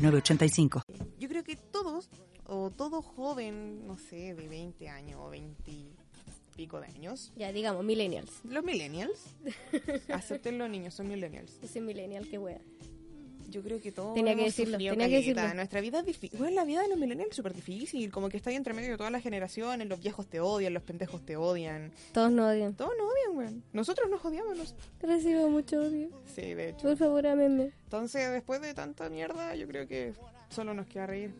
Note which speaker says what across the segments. Speaker 1: 985.
Speaker 2: Yo creo que todos, o todo joven, no sé, de 20 años o 20 y pico de años,
Speaker 3: Ya, digamos, millennials.
Speaker 2: los millennials, acepten los niños, son millennials.
Speaker 3: Yo soy millennial, qué wea.
Speaker 2: Yo creo que todos
Speaker 3: Tenía que
Speaker 2: hemos
Speaker 3: decirlo,
Speaker 2: sufrido
Speaker 3: tenía que
Speaker 2: caleta.
Speaker 3: decirlo.
Speaker 2: Nuestra vida es difícil. Bueno, la vida de los millennials es súper difícil. Como que está ahí entre medio de todas las generaciones. Los viejos te odian, los pendejos te odian.
Speaker 3: Todos no odian.
Speaker 2: Todos nos odian, weón. Nosotros nos odiamos. nos-
Speaker 3: Recibo mucho odio.
Speaker 2: Sí, de hecho.
Speaker 3: Por favor, amenme.
Speaker 2: Entonces, después de tanta mierda, yo creo que solo nos queda reír.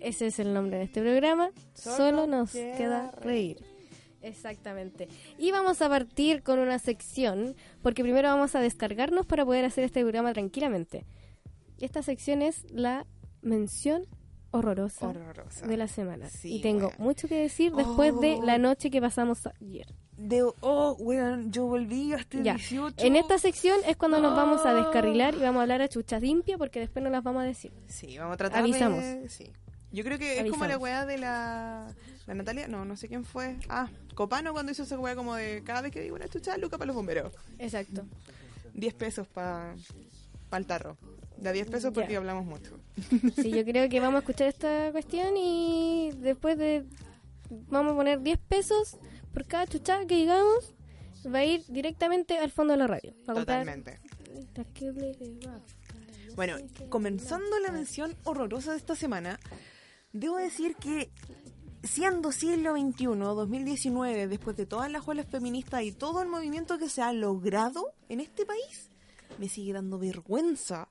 Speaker 3: Ese es el nombre de este programa.
Speaker 2: Solo
Speaker 3: Solo, nos
Speaker 2: queda
Speaker 3: queda, reír. Exactamente. Y vamos a partir con una sección, porque primero vamos a descargarnos para poder hacer este programa tranquilamente. Y esta sección es la mención horrorosa
Speaker 2: Horrorosa.
Speaker 3: de la semana.
Speaker 2: Sí,
Speaker 3: y tengo
Speaker 2: wea.
Speaker 3: mucho que decir después de
Speaker 2: Oh.
Speaker 3: la noche que pasamos ayer.
Speaker 2: De, oh, weón, yo volví a este
Speaker 3: Ya.
Speaker 2: 18.
Speaker 3: En esta sección es cuando nos vamos a
Speaker 2: Ah.
Speaker 3: descarrilar y vamos a hablar a chucha limpia porque después no las vamos a decir.
Speaker 2: Sí, vamos a tratar
Speaker 3: Avisamos.
Speaker 2: de... Sí. Yo creo que es como
Speaker 3: Avisamos.
Speaker 2: la weá de la... La Natalia, no, no sé quién fue. Ah, Copano cuando hizo esa weá como de cada vez que digo una chucha, Luca para los bomberos.
Speaker 3: Exacto.
Speaker 2: 10 pesos para el tarro. Da 10 pesos porque
Speaker 3: Ya.
Speaker 2: hablamos mucho.
Speaker 3: Sí, yo creo que vamos a escuchar esta cuestión y después de... Vamos a poner 10 pesos por cada chuchada que digamos. Va a ir directamente al fondo de la radio. Va a contar-
Speaker 2: Totalmente. Bueno, comenzando la mención horrorosa de esta semana, debo decir que siendo siglo XXI, 2019, después de todas las olas feministas y todo el movimiento que se ha logrado en este país, me sigue dando vergüenza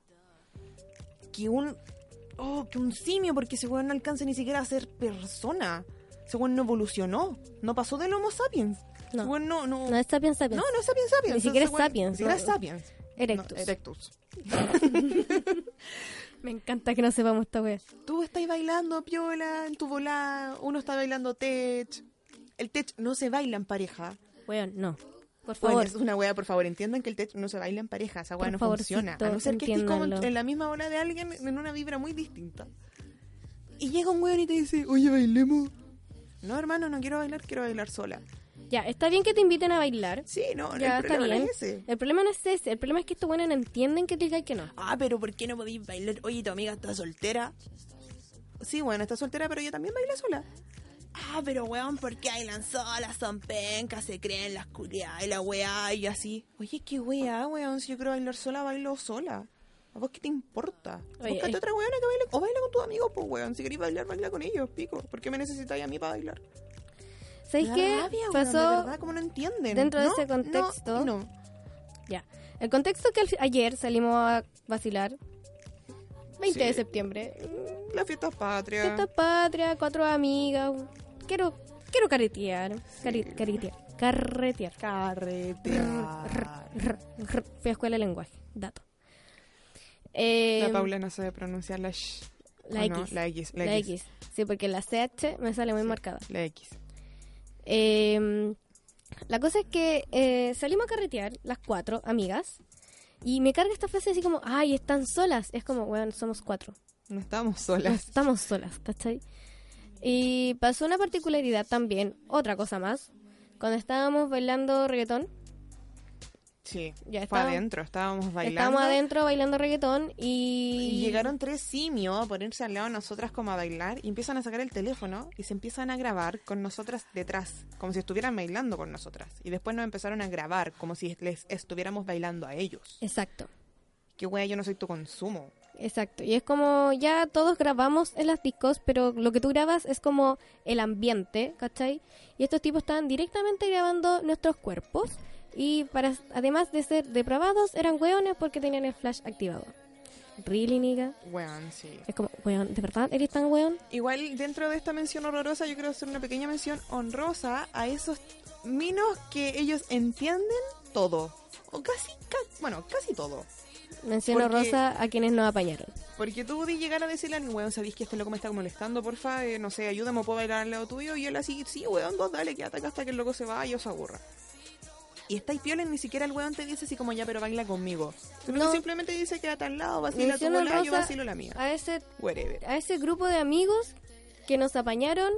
Speaker 2: que un oh, que un simio, porque ese weón no alcanza ni siquiera a ser persona. Ese weón no evolucionó, no pasó del Homo sapiens.
Speaker 3: No.
Speaker 2: Ese weón no, no,
Speaker 3: No es Sapiens
Speaker 2: no,
Speaker 3: Sapiens.
Speaker 2: no es sapiens sapiens.
Speaker 3: Ni siquiera
Speaker 2: Ese
Speaker 3: es
Speaker 2: weón-
Speaker 3: sapiens,
Speaker 2: Ni siquiera
Speaker 3: no.
Speaker 2: es sapiens.
Speaker 3: Erectus.
Speaker 2: No, erectus.
Speaker 3: Me encanta que no sepamos esta wea.
Speaker 2: Tú estás bailando piola en tu volá, uno está bailando tech. El tech no se baila en pareja.
Speaker 3: Weón, no. Por
Speaker 2: Bueno,
Speaker 3: favor.
Speaker 2: es una wea, por favor, entiendan que el tech no se baila en pareja, esa wea
Speaker 3: Por
Speaker 2: no
Speaker 3: favorcito,
Speaker 2: funciona. A no ser que estés como
Speaker 3: entiéndanlo.
Speaker 2: en la misma ola de alguien en una vibra muy distinta. Y llega un weón y te dice, oye, bailemos. No, hermano, no quiero bailar, quiero bailar sola.
Speaker 3: Ya, está bien que te inviten a bailar.
Speaker 2: Sí, no, no,
Speaker 3: ya,
Speaker 2: el
Speaker 3: está
Speaker 2: problema no
Speaker 3: bien.
Speaker 2: es ese.
Speaker 3: El problema no es ese. El problema es que estos buenos no entienden que te digáis que no.
Speaker 2: Ah, pero ¿por qué no podéis bailar? Oye, tu amiga está soltera. Sí, bueno, está soltera, pero yo también baila sola. Ah, pero weón, ¿por qué bailan solas? Son pencas, se creen las culiadas y la weá y así. Oye, qué weá, weón, si yo quiero bailar sola, bailo sola. ¿A vos qué te importa?
Speaker 3: Oye, eh.
Speaker 2: Búscate
Speaker 3: es-
Speaker 2: otra weona que baile, o baila con tus amigos, pues weón. Si queréis bailar, baila con ellos, pico. ¿Por qué me necesitáis a mí para bailar? Me
Speaker 3: ¿Sabéis
Speaker 2: da
Speaker 3: qué?
Speaker 2: rabia, weón, de
Speaker 3: Pasó
Speaker 2: verdad, como no entienden.
Speaker 3: dentro de
Speaker 2: No,
Speaker 3: ese
Speaker 2: no y
Speaker 3: contexto.
Speaker 2: No,
Speaker 3: Ya. El contexto que al fi- ayer salimos a vacilar. 20 de
Speaker 2: Sí.
Speaker 3: septiembre.
Speaker 2: La fiesta patria.
Speaker 3: Fiesta patria, cuatro amigas. Quiero, quiero caretear. Cari- Caretear. Carretear.
Speaker 2: Carretear.
Speaker 3: Rr, rr. Fui a escuela de lenguaje. Dato. Eh,
Speaker 2: La Paula no sabe pronunciar la sh.
Speaker 3: La
Speaker 2: ¿o
Speaker 3: X.
Speaker 2: no? La X. La,
Speaker 3: la
Speaker 2: X.
Speaker 3: X. Sí, porque la CH me sale muy marcada.
Speaker 2: La X.
Speaker 3: Eh, la cosa es que eh, salimos a carretear, las cuatro amigas, y me carga esta frase así como, ay, están solas. Es como, weón, somos cuatro.
Speaker 2: No estábamos
Speaker 3: No
Speaker 2: solas.
Speaker 3: estamos solas, ¿cachai? Y pasó una particularidad también, otra cosa más. Cuando estábamos bailando reggaetón,
Speaker 2: Sí.
Speaker 3: Ya
Speaker 2: Fue
Speaker 3: estábamos-
Speaker 2: adentro. Estábamos bailando.
Speaker 3: estábamos adentro bailando reggaetón y...
Speaker 2: Y llegaron tres simios a ponerse al lado de nosotras como a bailar y empiezan a sacar el teléfono y se empiezan a grabar con nosotras detrás, como si estuvieran bailando con nosotras. Y después nos empezaron a grabar como si les estuviéramos bailando a ellos.
Speaker 3: Exacto.
Speaker 2: Qué wea, yo no soy tu consumo.
Speaker 3: Exacto, y es como ya todos grabamos en las discos, pero lo que tú grabas es como el ambiente, ¿cachai? Y estos tipos estaban directamente grabando nuestros cuerpos y para además de ser depravados eran hueones porque tenían el flash activado. Really, nigga.
Speaker 2: Weón, sí.
Speaker 3: Es como, hueón, ¿de verdad eres tan hueón?
Speaker 2: Igual dentro de esta mención horrorosa, yo quiero hacer una pequeña mención honrosa a esos minos que ellos entienden todo. O casi, ca- bueno, casi todo.
Speaker 3: Menciono
Speaker 2: Porque-
Speaker 3: rosa a quienes nos apañaron.
Speaker 2: Porque tú di llegar a decirle a mi weón, sabéis que este loco me está molestando, porfa, eh, no sé, ayúdame, puedo bailar al lado tuyo. Y él así, sí, weón, vos dale, quédate acá hasta que el loco se va y os aburra. Y estáis piola y ni siquiera el weón te dice así como ya, pero baila conmigo. Sino que
Speaker 3: No.
Speaker 2: simplemente dice quédate al lado, vacila tu
Speaker 3: Menciono
Speaker 2: bola, yo
Speaker 3: rosa
Speaker 2: vacilo la mía.
Speaker 3: A ese,
Speaker 2: Whatever.
Speaker 3: a ese grupo de amigos que nos apañaron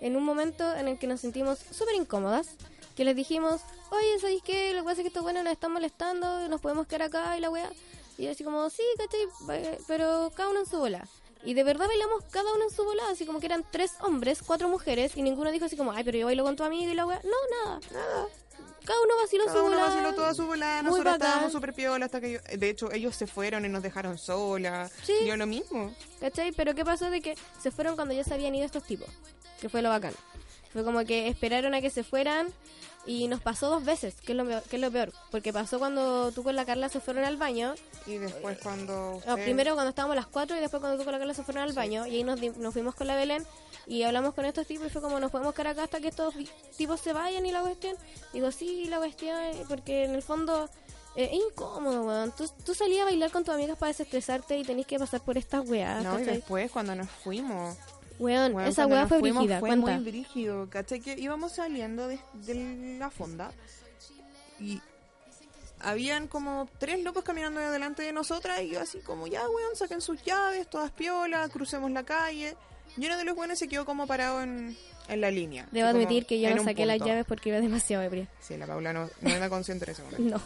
Speaker 3: en un momento en el que nos sentimos súper incómodas, que les dijimos, oye, ¿sabéis qué? Lo que pasa es que estos buenos nos están molestando, nos podemos quedar acá y la weá. Y así como, sí, ¿cachai? Ba- Pero cada uno en su bola. Y de verdad bailamos cada uno en su bola, así como que eran tres hombres, cuatro mujeres, y ninguno dijo así como, ay, pero yo bailo con tu amigo y la weá. No, nada. Nada. Cada uno vaciló
Speaker 2: Cada
Speaker 3: su
Speaker 2: uno
Speaker 3: bola.
Speaker 2: vaciló toda su bola,
Speaker 3: Muy
Speaker 2: nosotros
Speaker 3: bacán.
Speaker 2: estábamos súper piola hasta que yo- De hecho, ellos se fueron y nos dejaron sola.
Speaker 3: Sí.
Speaker 2: Yo lo mismo.
Speaker 3: ¿Cachai? Pero ¿qué pasó de que se fueron cuando ya se habían ido estos tipos? Que fue lo bacán. Fue como que esperaron a que se fueran y nos pasó dos veces, que es lo peor, que es lo peor porque pasó cuando tú con la Carla se fueron al baño.
Speaker 2: Y después cuando...
Speaker 3: No,
Speaker 2: ustedes-
Speaker 3: Ah, primero cuando estábamos las cuatro y después cuando tú con la Carla se fueron al baño y ahí nos, di- nos fuimos con la Belén y hablamos con estos tipos y fue como nos podemos quedar acá hasta que estos vi- tipos se vayan y la cuestión. Digo, sí, la cuestión, eh, porque en el fondo eh, es incómodo, weón. Tú, tú salías a bailar con tus amigas para desestresarte y tenés que pasar por estas weas.
Speaker 2: No, y
Speaker 3: ¿cachai?
Speaker 2: después cuando nos fuimos...
Speaker 3: Weón,
Speaker 2: Weón,
Speaker 3: esa
Speaker 2: cuando
Speaker 3: weá
Speaker 2: nos
Speaker 3: fue
Speaker 2: fuimos
Speaker 3: brígida,
Speaker 2: fue
Speaker 3: cuenta.
Speaker 2: muy brígido, ¿cachai? Que íbamos saliendo de, de la fonda y habían como tres locos caminando delante de nosotras y yo así como, ya, weón, saquen sus llaves, todas piolas, crucemos la calle. Y uno de los weones se quedó como parado en, en la línea.
Speaker 3: Debo
Speaker 2: así como
Speaker 3: admitir que yo
Speaker 2: en
Speaker 3: no
Speaker 2: un
Speaker 3: saqué las
Speaker 2: punto.
Speaker 3: llaves porque iba demasiado ebria.
Speaker 2: Sí, la Paula no, no era consciente de ese momento.
Speaker 3: No.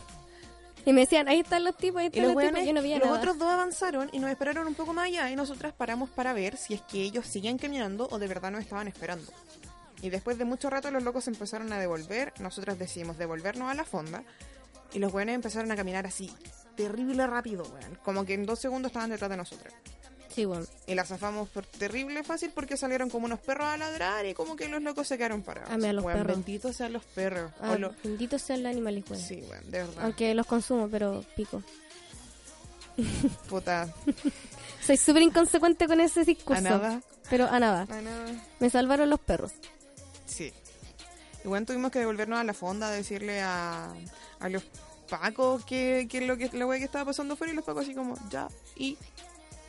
Speaker 3: Y me decían, ahí están los tipos,
Speaker 2: Y
Speaker 3: ahí están
Speaker 2: los,
Speaker 3: los tipos,
Speaker 2: weones-
Speaker 3: yo no veía
Speaker 2: los
Speaker 3: nada.
Speaker 2: otros dos avanzaron y nos esperaron un poco más allá y nosotras paramos para ver si es que ellos seguían caminando o de verdad nos estaban esperando. Y después de mucho rato los locos empezaron a devolver, nosotras decidimos devolvernos a la fonda y los weones empezaron a caminar así, terrible rápido, weón. Como que en dos segundos estaban detrás de nosotras.
Speaker 3: Sí, weón.
Speaker 2: Y la zafamos por terrible fácil porque salieron como unos perros a ladrar y como que los locos se quedaron parados.
Speaker 3: Ame a Ah, los
Speaker 2: Weón,
Speaker 3: perros.
Speaker 2: Benditos sean los perros. O
Speaker 3: Ah,
Speaker 2: lo-
Speaker 3: Benditos sean los animales, weón.
Speaker 2: Sí, weón, de verdad.
Speaker 3: Aunque los consumo, pero pico.
Speaker 2: Puta,
Speaker 3: Soy súper inconsecuente con ese discurso.
Speaker 2: a nada,
Speaker 3: Pero a nada.
Speaker 2: a nada.
Speaker 3: Me salvaron los perros.
Speaker 2: Sí. Igual tuvimos que devolvernos a la fonda a decirle a, a los pacos que, que lo que la wea que estaba pasando fuera y los pacos así como, ya, y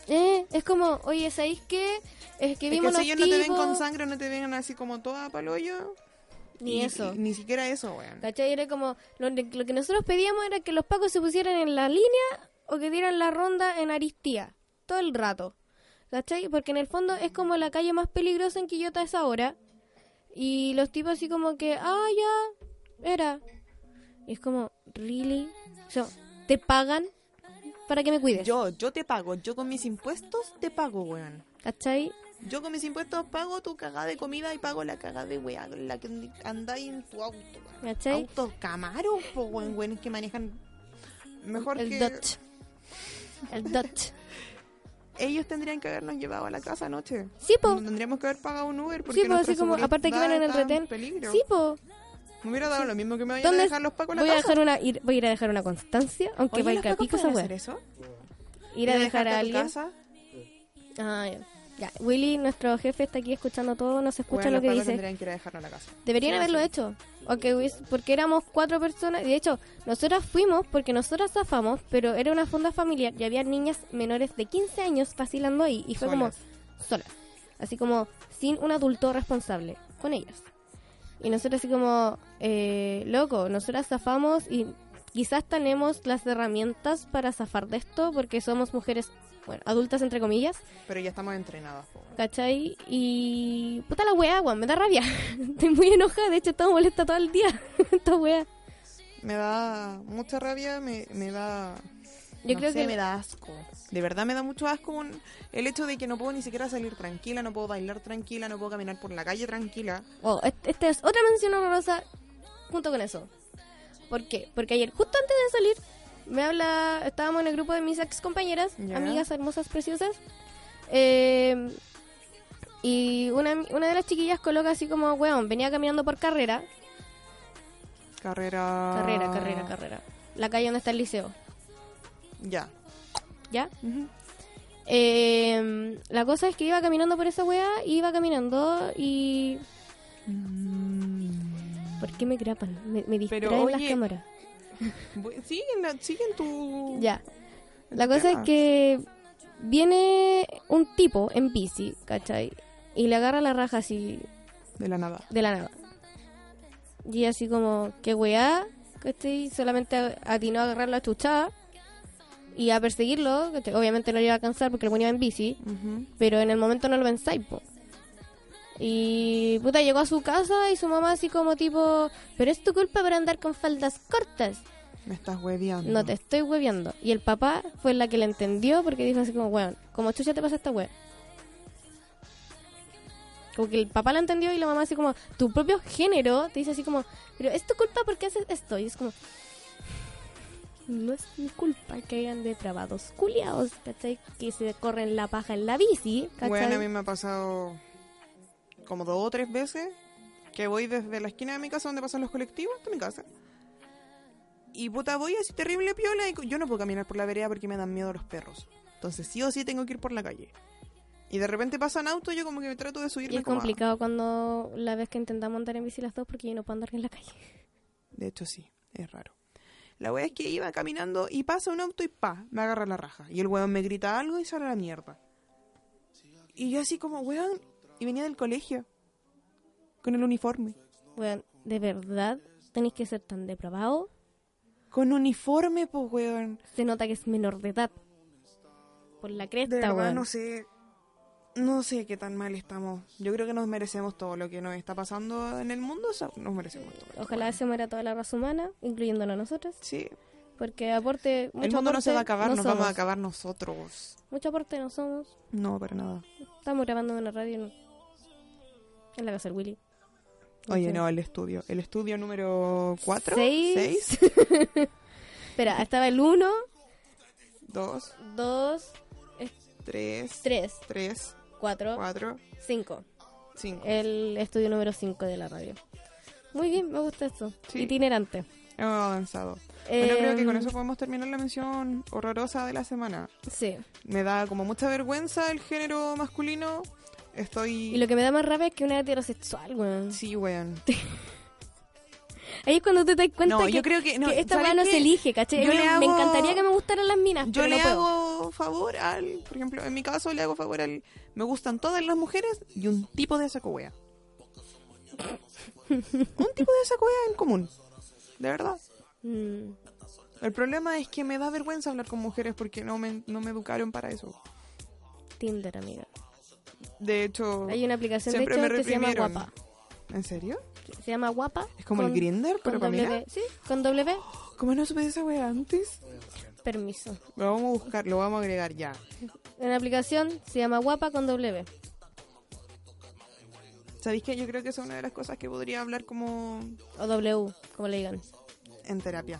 Speaker 3: Eh, es como, oye, ¿sabéis qué? Es que
Speaker 2: es que
Speaker 3: vimos
Speaker 2: si
Speaker 3: unos
Speaker 2: ellos no te ven
Speaker 3: tipos-
Speaker 2: con sangre, no te ven así como toda paloyo.
Speaker 3: Ni
Speaker 2: y-
Speaker 3: eso.
Speaker 2: y ni siquiera eso, weón.
Speaker 3: ¿Cachai? Era como, lo, lo que nosotros pedíamos era que los pacos se pusieran en la línea o que dieran la ronda en Aristía, todo el rato. ¿Cachai? Porque en el fondo es como la calle más peligrosa en Quillota a esa hora. Y los tipos así como que, ah, ya, era. Y es como, ¿really? O sea, ¿te pagan para que me cuides?
Speaker 2: Yo, yo te pago, yo con mis impuestos te pago, weón.
Speaker 3: ¿Cachai?
Speaker 2: Yo con mis impuestos pago tu cagada de comida y pago la cagada de weá, con la que andáis en tu auto, weón.
Speaker 3: ¿Cachai?
Speaker 2: Autos camaros, po, weón, weones que manejan mejor
Speaker 3: El
Speaker 2: que...
Speaker 3: Dutch. El Dutch.
Speaker 2: ellos tendrían que habernos llevado a la casa anoche.
Speaker 3: Sí, po.
Speaker 2: No tendríamos que haber pagado un Uber porque
Speaker 3: Sí, po,
Speaker 2: nuestra
Speaker 3: así como,
Speaker 2: seguridad
Speaker 3: aparte que iban en el
Speaker 2: está
Speaker 3: retén.
Speaker 2: peligro.
Speaker 3: Sí, pues. po.
Speaker 2: Me hubiera dado lo mismo que me vayan a
Speaker 3: ¿Dónde
Speaker 2: dejar los pacos en la
Speaker 3: voy a
Speaker 2: casa.
Speaker 3: dejar una ir- voy a ir a dejar una constancia aunque
Speaker 2: Oye, ¿los
Speaker 3: valga
Speaker 2: pacos
Speaker 3: pico esa
Speaker 2: pueden
Speaker 3: wea
Speaker 2: hacer eso?
Speaker 3: ir a
Speaker 2: ¿Ir
Speaker 3: dejar
Speaker 2: dejarte
Speaker 3: a
Speaker 2: tu
Speaker 3: alguien
Speaker 2: casa?
Speaker 3: Ah, ya. Ya, Willy nuestro jefe está aquí escuchando todo nos escucha
Speaker 2: Bueno,
Speaker 3: lo que
Speaker 2: los pacos
Speaker 3: dice
Speaker 2: tendrían que ir a dejarnos a la casa.
Speaker 3: deberían haberlo hecho aunque hubies- porque éramos cuatro personas y de hecho nosotras fuimos porque nosotras zafamos pero era una fonda familiar y había niñas menores de 15 años vacilando ahí y fue
Speaker 2: Solas.
Speaker 3: como solas así como sin un adulto responsable con ellas y nosotros así como eh, loco nosotras zafamos y quizás tenemos las herramientas para zafar de esto porque somos mujeres bueno adultas entre comillas
Speaker 2: Pero ya estamos entrenadas. po.
Speaker 3: ¿Cachai? Y. Puta la weá, weón, me da rabia. Estoy muy enojada, de hecho, estaba molesta todo el día. Esta weá.
Speaker 2: Me da mucha rabia, me, me da...
Speaker 3: Yo
Speaker 2: no
Speaker 3: creo
Speaker 2: sé,
Speaker 3: que.
Speaker 2: me da asco. De verdad me da mucho asco un- el hecho de que no puedo ni siquiera salir tranquila, no puedo bailar tranquila, no puedo caminar por la calle tranquila.
Speaker 3: Oh, et- esta es otra mención horrorosa junto con eso. ¿Por qué? Porque ayer, justo antes de salir, me habla. Estábamos en el grupo de mis ex compañeras,
Speaker 2: Ya.
Speaker 3: amigas hermosas, preciosas. Eh, y una, una de las chiquillas coloca así como, weón, venía caminando por carrera.
Speaker 2: Carrera...
Speaker 3: Carrera, carrera, carrera. La calle donde está el liceo,
Speaker 2: Ya.
Speaker 3: ¿ya?
Speaker 2: Ujú.
Speaker 3: Eh, la cosa es que iba caminando por esa weá, iba caminando y.
Speaker 2: Mm.
Speaker 3: ¿Por qué me grapan? Me, me distraen
Speaker 2: Pero,
Speaker 3: las
Speaker 2: oye.
Speaker 3: cámaras.
Speaker 2: Bu- Siguen, la- siguen tu.
Speaker 3: Ya. La cosa es que viene un tipo en bici, ¿cachai? Y le agarra la raja así
Speaker 2: De la nada.
Speaker 3: de la nada. Y así como, qué weá, ¿cachai? Solamente atinó a agarrar la chuchada y a perseguirlo. ¿cachai? Obviamente no lo iba a alcanzar porque el ponía en bici,
Speaker 2: Ujú.
Speaker 3: pero en el momento no lo pensáis, po. Y puta, llegó a su casa y su mamá así como tipo, pero es tu culpa por andar con faldas cortas.
Speaker 2: Me estás hueviando.
Speaker 3: No te estoy hueviando. Y el papá fue la que le entendió porque dijo así como, weón, como chucha te pasa esta wea. Como que el papá la entendió y la mamá así como, tu propio género te dice así como, pero es tu culpa porque haces esto. Y es como, no es mi culpa que hayan depravados culiados, ¿cachai? Que se corren la paja en la bici, ¿cachai?
Speaker 2: Bueno, a mí me ha pasado como dos o tres veces que voy desde la esquina de mi casa donde pasan los colectivos hasta mi casa. Y puta, voy así terrible piola y co- yo no puedo caminar por la vereda porque me dan miedo los perros. Entonces sí o sí tengo que ir por la calle. Y de repente pasan auto y yo como que me trato de subirme
Speaker 3: Y es
Speaker 2: como a-
Speaker 3: complicado cuando la vez que intentamos andar en bici las dos porque yo no puedo andar en la calle.
Speaker 2: De hecho, sí, es raro. La wea es que iba caminando y pasa un auto y pa, me agarra la raja. Y el weón me grita algo y sale a la mierda. Y yo así como, weón, y venía del colegio. Con el uniforme.
Speaker 3: Weón, de verdad, tenéis que ser tan depravado.
Speaker 2: Con uniforme, pues, weón.
Speaker 3: Se nota que es menor de edad. Por la
Speaker 2: De
Speaker 3: cresta,
Speaker 2: verdad,
Speaker 3: weón.
Speaker 2: no sé. No sé qué tan mal estamos. Yo creo que nos merecemos todo lo que nos está pasando en el mundo. o sea, nos merecemos todo. esto,
Speaker 3: Ojalá
Speaker 2: weón.
Speaker 3: se muera toda la raza humana, incluyéndonos a nosotros.
Speaker 2: Sí.
Speaker 3: Porque aporte. Mucho
Speaker 2: el mundo no se
Speaker 3: aporte
Speaker 2: va a acabar,
Speaker 3: no
Speaker 2: nos vamos a
Speaker 3: somos.
Speaker 2: acabar nosotros.
Speaker 3: Mucho aporte no somos.
Speaker 2: No, para nada.
Speaker 3: Estamos grabando en una radio en, en la casa del Willy.
Speaker 2: Oye,
Speaker 3: sé.
Speaker 2: no, el estudio. El estudio número 4,
Speaker 3: Seis.
Speaker 2: 6,
Speaker 3: Espera, estaba el 1,
Speaker 2: 2,
Speaker 3: 2,
Speaker 2: 3,
Speaker 3: 3,
Speaker 2: 3,
Speaker 3: 4,
Speaker 2: 4,
Speaker 3: 5.
Speaker 2: 5.
Speaker 3: El estudio número 5 de la radio. Muy bien, me gusta esto.
Speaker 2: Sí.
Speaker 3: Itinerante.
Speaker 2: Hemos avanzado. Bueno, creo que con
Speaker 3: Em,
Speaker 2: eso podemos terminar la mención horrorosa de la semana.
Speaker 3: Sí.
Speaker 2: Me da como mucha vergüenza el género masculino. Estoy...
Speaker 3: Y lo que me da más rabia es que una heterosexual, weón.
Speaker 2: Sí, weón.
Speaker 3: Ahí es cuando tú te das cuenta
Speaker 2: No,
Speaker 3: que,
Speaker 2: yo creo que- no,
Speaker 3: que esta
Speaker 2: ¿sabes
Speaker 3: weá no
Speaker 2: qué?
Speaker 3: se elige, ¿cachai?
Speaker 2: Yo
Speaker 3: A mí
Speaker 2: le
Speaker 3: Me
Speaker 2: hago-
Speaker 3: encantaría que me gustaran las minas,
Speaker 2: Yo
Speaker 3: pero
Speaker 2: le
Speaker 3: no puedo.
Speaker 2: hago favor al... Por ejemplo, en mi caso le hago favor al... Me gustan todas las mujeres y un tipo de saco wea. un tipo de saco wea en común. De verdad.
Speaker 3: Mm,
Speaker 2: El problema es que me da vergüenza hablar con mujeres porque no me, no me educaron para eso.
Speaker 3: Tinder, amiga.
Speaker 2: De hecho,
Speaker 3: Hay una aplicación
Speaker 2: siempre
Speaker 3: de
Speaker 2: me
Speaker 3: hecho que se llama
Speaker 2: reprimieron.
Speaker 3: Guapa.
Speaker 2: ¿en serio?
Speaker 3: Se llama Guapa.
Speaker 2: ¿Es como el Grindr, pero para
Speaker 3: con W.
Speaker 2: mirar?
Speaker 3: Sí, con W.
Speaker 2: ¿Cómo no supe de esa wea antes?
Speaker 3: Permiso.
Speaker 2: Lo vamos a buscar, lo vamos a agregar ya.
Speaker 3: Una aplicación se llama Guapa con W.
Speaker 2: ¿Sabéis que yo creo que esa es una de las cosas que podría hablar como
Speaker 3: O W, como le digan.
Speaker 2: en terapia?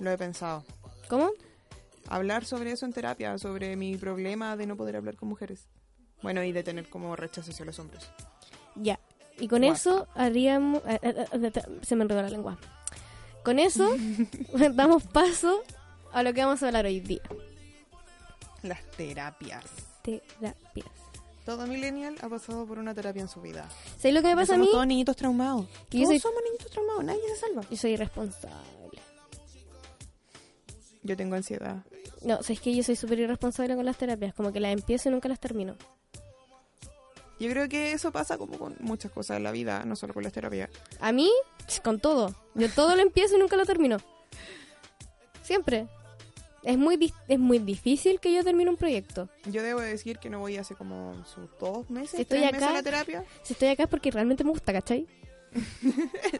Speaker 2: Lo he pensado.
Speaker 3: ¿Cómo?
Speaker 2: Hablar sobre eso en terapia, sobre mi problema de no poder hablar con mujeres. Bueno, y de tener como rechazo hacia los hombres.
Speaker 3: Ya. Y con
Speaker 2: Guapa.
Speaker 3: eso haríamos. eh, eh, eh, eh, Se me enredó la lengua. Con eso damos paso a lo que vamos a hablar hoy día:
Speaker 2: Las terapias.
Speaker 3: terapias.
Speaker 2: Todo millennial ha pasado por una terapia en su vida.
Speaker 3: ¿Sabes lo que me pasa a
Speaker 2: somos
Speaker 3: mí?
Speaker 2: todos niñitos traumados.
Speaker 3: Que yo
Speaker 2: Todos
Speaker 3: soy-
Speaker 2: somos niñitos traumados, nadie se salva.
Speaker 3: Yo soy irresponsable.
Speaker 2: Yo tengo ansiedad.
Speaker 3: No, o sea, es que yo soy súper irresponsable con las terapias. Como que las empiezo y nunca las termino.
Speaker 2: Yo creo que eso pasa como con muchas cosas en la vida, no solo con las terapias.
Speaker 3: A mí, ch, con todo. Yo todo lo empiezo y nunca lo termino. Siempre. Es muy, dis- es muy difícil que yo termine un proyecto.
Speaker 2: Yo debo decir que no voy hace como sus dos meses,
Speaker 3: Si estoy
Speaker 2: tres
Speaker 3: acá-
Speaker 2: meses a la terapia.
Speaker 3: Si estoy acá es porque realmente me gusta, ¿cachai?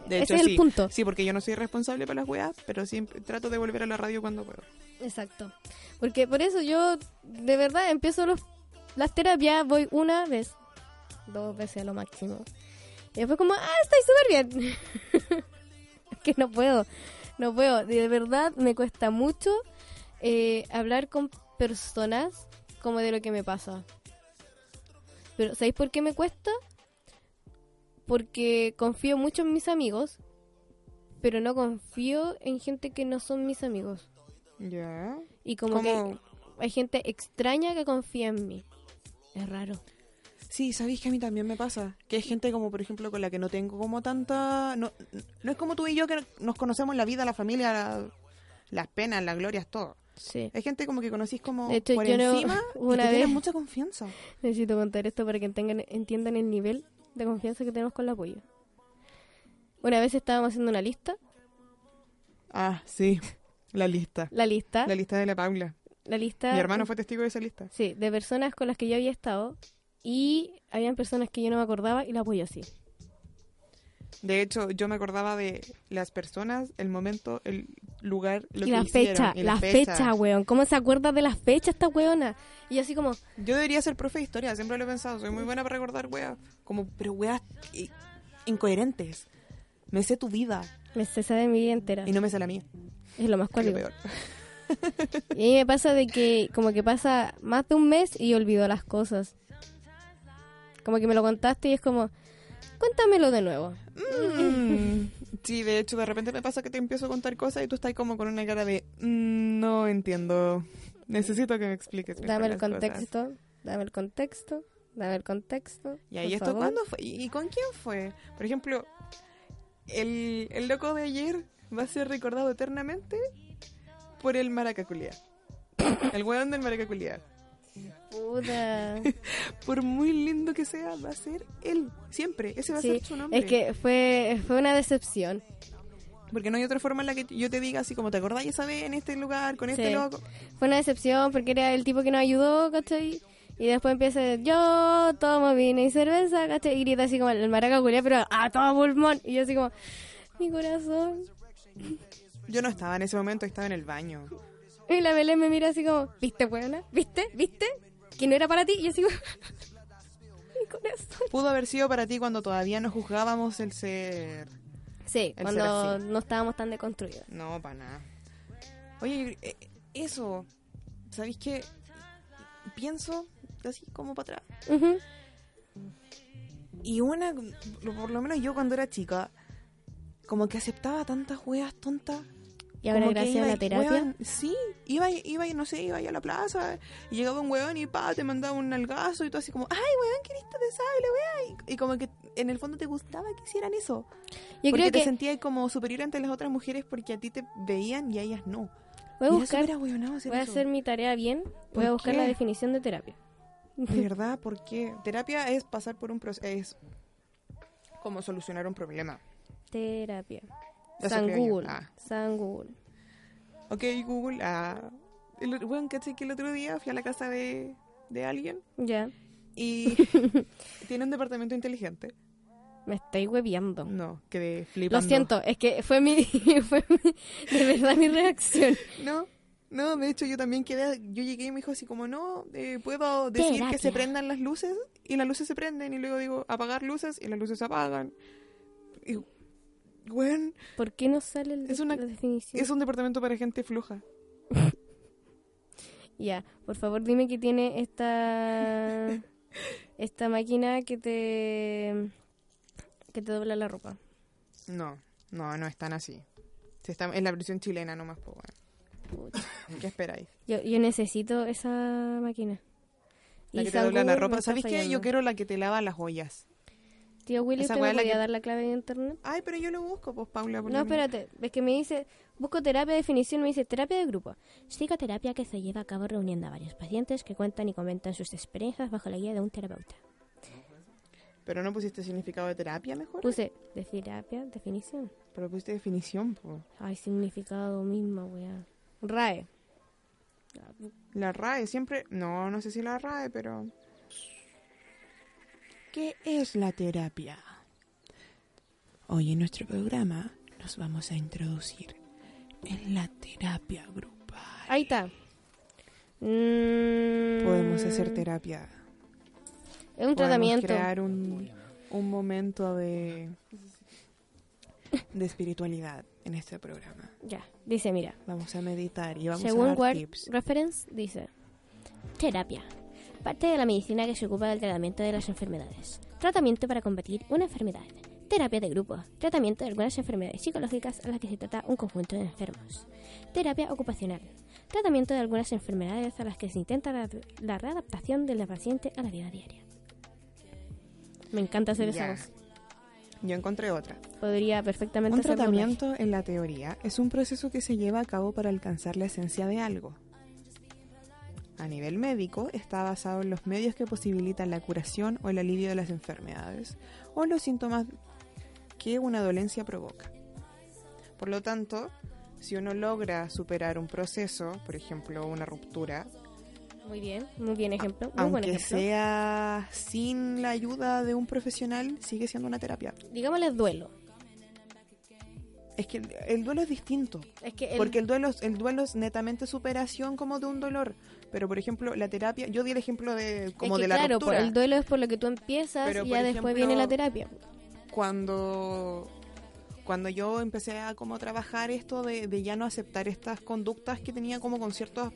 Speaker 2: De
Speaker 3: es el
Speaker 2: sí.
Speaker 3: punto.
Speaker 2: Sí, porque yo no soy responsable para las weas, pero siempre trato de volver a la radio cuando puedo.
Speaker 3: Exacto. Porque por eso yo, de verdad, empiezo los, las terapias, voy una vez, dos veces a lo máximo. Y después como, ah, estoy súper bien. Es que no puedo, no puedo. De verdad me cuesta mucho eh, hablar con personas como de lo que me pasa. Pero ¿sabéis por qué me cuesta? Porque confío mucho en mis amigos, pero no confío en gente que no son mis amigos.
Speaker 2: Ya.
Speaker 3: Y como
Speaker 2: Como-
Speaker 3: que hay gente extraña que confía en mí. Es raro.
Speaker 2: Sí, sabéis que a mí también me pasa. Que hay gente como, por ejemplo, con la que no tengo como tanta... No, no es como tú y yo que nos conocemos la vida, la familia, la- las penas, las glorias, todo.
Speaker 3: Sí.
Speaker 2: Hay gente como que conocís como
Speaker 3: De hecho,
Speaker 2: por
Speaker 3: yo no-
Speaker 2: encima y
Speaker 3: una
Speaker 2: te tienes
Speaker 3: vez-
Speaker 2: mucha confianza.
Speaker 3: Necesito contar esto para que tengan- entiendan el nivel de confianza que tenemos con la polla. Una vez estábamos haciendo una lista,
Speaker 2: Ah, sí. La lista.
Speaker 3: la lista,
Speaker 2: La lista de la Paula.
Speaker 3: la lista,
Speaker 2: Mi hermano fue testigo de esa lista.
Speaker 3: sí, de personas con las que yo había estado y habían personas que yo no me acordaba y la polla así.
Speaker 2: De hecho, yo me acordaba de las personas, el momento, el lugar, lo
Speaker 3: Y
Speaker 2: que
Speaker 3: la
Speaker 2: hicieron,
Speaker 3: fecha,
Speaker 2: y
Speaker 3: la fecha. weón. ¿Cómo se acuerda de las fechas esta weona? Y yo así como,
Speaker 2: Yo debería ser profe de historia, siempre lo he pensado. Soy muy buena para recordar weas. Como, pero weas i- incoherentes. Me sé tu vida
Speaker 3: me cesa de mi vida entera.
Speaker 2: y no me sé la mía.
Speaker 3: Es lo más
Speaker 2: que es lo
Speaker 3: cuático.
Speaker 2: peor.
Speaker 3: Y a mí me pasa de que como que pasa más de un mes y olvido las cosas. Como que me lo contaste y es como, cuéntamelo de nuevo.
Speaker 2: Mm. Sí, de hecho, de repente me pasa que te empiezo a contar cosas y tú estás como con una cara de "Mm, no entiendo. Necesito que me expliques. mejor
Speaker 3: Dame el
Speaker 2: las cosas".
Speaker 3: contexto, dame el contexto, dame el contexto.
Speaker 2: Y ahí
Speaker 3: por
Speaker 2: esto,
Speaker 3: favor.
Speaker 2: ¿cuándo fue? ¿Y y con quién fue? Por ejemplo, el, el loco de ayer va a ser recordado eternamente por el maracaculía. El weón del maracaculía.
Speaker 3: Puta.
Speaker 2: Este Por muy lindo que sea, va a ser él. Siempre. Ese va a
Speaker 3: Sí,
Speaker 2: ser su nombre.
Speaker 3: es que fue, fue una decepción.
Speaker 2: Porque no hay otra forma en la que yo te diga así como, ¿te acordás esa vez en este lugar, con este
Speaker 3: Sí.
Speaker 2: loco?
Speaker 3: Fue una decepción porque era el tipo que nos ayudó, ¿cachai? Y después empieza, yo tomo vino y cerveza, ¿cachai? Y grita así como el maraca culiao, pero a todo pulmón. Y yo así como, mi corazón.
Speaker 2: Yo no estaba en ese momento, estaba en el baño.
Speaker 3: Y la Belén me mira así como, ¿viste, buena? ¿Viste? ¿Viste? Que no era para ti. Y yo así como, mi corazón.
Speaker 2: Pudo haber sido para ti cuando todavía no juzgábamos el ser.
Speaker 3: Sí,
Speaker 2: El
Speaker 3: cuando
Speaker 2: ser así.
Speaker 3: no estábamos tan deconstruidos.
Speaker 2: No, para nada. Oye, eh, eso. ¿Sabéis qué? Pienso así como para atrás.
Speaker 3: Ujú.
Speaker 2: Y una, lo- por lo menos yo cuando era chica, como que aceptaba tantas weas tontas.
Speaker 3: Y ahora
Speaker 2: Como que
Speaker 3: gracias
Speaker 2: iba
Speaker 3: a la
Speaker 2: y-
Speaker 3: terapia.
Speaker 2: weón, sí, iba, y- iba, y no sé, iba y a la plaza. Y llegaba un weón y pa, te mandaba un nalgazo y tú así como, ay, weón, qué lista te sabe la wea. Y, y como que en el fondo te gustaba que hicieran eso.
Speaker 3: Yo
Speaker 2: porque
Speaker 3: creo
Speaker 2: te
Speaker 3: que
Speaker 2: sentías como superior ante las otras mujeres porque a ti te veían y a ellas no. Y
Speaker 3: voy a
Speaker 2: era
Speaker 3: buscar,
Speaker 2: súper ahueonado hacer
Speaker 3: voy a
Speaker 2: eso.
Speaker 3: hacer mi tarea bien. Voy a
Speaker 2: ¿Por
Speaker 3: buscar
Speaker 2: qué?
Speaker 3: la definición de terapia.
Speaker 2: De verdad, ¿por qué? Terapia es pasar por un proceso, es como solucionar un problema.
Speaker 3: Terapia.
Speaker 2: Ya
Speaker 3: San
Speaker 2: sufrí yo.
Speaker 3: Google.
Speaker 2: Ah.
Speaker 3: San Google.
Speaker 2: Ok, Google, ah. El, bueno, caché que el otro día fui a la casa de, de alguien
Speaker 3: Ya.
Speaker 2: y tiene un departamento inteligente.
Speaker 3: Me estoy hueviando.
Speaker 2: No, quedé flipando.
Speaker 3: Lo siento, es que fue mi, fue mi- de verdad mi reacción.
Speaker 2: No, no, de hecho yo también quedé, yo llegué y me dijo así como, no, eh, puedo decir que se
Speaker 3: Terapia.
Speaker 2: prendan las luces y las luces se prenden y luego digo apagar luces y las luces se apagan. Y, weón,
Speaker 3: ¿Por qué no sale el-
Speaker 2: Es una-
Speaker 3: la definición?
Speaker 2: es un departamento para gente floja.
Speaker 3: Ya, por favor dime que tiene esta esta máquina que te que te dobla la ropa.
Speaker 2: No, no, no es tan así. Si está, es la versión chilena nomás, pues
Speaker 3: Pucha.
Speaker 2: ¿Qué esperáis?
Speaker 3: Yo, yo necesito esa máquina.
Speaker 2: La
Speaker 3: Y
Speaker 2: que te
Speaker 3: San
Speaker 2: dobla la
Speaker 3: Google me
Speaker 2: ropa.
Speaker 3: está
Speaker 2: ¿Sabéis qué?
Speaker 3: fallando.
Speaker 2: Yo quiero la que te lava las ollas.
Speaker 3: Tío Willy,
Speaker 2: esa
Speaker 3: ¿usted
Speaker 2: weá
Speaker 3: me
Speaker 2: es la
Speaker 3: podía
Speaker 2: que-
Speaker 3: dar la clave de internet?
Speaker 2: Ay, pero yo lo busco, pues, Paula. por
Speaker 3: No,
Speaker 2: lo menos.
Speaker 3: espérate, es que me dice, busco terapia de definición, me dice terapia de grupo. Psicoterapia que se lleva a cabo reuniendo a varios pacientes que cuentan y comentan sus experiencias bajo la guía de un terapeuta.
Speaker 2: Pero no pusiste significado de terapia mejor.
Speaker 3: Puse de terapia, definición.
Speaker 2: Pero pusiste definición, pues.
Speaker 3: Ay, significado mismo, weá. RAE.
Speaker 2: La RAE siempre. No, no sé si la RAE, pero. ¿Qué es la terapia? Hoy en nuestro programa nos vamos a introducir en la terapia grupal.
Speaker 3: Ahí está. Mm,
Speaker 2: Podemos hacer terapia.
Speaker 3: Es un
Speaker 2: Podemos
Speaker 3: tratamiento.
Speaker 2: crear un, un momento de, de espiritualidad en este programa.
Speaker 3: Ya, dice, mira.
Speaker 2: Vamos a meditar y vamos a
Speaker 3: Según
Speaker 2: dar
Speaker 3: Word
Speaker 2: tips.
Speaker 3: Reference, dice: Terapia. Parte de la medicina que se ocupa del tratamiento de las enfermedades. Tratamiento para combatir una enfermedad. Terapia de grupo. Tratamiento de algunas enfermedades psicológicas a las que se trata un conjunto de enfermos. Terapia ocupacional. Tratamiento de algunas enfermedades a las que se intenta la, la readaptación de la paciente a la vida diaria. Me encanta hacer
Speaker 2: Ya.
Speaker 3: esa voz.
Speaker 2: Yo encontré otra.
Speaker 3: Podría perfectamente
Speaker 2: Un
Speaker 3: hacer doblaje.
Speaker 2: tratamiento en la teoría es un proceso que se lleva a cabo para alcanzar la esencia de algo. a nivel médico está basado en los medios que posibilitan la curación o el alivio de las enfermedades o los síntomas que una dolencia provoca. Por lo tanto, si uno logra superar un proceso, por ejemplo, una ruptura,
Speaker 3: Muy bien, muy bien ejemplo. Muy buen
Speaker 2: aunque
Speaker 3: ejemplo.
Speaker 2: sea sin la ayuda de un profesional, sigue siendo una terapia.
Speaker 3: Digámosle duelo.
Speaker 2: Es que el- el duelo es distinto.
Speaker 3: Es que el-
Speaker 2: Porque el duelo, es- el duelo es netamente superación como de un dolor. Pero, por ejemplo, la terapia... Yo di el ejemplo de como
Speaker 3: es que,
Speaker 2: de la
Speaker 3: claro, por-
Speaker 2: ruptura.
Speaker 3: el duelo es por lo que tú empiezas
Speaker 2: Pero,
Speaker 3: y
Speaker 2: por
Speaker 3: ya después
Speaker 2: ejemplo,
Speaker 3: viene la terapia.
Speaker 2: cuando cuando yo empecé a como trabajar esto de, de ya no aceptar estas conductas que tenía como con ciertos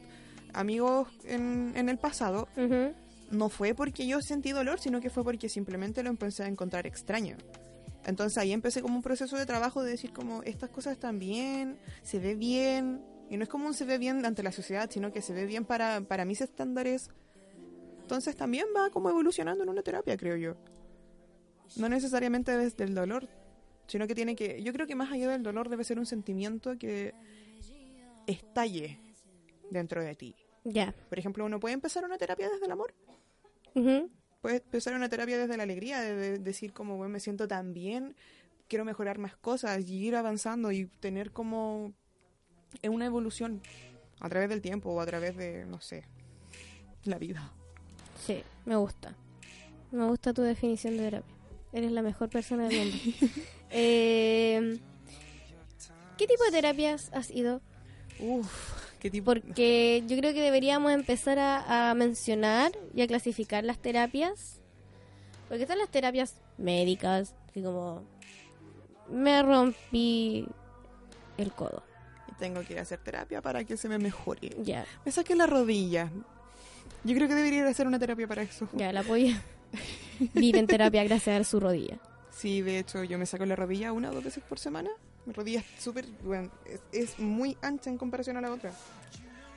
Speaker 2: amigos en, en el pasado,
Speaker 3: Ujú.
Speaker 2: no fue porque yo sentí dolor, sino que fue porque simplemente lo empecé a encontrar extraño. Entonces ahí empecé como un proceso de trabajo de decir como estas cosas están bien, se ve bien, y no es como un se ve bien ante la sociedad, sino que se ve bien para, para mis estándares. Entonces también va como evolucionando en una terapia, creo yo. No necesariamente desde el dolor, sino que tiene que, yo creo que más allá del dolor debe ser un sentimiento que estalle dentro de ti.
Speaker 3: Ya.
Speaker 2: Por ejemplo, uno puede empezar una terapia desde el amor.
Speaker 3: Ujú.
Speaker 2: Puedes empezar una terapia desde la alegría, de, de decir como, bueno, me siento tan bien, quiero mejorar más cosas y ir avanzando y tener como eh, una evolución a través del tiempo o a través de, no sé, la vida.
Speaker 3: Sí, me gusta. Me gusta tu definición de terapia. Eres la mejor persona del mundo. Eh, ¿Qué tipo de terapias has ido?
Speaker 2: Uf, qué tipo...
Speaker 3: Porque yo creo que deberíamos empezar a, a mencionar y a clasificar las terapias. Porque están las terapias médicas, que como me rompí el codo.
Speaker 2: Tengo que ir a hacer terapia para que se me mejore.
Speaker 3: Ya,
Speaker 2: Me saqué la rodilla. Yo creo que debería ir a hacer una terapia para eso.
Speaker 3: ya la apoya. Vive en terapia gracias a su rodilla.
Speaker 2: Sí, de hecho, yo me saco la rodilla una o dos veces por semana. Mi rodilla es súper, bueno, es, es muy ancha en comparación a la otra.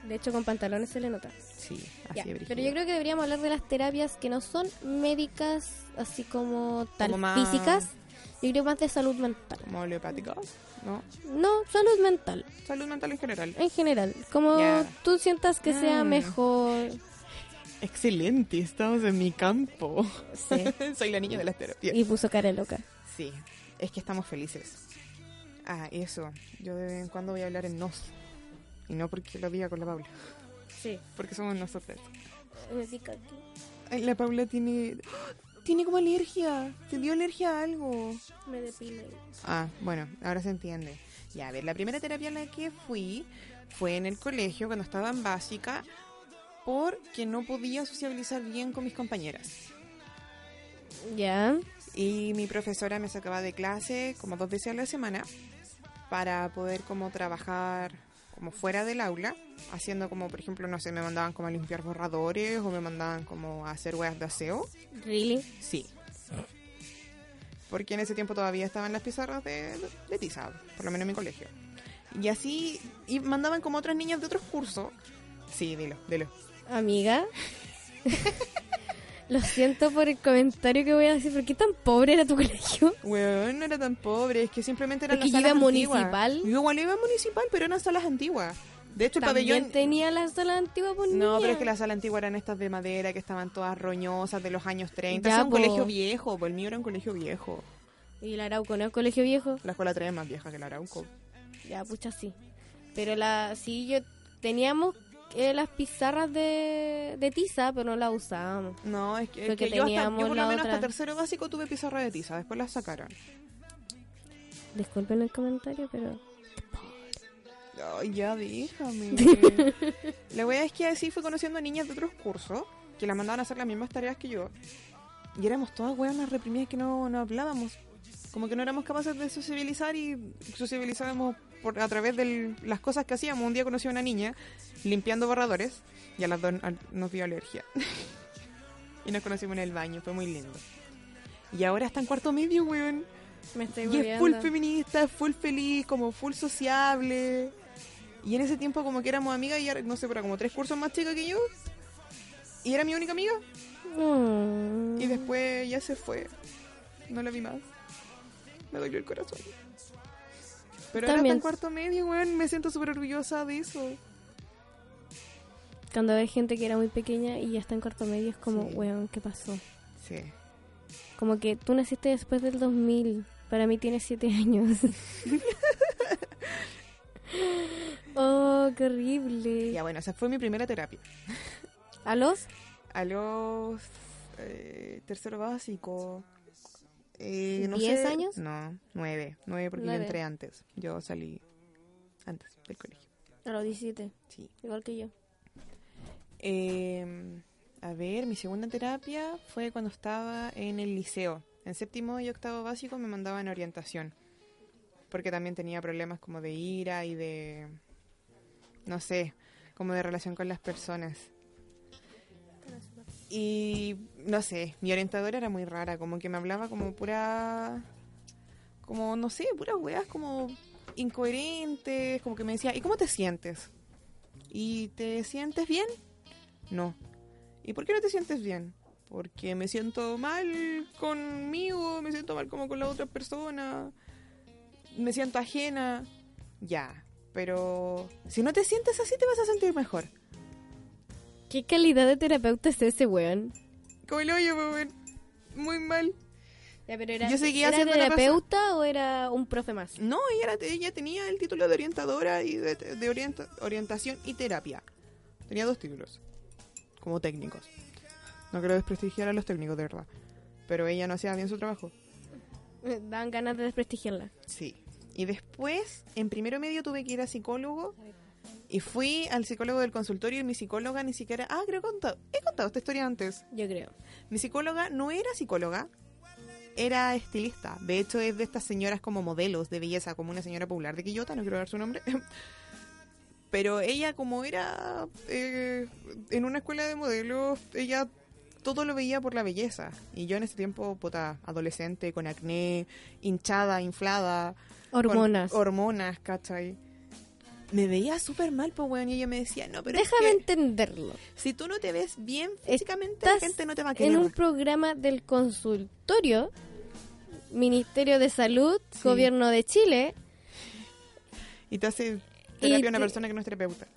Speaker 3: De hecho, con pantalones se le nota.
Speaker 2: Sí,
Speaker 3: Ya,
Speaker 2: así es.
Speaker 3: pero yo creo que deberíamos hablar de las terapias que no son médicas, así como tal,
Speaker 2: Como más-
Speaker 3: físicas. Yo creo más de salud mental.
Speaker 2: como oleopáticos, ¿no?
Speaker 3: No, salud mental,
Speaker 2: Salud mental en general.
Speaker 3: en general. Como
Speaker 2: Ya.
Speaker 3: tú sientas que sea
Speaker 2: Mm.
Speaker 3: mejor.
Speaker 2: Excelente, estamos en mi campo.
Speaker 3: Sí.
Speaker 2: Soy la niña de las terapias.
Speaker 3: Y puso cara loca.
Speaker 2: Sí, es que estamos felices. Ah, eso. Yo de vez en cuando voy a hablar en nos. Y no porque lo diga con la Paula,
Speaker 3: Sí.
Speaker 2: porque somos nosotras. Ay, la Paula tiene... ¡Ah! Tiene como alergia. Te dio alergia a algo.
Speaker 3: Me depile.
Speaker 2: Ah, bueno, ahora se entiende. Ya, a ver, la primera terapia a la que fui fue en el colegio cuando estaba en básica porque no podía sociabilizar bien con mis compañeras.
Speaker 3: Ya.
Speaker 2: Y mi profesora me sacaba de clase como dos veces a la semana para poder como trabajar como fuera del aula, haciendo como, por ejemplo, no sé, me mandaban como a limpiar borradores o me mandaban como a hacer huevas de aseo.
Speaker 3: Really.
Speaker 2: Sí. Porque en ese tiempo todavía estaban las pizarras de, de tiza, por lo menos en mi colegio. Y así y mandaban como otras niñas de otros cursos. Sí, dilo, dilo.
Speaker 3: Amiga. Lo siento por el comentario que voy a decir. ¿Por qué tan pobre era tu colegio?
Speaker 2: Weón, no era tan pobre, es que simplemente eran
Speaker 3: Porque
Speaker 2: las
Speaker 3: yo
Speaker 2: salas
Speaker 3: iba a
Speaker 2: antiguas.
Speaker 3: municipal.
Speaker 2: Yo igual iba a municipal, pero eran salas antiguas. De hecho, el
Speaker 3: También
Speaker 2: pabellón...
Speaker 3: tenía la sala antigua por
Speaker 2: No,
Speaker 3: niña.
Speaker 2: pero es que las salas antiguas eran estas de madera que estaban todas roñosas de los años 30.
Speaker 3: Ya,
Speaker 2: Era un
Speaker 3: po.
Speaker 2: colegio viejo, po, el mío era un colegio viejo.
Speaker 3: Y la Arauco, ¿no? Colegio viejo.
Speaker 2: La escuela 3 es más vieja que la Arauco.
Speaker 3: Ya, pucha, sí. Pero la, sí, yo teníamos eh, las pizarras de, de tiza, pero no las usábamos.
Speaker 2: No, es que, es
Speaker 3: Porque
Speaker 2: que yo, hasta, yo
Speaker 3: teníamos
Speaker 2: por lo
Speaker 3: la
Speaker 2: menos
Speaker 3: otra.
Speaker 2: hasta tercero básico tuve pizarra de tiza, después la sacaron.
Speaker 3: Disculpen el comentario, pero...
Speaker 2: Ay, ya déjame. la wea es que así fui conociendo a niñas de otros cursos que las mandaban a hacer las mismas tareas que yo. Y éramos todas weas más reprimidas que no, no hablábamos. Como que no éramos capaces de sociabilizar y sociabilizábamos por, a través de las cosas que hacíamos. Un día conocí a una niña limpiando borradores y a las dos al- nos dio alergia. y nos conocimos en el baño, fue muy lindo. Y ahora está en cuarto medio, weón.
Speaker 3: Me estoy
Speaker 2: Y es full feminista, es full feliz, como full sociable. Y en ese tiempo como que éramos amigas y era, no sé, pero como tres cursos más chica que yo. Y era mi única amiga.
Speaker 3: No.
Speaker 2: Y después ya se fue. No la vi más. Me dolió el corazón. Pero ahora está
Speaker 3: También.
Speaker 2: en cuarto medio, weón. Me siento súper orgullosa de eso.
Speaker 3: cuando ves gente que era muy pequeña y ya está en cuarto medio, es como,
Speaker 2: Sí.
Speaker 3: weón, ¿qué pasó?
Speaker 2: Sí.
Speaker 3: Como que tú naciste después del 2000. Para mí tienes 7 años. oh, qué horrible.
Speaker 2: Ya, bueno, esa fue mi primera terapia.
Speaker 3: ¿A los?
Speaker 2: A los eh, tercero básico. Eh, no
Speaker 3: ¿Diez
Speaker 2: sé-
Speaker 3: años?
Speaker 2: No, nueve. Nueve porque
Speaker 3: Nueve.
Speaker 2: yo entré antes. Yo salí antes del colegio.
Speaker 3: A los 17,
Speaker 2: Sí.
Speaker 3: igual que yo.
Speaker 2: Eh, a ver, mi segunda terapia fue cuando estaba en el liceo. En séptimo y octavo básico me mandaban a orientación. Porque también tenía problemas como de ira y de. No sé, como de relación con las personas. Y no sé, mi orientadora era muy rara, como que me hablaba como pura. Como, no sé, puras weas como incoherentes, como que me decía, ¿y cómo te sientes? ¿Y te sientes bien? No. ¿Y por qué no te sientes bien? Porque me siento mal conmigo, me siento mal como con la otra persona, me siento ajena. Ya, pero si no te sientes así te vas a sentir mejor.
Speaker 3: ¿Qué calidad de terapeuta es ese, weón?
Speaker 2: Como el hoyo, po, weón. muy mal.
Speaker 3: pero
Speaker 2: era-
Speaker 3: era,
Speaker 2: Yo seguía
Speaker 3: ¿era
Speaker 2: siendo la
Speaker 3: terapeuta o era un profe más?
Speaker 2: No, ella, era- ella tenía el título de orientadora y de, de orienta- orientación y terapia. Tenía dos títulos, como técnicos. No quiero desprestigiar a los técnicos, de verdad. Pero ella no hacía bien su trabajo.
Speaker 3: Me Mm, Dan ganas de desprestigiarla.
Speaker 2: Sí. Y después, en primero medio tuve que ir a psicólogo. Y fui al psicólogo del consultorio y mi psicóloga ni siquiera... Ah, creo que he contado, he contado esta historia antes.
Speaker 3: Yo creo.
Speaker 2: Mi psicóloga no era psicóloga, era estilista. De hecho, es de estas señoras como modelos de belleza, como una señora popular de Quillota, no quiero dar su nombre. Pero ella, como era eh, en una escuela de modelos, ella todo lo veía por la belleza. Y yo en ese tiempo, puta, adolescente, con acné, hinchada, inflada. con
Speaker 3: Hormonas.
Speaker 2: hormonas, ¿cachai? Me veía súper mal, pues, weón. Y ella me decía, no, pero es
Speaker 3: Déjame
Speaker 2: que
Speaker 3: entenderlo.
Speaker 2: si tú no te ves bien físicamente, la
Speaker 3: Estás
Speaker 2: gente Ah, no te va a querer.
Speaker 3: En un programa del consultorio, Ministerio de Salud,
Speaker 2: Sí.
Speaker 3: Gobierno de Chile,
Speaker 2: Y te hace terapia
Speaker 3: Y
Speaker 2: una
Speaker 3: te-
Speaker 2: persona que no es terapeuta.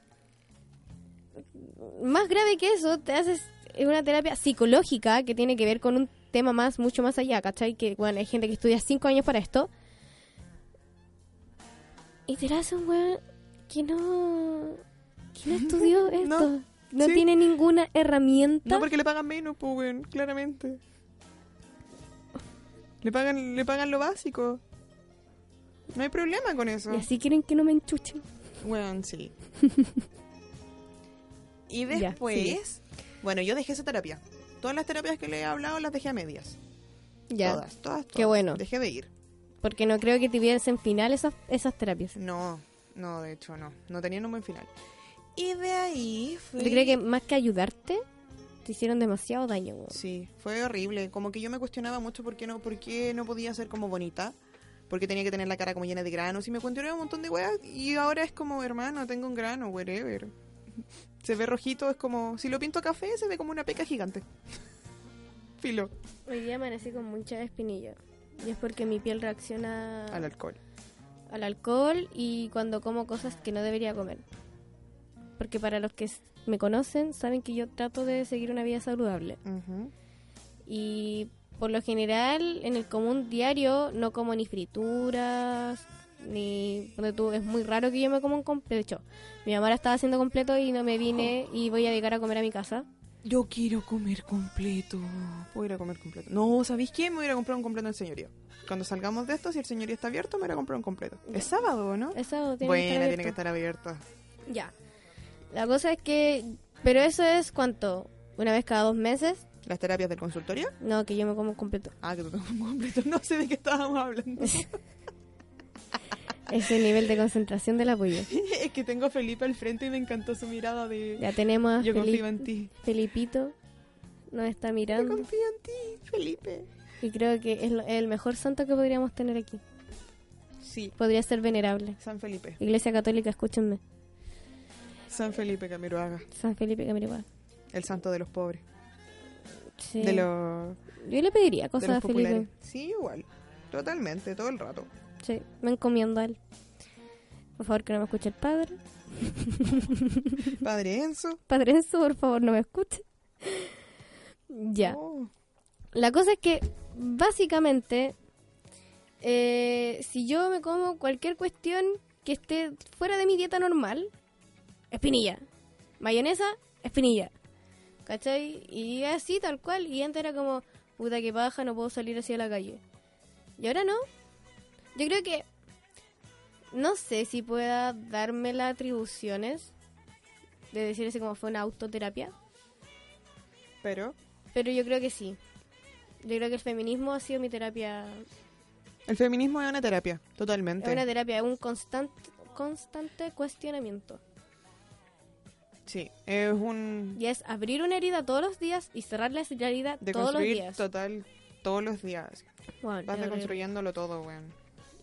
Speaker 3: más grave que eso, te haces una terapia psicológica que tiene que ver con un tema más, mucho más allá, ¿cachai? Que, bueno, hay gente que estudia cinco años para esto. Y te la hace un weón que no... que no estudió esto. No,
Speaker 2: sí.
Speaker 3: tiene ninguna herramienta.
Speaker 2: No porque le pagan menos, pues, weón, claramente. Le pagan, le pagan lo básico. No hay problema con eso.
Speaker 3: Y así quieren que no me enchuchen.
Speaker 2: Weón, sí. y
Speaker 3: Ya,
Speaker 2: después,
Speaker 3: sigue.
Speaker 2: bueno, yo dejé esa terapia. Todas las terapias que le he hablado las dejé a medias.
Speaker 3: Ya.
Speaker 2: Todas, todas,
Speaker 3: Qué
Speaker 2: todas.
Speaker 3: bueno.
Speaker 2: Dejé de ir.
Speaker 3: Porque no creo que tuviesen final esas, esas terapias.
Speaker 2: No, no, de hecho no. No tenían un buen final. Y de ahí fui...
Speaker 3: Yo creo que más que ayudarte, te hicieron demasiado daño, weón.
Speaker 2: Sí, fue horrible. Como que yo me cuestionaba mucho por qué no, por qué no podía ser como bonita. Porque tenía que tener la cara como llena de granos. Y me cuestionaba un montón de weas. Y ahora es como, hermano, tengo un grano, whatever. Se ve rojito, es como. Si lo pinto café, se ve como una peca gigante. Filo.
Speaker 3: Hoy día amanecí con muchas espinillas. Y es porque mi piel reacciona
Speaker 2: Al alcohol.
Speaker 3: al alcohol y cuando como cosas que no debería comer. Porque para los que s- me conocen, saben que yo trato de seguir una vida saludable.
Speaker 2: Ujú.
Speaker 3: Y por lo general, en el común diario, no como ni frituras, ni. Donde tú, es muy raro que yo me como un completo. De hecho, mi mamá la estaba haciendo completo y no me vine y voy a llegar a comer a mi casa.
Speaker 2: Yo quiero comer completo. Voy a ir a comer completo. No, ¿sabéis qué? Me voy a ir a comprar un completo en el señorío. Cuando salgamos de esto, si el señorío está abierto, me voy a ir a comprar un completo. Es sábado, ¿no?
Speaker 3: Eso tiene que
Speaker 2: Buena,
Speaker 3: estar
Speaker 2: tiene que
Speaker 3: abierto.
Speaker 2: estar abierto.
Speaker 3: Ya. La cosa es que. Pero eso es cuánto? ¿Una vez cada dos meses?
Speaker 2: ¿Las terapias del consultorio?
Speaker 3: No, que yo me como completo.
Speaker 2: Ah, que tú tomas un completo. No sé de qué estábamos hablando.
Speaker 3: Ese nivel de concentración del apoyo.
Speaker 2: es que tengo a Felipe al frente y me encantó su mirada de...
Speaker 3: Ya tenemos a
Speaker 2: Yo confío
Speaker 3: Felipe,
Speaker 2: en ti.
Speaker 3: Felipito. Nos está
Speaker 2: Yo
Speaker 3: mirando.
Speaker 2: confío en ti, Felipe.
Speaker 3: Y creo que es lo- el mejor santo que podríamos tener aquí.
Speaker 2: Sí,
Speaker 3: Podría ser venerable.
Speaker 2: San Felipe.
Speaker 3: Iglesia Católica, escúchenme.
Speaker 2: San Felipe Camiroaga.
Speaker 3: San Felipe Camiroaga.
Speaker 2: El santo de los pobres.
Speaker 3: Sí.
Speaker 2: De los,
Speaker 3: Yo le pediría
Speaker 2: de
Speaker 3: cosas
Speaker 2: los
Speaker 3: a Felipe.
Speaker 2: populares. Sí, igual. Totalmente, todo el rato.
Speaker 3: Sí, me encomiendo a él. Por favor, que no me escuche el padre.
Speaker 2: Padre Enzo.
Speaker 3: Padre Enzo, por favor, no me escuche. Ya.
Speaker 2: Oh.
Speaker 3: La cosa es que, básicamente, eh, si yo me como cualquier cuestión que esté fuera de mi dieta normal, espinilla. Mayonesa, espinilla. ¿Cachai? Y así, tal cual. Y antes era como, puta que baja, no puedo salir así a la calle. Y ahora no. Yo creo que. No sé si pueda darme las atribuciones de decir así como fue una autoterapia.
Speaker 2: Pero
Speaker 3: Pero yo creo que sí. Yo creo que el feminismo ha sido mi terapia.
Speaker 2: el feminismo es una terapia, totalmente.
Speaker 3: Es una terapia, es un constante, constante cuestionamiento.
Speaker 2: Sí, es un
Speaker 3: Y es abrir una herida todos los días y cerrar la herida
Speaker 2: de
Speaker 3: todos los
Speaker 2: construir
Speaker 3: días.
Speaker 2: total todos los días.
Speaker 3: Bueno,
Speaker 2: Vas
Speaker 3: yo creo que
Speaker 2: reconstruyéndolo todo, weón.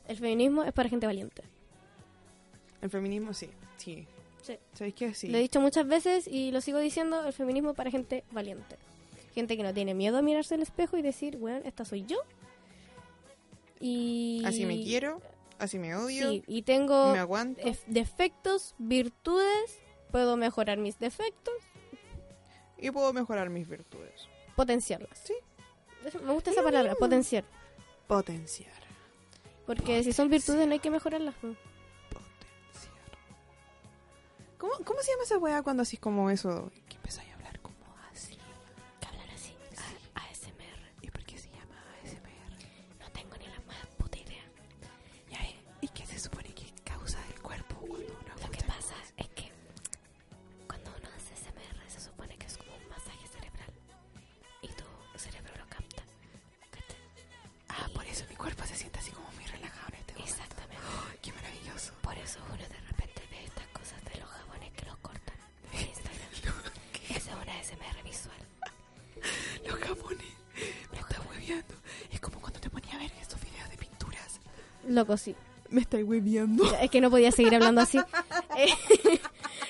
Speaker 3: el feminismo es para gente valiente.
Speaker 2: El feminismo sí, sí.
Speaker 3: Sí.
Speaker 2: ¿Sabéis qué? Sí.
Speaker 3: Lo he dicho muchas veces y lo sigo diciendo, el feminismo es para gente valiente. Gente que no tiene miedo a mirarse al espejo y decir, bueno, esta soy yo. Y...
Speaker 2: Así me quiero, así me odio,
Speaker 3: Sí, y tengo
Speaker 2: me aguanto.
Speaker 3: ef- defectos, virtudes, puedo mejorar mis defectos,
Speaker 2: y puedo mejorar mis virtudes.
Speaker 3: potenciarlas.
Speaker 2: Sí.
Speaker 3: Eso- Me gusta esa palabra, potenciar.
Speaker 2: Potenciar,
Speaker 3: Porque si son virtudes no hay que mejorarlas.
Speaker 2: potenciar. ¿Cómo, cómo se llama esa weá cuando así como eso? Que empezáis a hablar como así.
Speaker 3: Hablar así, ASMR,
Speaker 2: ¿Y por qué se llama ASMR?
Speaker 3: no tengo ni la más puta idea.
Speaker 2: Ya, ¿y- ¿Y qué se supone que causa el cuerpo cuando uno
Speaker 3: Lo que
Speaker 2: escucha
Speaker 3: pasa es que cuando uno hace SMR se supone que es como un masaje cerebral y tu cerebro lo capta. ¿cachai?
Speaker 2: Ah, por eso mi cuerpo se siente así como muy relajado en este momento.
Speaker 3: Exactamente.
Speaker 2: Qué maravilloso.
Speaker 3: Por eso uno de repente ve estas cosas de los jabones que los cortan en Instagram. Esa es una SMR visual.
Speaker 2: Los jabones. Me está hueviando. Es como cuando te ponía a ver esos videos de pinturas.
Speaker 3: Loco, sí.
Speaker 2: Me está hueviando.
Speaker 3: Ya, Es que no podía seguir hablando así. Eh,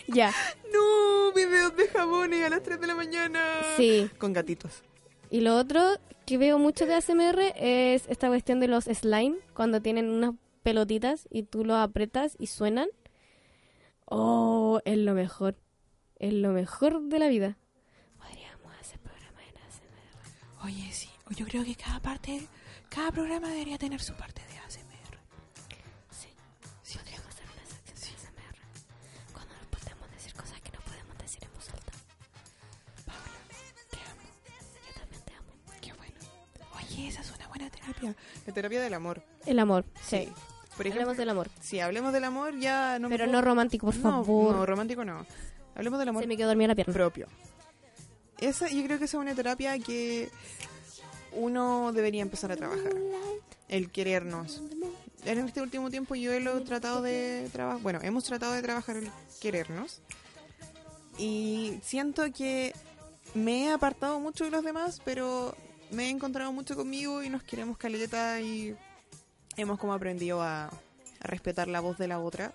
Speaker 3: ya,
Speaker 2: No, videos de jabones a las 3 de la mañana.
Speaker 3: sí.
Speaker 2: Con gatitos.
Speaker 3: Y lo otro que veo mucho de ASMR es esta cuestión de los slime, cuando tienen unas pelotitas y tú los apretas y suenan. Oh, es lo mejor. Es lo mejor de la vida. Podríamos hacer programas en ASMR.
Speaker 2: Oye, sí. Yo creo que cada parte, cada programa debería tener su parte de ASMR.
Speaker 3: Sí. Podríamos hacer una sección de ASMR. Cuando nos podemos decir cosas que no podemos decir en voz alta.
Speaker 2: Paula, te amo.
Speaker 3: Yo también te amo.
Speaker 2: Qué bueno. Oye, esa es una buena terapia. La terapia del amor.
Speaker 3: El amor. Sí.
Speaker 2: Por ejemplo,
Speaker 3: Hablemos del amor.
Speaker 2: si hablemos del amor, ya no me
Speaker 3: Pero
Speaker 2: puedo-
Speaker 3: no romántico, por
Speaker 2: No,
Speaker 3: favor.
Speaker 2: No, romántico no. Hablemos del amor
Speaker 3: Se me quedó dormida la pierna.
Speaker 2: propio. Esa, yo creo que esa es una terapia que uno debería empezar a trabajar. El querernos. En este último tiempo yo he tratado de trabajar. Bueno, hemos tratado de trabajar el querernos. Y siento que me he apartado mucho de los demás, pero me he encontrado mucho conmigo y nos queremos caleta y hemos como aprendido a, a respetar la voz de la otra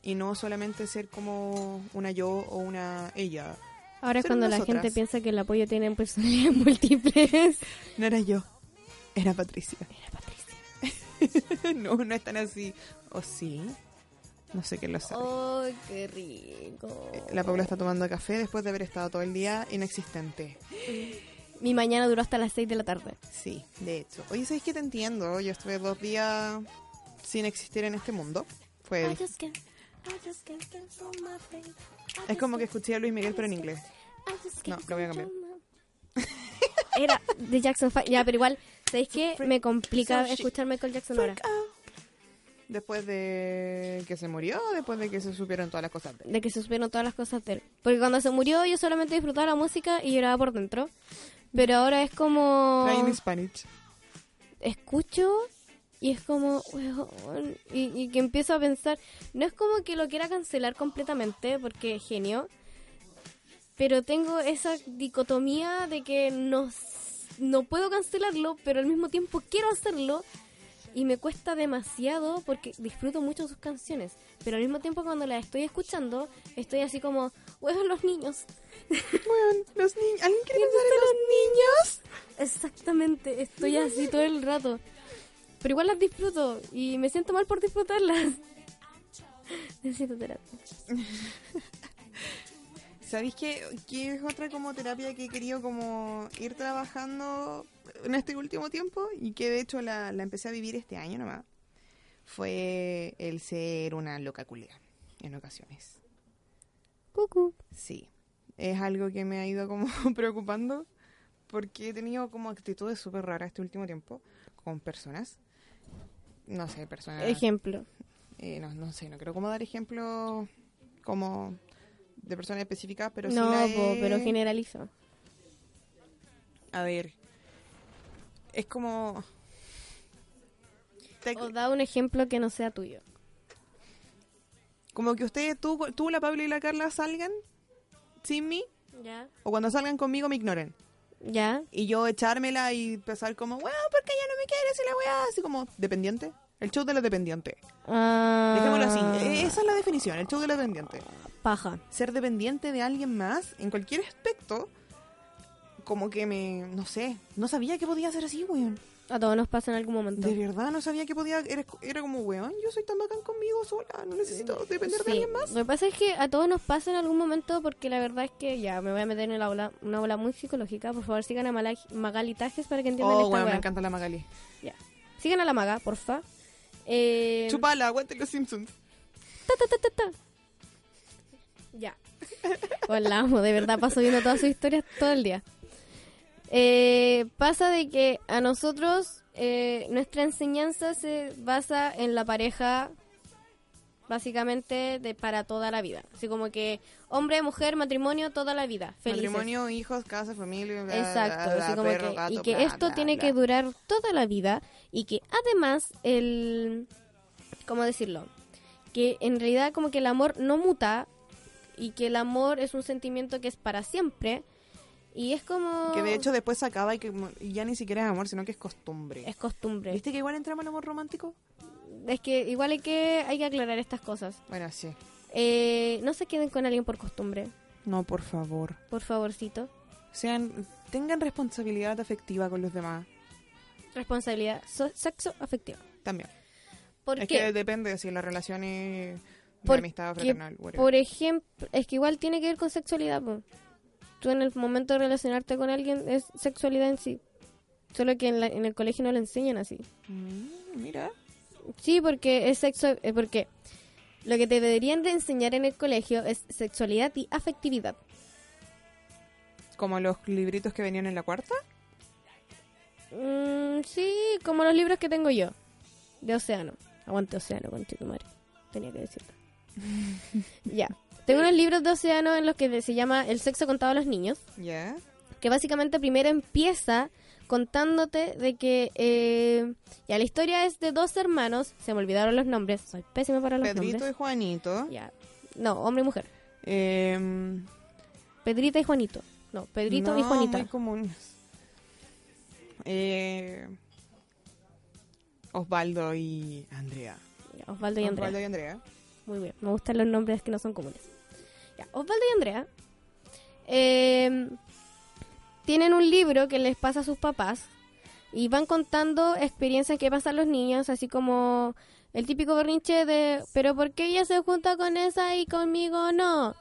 Speaker 2: y no solamente ser como una yo o una ella.
Speaker 3: Ahora es
Speaker 2: Ser
Speaker 3: cuando la
Speaker 2: nosotras.
Speaker 3: gente piensa que el apoyo tiene personalidades múltiples.
Speaker 2: No era yo, era Patricia. no, no es tan así. ¿O sí? No sé qué lo sabe.
Speaker 3: ¡Oh, qué rico!
Speaker 2: Eh, La Paula está tomando café después de haber estado todo el día inexistente.
Speaker 3: Mi mañana duró hasta las 6 de la tarde.
Speaker 2: Sí, de hecho. Oye, ¿sabes qué te entiendo? Yo estuve dos días sin existir en este mundo. Fue... Es como que escuché a Luis Miguel, pero en inglés. No, lo voy a cambiar.
Speaker 3: Era de Jackson 5. Ya, pero igual, ¿sabéis qué? Me complica
Speaker 2: Freak-
Speaker 3: escuchar Michael Jackson ahora.
Speaker 2: Después de que se murió, después de que se supieron todas las cosas. de él.
Speaker 3: De que se supieron todas las cosas de él. Porque cuando se murió yo solamente disfrutaba la música y lloraba por dentro. Pero ahora es como...
Speaker 2: Crying in Spanish.
Speaker 3: escucho y es como, "Weón", y, y que empiezo a pensar, no es como que lo quiera cancelar completamente porque genio, pero tengo esa dicotomía de que no, s- no puedo cancelarlo, pero al mismo tiempo quiero hacerlo y me cuesta demasiado porque disfruto mucho sus canciones, pero al mismo tiempo cuando las estoy escuchando estoy así como, huevos los niños,
Speaker 2: Weón, los niños. ¿Alguien quiere pensar en los niños?
Speaker 3: Exactamente, estoy así todo el rato. Pero igual las disfruto y me siento mal por disfrutarlas. Necesito terapia.
Speaker 2: ¿Sabéis qué, qué es otra como terapia que he querido como ir trabajando en este último tiempo? Y que de hecho la, la empecé a vivir este año nomás. Fue el ser una loca culea en ocasiones.
Speaker 3: Cucu.
Speaker 2: Sí. Es algo que me ha ido como preocupando porque he tenido como actitudes súper raras este último tiempo con personas. No sé, personas...
Speaker 3: Ejemplo.
Speaker 2: eh, no, no sé, no creo como dar ejemplos como de personas específicas, pero sí
Speaker 3: no,
Speaker 2: la he-
Speaker 3: po, pero generalizo.
Speaker 2: A ver. Es como. Te-
Speaker 3: O da un ejemplo que no sea tuyo.
Speaker 2: Como que ustedes, tú, tú, la Pablo y la Carla salgan sin mí,
Speaker 3: Ya.
Speaker 2: o cuando salgan conmigo me ignoren.
Speaker 3: Ya.
Speaker 2: Y yo echármela y empezar como, weón, ¿por qué ya no me quieres? Y la weá, así como, dependiente. El show de la dependiente.
Speaker 3: Ah,
Speaker 2: Dejémoslo así. E- Esa es la definición, el show de la dependiente.
Speaker 3: Paja.
Speaker 2: ser dependiente de alguien más en cualquier aspecto, como que me, no sé, no sabía que podía ser así, weón.
Speaker 3: A todos nos pasa en algún momento.
Speaker 2: De verdad, no sabía que podía, era, era como, weón, yo soy tan bacán conmigo sola, no necesito depender de
Speaker 3: Sí.
Speaker 2: alguien más.
Speaker 3: Lo que pasa es que a todos nos pasa en algún momento porque la verdad es que ya me voy a meter en la ola- una ola muy psicológica. Por favor, sigan a Malaj- Magali Tajes para que entiendan
Speaker 2: Oh,
Speaker 3: esta
Speaker 2: weón, me
Speaker 3: weá.
Speaker 2: encanta la Magali.
Speaker 3: Ya. Sigan a la maga, porfa. Eh,
Speaker 2: Chupala, aguante los Simpsons.
Speaker 3: ta, ta, ta, ta, ta. Ya. Pues la amo, de verdad, paso viendo todas sus historias todo el día. Eh, pasa de que a nosotros eh, nuestra enseñanza se basa en la pareja básicamente de para toda la vida. Así como que hombre, mujer, matrimonio, toda la vida. Felices.
Speaker 2: Matrimonio, hijos, casa, familia, bla,
Speaker 3: Exacto,
Speaker 2: bla, bla,
Speaker 3: así como
Speaker 2: perro,
Speaker 3: que,
Speaker 2: gato,
Speaker 3: y que
Speaker 2: bla,
Speaker 3: esto
Speaker 2: bla,
Speaker 3: tiene
Speaker 2: bla.
Speaker 3: que durar toda la vida y que además el, ¿cómo decirlo? Que en realidad como que el amor no muta y que el amor es un sentimiento que es para siempre y es como...
Speaker 2: Que de hecho después se acaba y que mo- y ya ni siquiera es amor, sino que es costumbre.
Speaker 3: es costumbre.
Speaker 2: ¿Viste que igual entramos en amor romántico?
Speaker 3: Es que igual hay que, hay que aclarar estas cosas.
Speaker 2: Bueno, sí.
Speaker 3: Eh, no se queden con alguien por costumbre,
Speaker 2: No, por favor.
Speaker 3: por favorcito.
Speaker 2: sean tengan responsabilidad afectiva con los demás
Speaker 3: Responsabilidad so- sexo afectiva.
Speaker 2: también
Speaker 3: ¿Por
Speaker 2: es
Speaker 3: qué?
Speaker 2: que depende si la relación es de
Speaker 3: Porque
Speaker 2: amistad o fraternal whatever.
Speaker 3: Por ejemplo, es que igual tiene que ver con sexualidad. po. Tú en el momento de relacionarte con alguien es sexualidad en sí. Solo que en, la- en el colegio no lo enseñan así.
Speaker 2: Mm, mira
Speaker 3: Sí, porque es sexo. eh, porque lo que te deberían de enseñar en el colegio es sexualidad y afectividad.
Speaker 2: como los libritos que venían en la cuarta
Speaker 3: Mm, sí, como los libros que tengo yo. De Océano. Aguante Océano, con tu madre. Tenía que decirlo. ya. Tengo unos libros de Océano en los que se llama El sexo contado a los niños.
Speaker 2: ya
Speaker 3: que básicamente primero empieza contándote de que eh, ya la historia es de dos hermanos, se me olvidaron los nombres, soy pésima para los
Speaker 2: Pedrito
Speaker 3: nombres.
Speaker 2: y Juanito
Speaker 3: Ya. No, hombre y mujer.
Speaker 2: Em,
Speaker 3: Pedrita y Juanito. No, Pedrito y
Speaker 2: no,
Speaker 3: Juanita.
Speaker 2: muy comunes Eh, Osvaldo y Andrea
Speaker 3: Ya, Osvaldo y Andrea.
Speaker 2: Osvaldo y Andrea
Speaker 3: Muy bien, me gustan los nombres que no son comunes. Ya, Osvaldo y Andrea eh, tienen un libro que les pasa a sus papás y van contando experiencias que pasan los niños, así como el típico berrinche de, pero ¿por qué ella se junta con esa y conmigo no?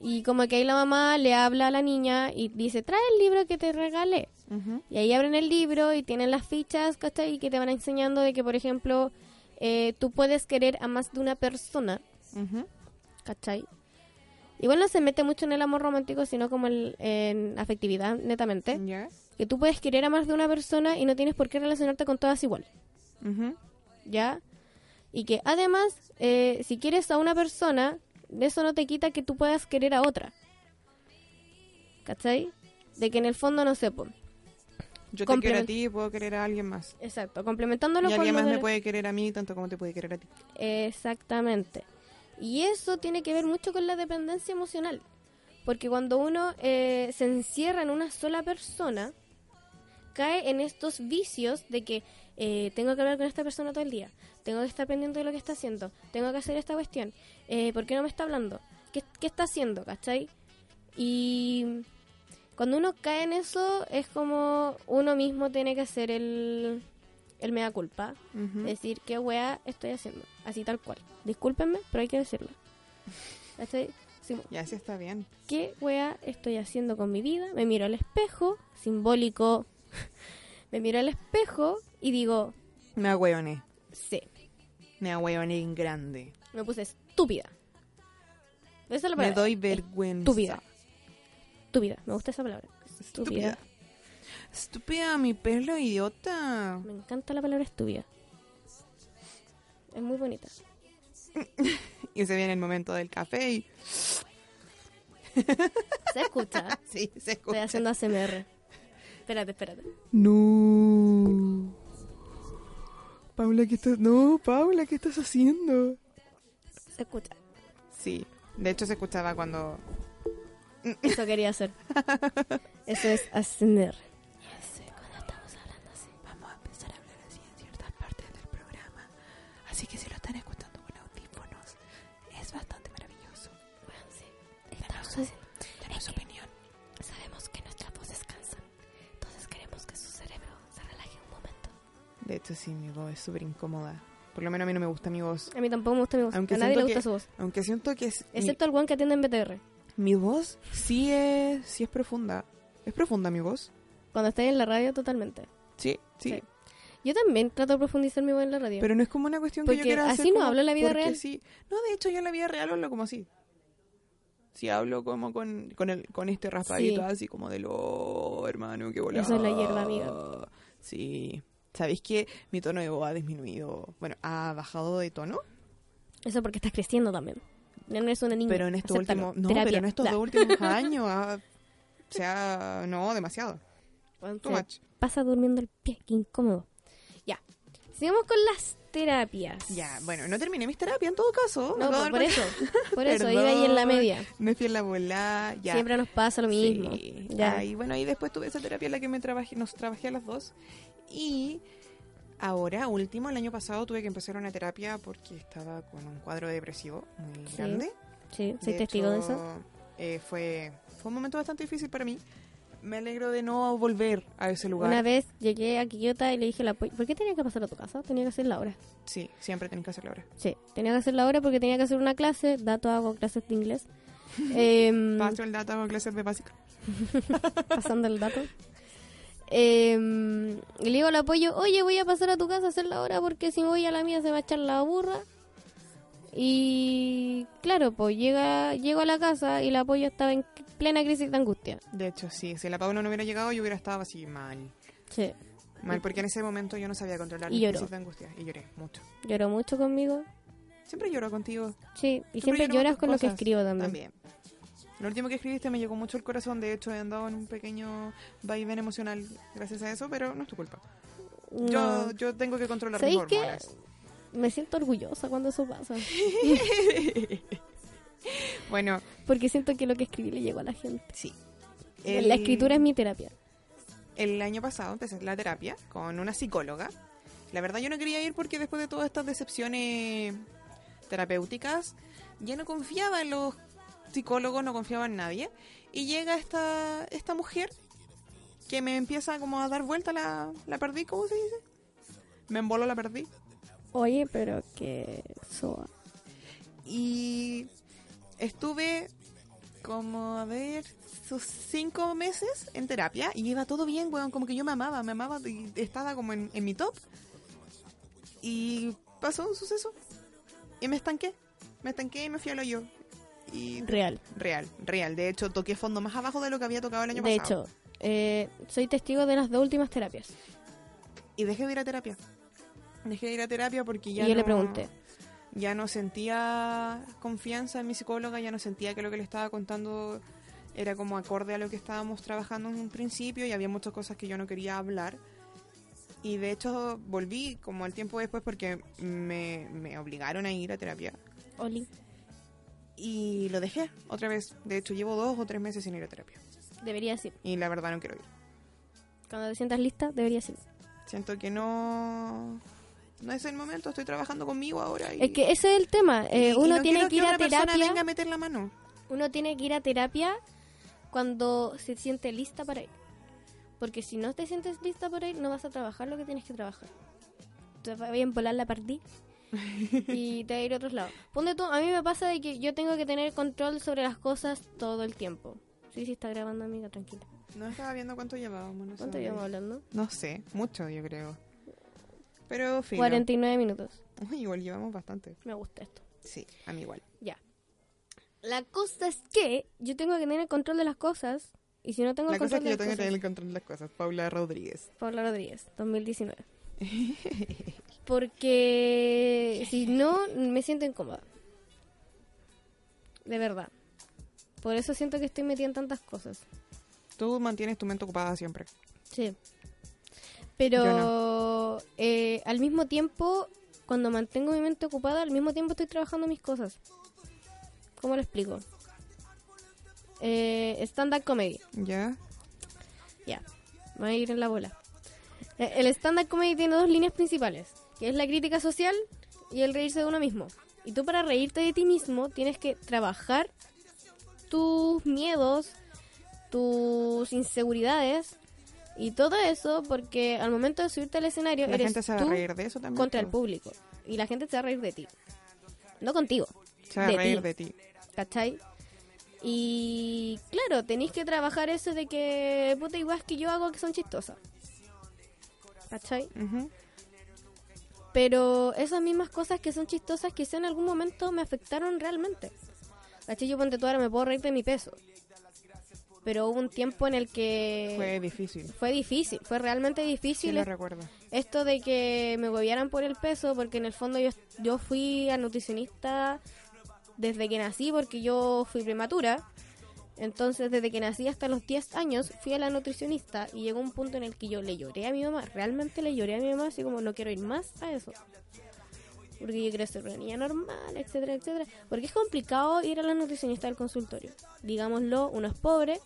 Speaker 3: Y como que ahí la mamá le habla a la niña y dice, trae el libro que te regalé.
Speaker 2: Ujú.
Speaker 3: Y ahí abren el libro y tienen las fichas, ¿cachai? Y que te van enseñando de que, por ejemplo, eh, tú puedes querer a más de una persona,
Speaker 2: Ujú.
Speaker 3: ¿cachai? Igual no se mete mucho en el amor romántico, sino como el- en afectividad, netamente.
Speaker 2: Ya.
Speaker 3: Que tú puedes querer a más de una persona y no tienes por qué relacionarte con todas igual,
Speaker 2: Ujú.
Speaker 3: ¿ya? Y que además, eh, si quieres a una persona, eso no te quita que tú puedas querer a otra. ¿Cachai? De que en el fondo no se pone.
Speaker 2: yo te quiero a
Speaker 3: Complement-
Speaker 2: ti y puedo querer a alguien más
Speaker 3: Exacto,
Speaker 2: y
Speaker 3: complementándolo con
Speaker 2: alguien
Speaker 3: lo
Speaker 2: más
Speaker 3: de
Speaker 2: me
Speaker 3: la-
Speaker 2: puede querer a mí tanto como te puede querer a ti
Speaker 3: Exactamente. Y eso tiene que ver mucho con la dependencia emocional. Porque cuando uno eh, se encierra en una sola persona, cae en estos vicios de que eh, tengo que hablar con esta persona todo el día, tengo que estar pendiente de lo que está haciendo, tengo que hacer esta cuestión, eh, ¿por qué no me está hablando? ¿Qué, qué está haciendo? ¿Cachai? Y cuando uno cae en eso, es como uno mismo tiene que hacer el, el mea culpa.
Speaker 2: Ujú.
Speaker 3: Decir qué wea estoy haciendo. Así tal cual. Discúlpenme, pero hay que decirlo. ¿Cachai? Así como,
Speaker 2: Ya, sí está bien.
Speaker 3: ¿Qué wea estoy haciendo con mi vida? Me miro al espejo, simbólico. me miro al espejo y digo,
Speaker 2: Me ahueoné.
Speaker 3: sí,
Speaker 2: Me ahueoné en grande.
Speaker 3: me puse estúpida. Esa es la
Speaker 2: Me
Speaker 3: palabra.
Speaker 2: doy vergüenza.
Speaker 3: Estúpida. Estúpida. Me gusta esa palabra. Estúpida.
Speaker 2: Estúpida. Estúpida, mi pelo idiota.
Speaker 3: Me encanta la palabra estúpida. Es muy bonita.
Speaker 2: Y se viene el momento del café y...
Speaker 3: Se escucha.
Speaker 2: Sí, se
Speaker 3: Estoy
Speaker 2: escucha.
Speaker 3: haciendo ASMR. Espérate, espérate.
Speaker 2: No. Paula, ¿qué estás...? No, Paula, ¿qué estás haciendo?
Speaker 3: Se escucha.
Speaker 2: Sí. De hecho, se escuchaba cuando...
Speaker 3: Eso quería hacer. Eso es ASMR. Cuando estamos hablando así.
Speaker 2: Vamos a empezar a hablar así en ciertas partes del programa. Así que si lo están escuchando con audífonos, es bastante maravilloso.
Speaker 3: Bueno, sí. Estamos haciendo.
Speaker 2: Danos opinión.
Speaker 3: Sabemos que nuestras voces cansan. Entonces queremos que su cerebro se relaje un momento.
Speaker 2: De hecho, sí, mi voz es súper incómoda. Por lo menos a mí no me gusta mi voz.
Speaker 3: A mí tampoco me gusta mi voz.
Speaker 2: Aunque
Speaker 3: a nadie
Speaker 2: siento
Speaker 3: le gusta
Speaker 2: que-
Speaker 3: su voz.
Speaker 2: Aunque siento que es... Mi,
Speaker 3: Excepto al guan que atiende en BTR.
Speaker 2: mi voz sí es, sí es profunda. ¿Es profunda mi voz?
Speaker 3: Cuando estáis en la radio, totalmente.
Speaker 2: Sí, sí.
Speaker 3: Sí. Yo también trato de profundizar mi voz en la radio.
Speaker 2: Pero no es como una cuestión que yo
Speaker 3: Porque
Speaker 2: quiera hacer
Speaker 3: así no
Speaker 2: como
Speaker 3: hablo en la vida
Speaker 2: porque
Speaker 3: real.
Speaker 2: sí. No, de hecho, yo en la vida real hablo como así. Sí, hablo como con, con, el, con este raspadito
Speaker 3: Sí.
Speaker 2: así como de lo hermano que volá.
Speaker 3: Eso es la hierba, amiga.
Speaker 2: Sí. ¿Sabéis que mi tono de voz ha disminuido? Bueno, ha bajado de tono,
Speaker 3: Eso porque estás creciendo también. Ya no eres una niña.
Speaker 2: pero en estos
Speaker 3: acéptalo.
Speaker 2: últimos... No,
Speaker 3: Terapia.
Speaker 2: pero en estos
Speaker 3: Bla.
Speaker 2: dos últimos años ha- se ha... No, demasiado.
Speaker 3: Bueno,
Speaker 2: Too
Speaker 3: se
Speaker 2: much.
Speaker 3: Pasa durmiendo el pie, qué incómodo. Ya. Sigamos con las terapias.
Speaker 2: Ya, bueno, no terminé mis terapias en todo caso. me
Speaker 3: No,
Speaker 2: acabo
Speaker 3: por,
Speaker 2: de
Speaker 3: por
Speaker 2: dar
Speaker 3: eso. Por eso, iba
Speaker 2: Perdón.
Speaker 3: ahí en la media.
Speaker 2: cuenta. Me fui en la bola, ya.
Speaker 3: Siempre nos pasa lo mismo.
Speaker 2: Sí.
Speaker 3: Ya.
Speaker 2: Ah, y bueno, y después tuve esa terapia en la que me trabajé, nos trabajé a las dos. Y ahora, último, el año pasado tuve que empezar una terapia porque estaba con un cuadro depresivo muy
Speaker 3: Sí.
Speaker 2: grande.
Speaker 3: Sí, soy
Speaker 2: De
Speaker 3: testigo de
Speaker 2: hecho,
Speaker 3: eso.
Speaker 2: eh, fue, fue un momento bastante difícil para mí. Me alegro de no volver a ese lugar.
Speaker 3: Una vez llegué a Quillota y le dije a la Poi, ¿por qué tenía que pasar a tu casa? Tenía que hacer la hora.
Speaker 2: Sí, siempre tenés que hacerlo ahora.
Speaker 3: Sí, tenía que hacer la hora porque tenía que hacer una clase. Dato, hago clases de inglés. Em,
Speaker 2: Paso el dato hago clases de básico.
Speaker 3: pasando el dato. Eh, y le digo al apoyo, oye, voy a pasar a tu casa a hacer la hora porque si me voy a la mía se va a echar la burra. Y claro, pues llega, llego a la casa y el apoyo estaba en plena crisis de angustia.
Speaker 2: De hecho, sí, si la Paula no hubiera llegado, yo hubiera estado así mal.
Speaker 3: Sí,
Speaker 2: Mal, porque en ese momento yo no sabía controlar
Speaker 3: Y
Speaker 2: mis
Speaker 3: lloró.
Speaker 2: crisis de angustia. Y lloré mucho.
Speaker 3: lloró mucho conmigo.
Speaker 2: Siempre lloro contigo.
Speaker 3: Sí,
Speaker 2: Siempre
Speaker 3: y siempre
Speaker 2: lloro
Speaker 3: lloras
Speaker 2: por
Speaker 3: con lo que
Speaker 2: cosas
Speaker 3: escribo también.
Speaker 2: También. Lo último que escribiste me llegó mucho el corazón. De hecho, he andado en un pequeño vaivén emocional gracias a eso, pero no es tu culpa. Yo,
Speaker 3: No,
Speaker 2: yo tengo que controlar mis
Speaker 3: ¿Sabéis qué?
Speaker 2: hormonas.
Speaker 3: me siento orgullosa cuando eso pasa.
Speaker 2: Bueno,
Speaker 3: Porque siento que lo que escribí le llegó a la gente.
Speaker 2: sí.
Speaker 3: La escritura es mi terapia.
Speaker 2: El año pasado empecé la terapia con una psicóloga. La verdad, yo no quería ir porque después de todas estas decepciones terapéuticas, ya no confiaba en los psicólogos, no confiaba en nadie. Y llega esta, esta mujer que me empieza como a dar vuelta la, la perdí, ¿cómo se dice? Me emboló la perdí.
Speaker 3: Oye, pero que... Soa.
Speaker 2: Y estuve como, a ver, sus cinco meses en terapia y iba todo bien, weón. Como que yo me amaba, me amaba y estaba como en, en mi top. Y pasó un suceso y me estanqué. Me estanqué y me fui a lo yo. Y
Speaker 3: Real.
Speaker 2: real, real. De hecho, toqué fondo más abajo de lo que había tocado el año
Speaker 3: de
Speaker 2: pasado.
Speaker 3: hecho, eh, soy testigo de las dos últimas terapias.
Speaker 2: Y dejé de ir a terapia. Dejé de ir a terapia porque
Speaker 3: Y
Speaker 2: ya
Speaker 3: yo le
Speaker 2: no-
Speaker 3: pregunté,
Speaker 2: ya no sentía confianza en mi psicóloga, ya no sentía que lo que le estaba contando era como acorde a lo que estábamos trabajando en un principio y había muchas cosas que yo no quería hablar. Y de hecho volví como al tiempo después porque me, me obligaron a ir a terapia.
Speaker 3: Oli,
Speaker 2: Y lo dejé otra vez. De hecho llevo dos o tres meses sin ir a terapia.
Speaker 3: deberías ir.
Speaker 2: Y la verdad no quiero ir.
Speaker 3: Cuando te sientas lista, deberías ir.
Speaker 2: Siento que no... No es el momento, estoy trabajando conmigo ahora. Y,
Speaker 3: Es que ese es el tema. eh,
Speaker 2: y- y
Speaker 3: uno
Speaker 2: no quiero
Speaker 3: tiene que ir a
Speaker 2: una persona venga a
Speaker 3: terapia.
Speaker 2: meter la mano.
Speaker 3: Uno tiene que ir a terapia cuando se siente lista para ir. Porque si no te sientes lista para ir, no vas a trabajar lo que tienes que trabajar. te vayan a volar la partida y te va a ir a otros lados. Ponte tú, a mí me pasa de que yo tengo que tener control sobre las cosas todo el tiempo. Sí, sí, está grabando, amiga, tranquila.
Speaker 2: No estaba viendo cuánto llevábamos. No sé
Speaker 3: ¿Cuánto
Speaker 2: dónde
Speaker 3: llevamos
Speaker 2: vi.
Speaker 3: hablando?
Speaker 2: No sé, mucho yo creo. Pero, fino.
Speaker 3: 49 minutos.
Speaker 2: Uy, igual llevamos bastante.
Speaker 3: Me gusta esto.
Speaker 2: Sí, a mí igual.
Speaker 3: Ya. La cosa es que yo tengo que tener el control de las cosas. Y si no tengo
Speaker 2: La
Speaker 3: el
Speaker 2: cosa es
Speaker 3: control
Speaker 2: que yo
Speaker 3: de
Speaker 2: tengo que
Speaker 3: las
Speaker 2: tener
Speaker 3: cosas...
Speaker 2: el control de las cosas. Paula Rodríguez.
Speaker 3: Paula Rodríguez, 2019. Porque si no, me siento incómoda. De verdad. Por eso siento que estoy metida en tantas cosas.
Speaker 2: Tú mantienes tu mente ocupada siempre.
Speaker 3: Sí. Pero
Speaker 2: Yo
Speaker 3: eh, al mismo tiempo, cuando mantengo mi mente ocupada, al mismo tiempo estoy trabajando mis cosas. ¿Cómo lo explico? Eh, stand-up comedy.
Speaker 2: ¿Ya?
Speaker 3: Ya, va a ir en la bola. Eh, El stand-up comedy tiene dos líneas principales, que es la crítica social y el reírse de uno mismo. Y tú para reírte de ti mismo tienes que trabajar tus miedos, tus inseguridades y todo eso porque al momento de subirte al escenario
Speaker 2: La
Speaker 3: eres
Speaker 2: gente se va a
Speaker 3: tú
Speaker 2: reír de eso también. pues.
Speaker 3: contra el
Speaker 2: po.
Speaker 3: público y la gente se va a reír de ti. No contigo,
Speaker 2: Se va a
Speaker 3: de
Speaker 2: reír
Speaker 3: ti.
Speaker 2: de ti.
Speaker 3: ¿cachai? Y claro, tenéis que trabajar eso de que puta igual que yo hago que son chistosas. ¿Cachai?
Speaker 2: Ujú.
Speaker 3: Pero esas mismas cosas que son chistosas quizá en algún momento me afectaron realmente. ¿Cachai? Yo ponte tú ahora me puedo reír de mi peso. Pero hubo un tiempo en el que
Speaker 2: Fue difícil.
Speaker 3: fue difícil, fue realmente
Speaker 2: Sí,
Speaker 3: difícil
Speaker 2: lo recuerdo.
Speaker 3: esto de que me hueviaran por el peso, porque en el fondo yo, yo fui a nutricionista desde que nací, porque yo fui prematura. Entonces, desde que nací hasta los 10 años, fui a la nutricionista y llegó un punto en el que yo le lloré a mi mamá. Realmente le lloré a mi mamá, así como no quiero ir más a eso. Porque yo quiero ser una niña normal, etcétera, etcétera. Porque es complicado ir a la nutricionista del consultorio. Digámoslo, uno es pobre,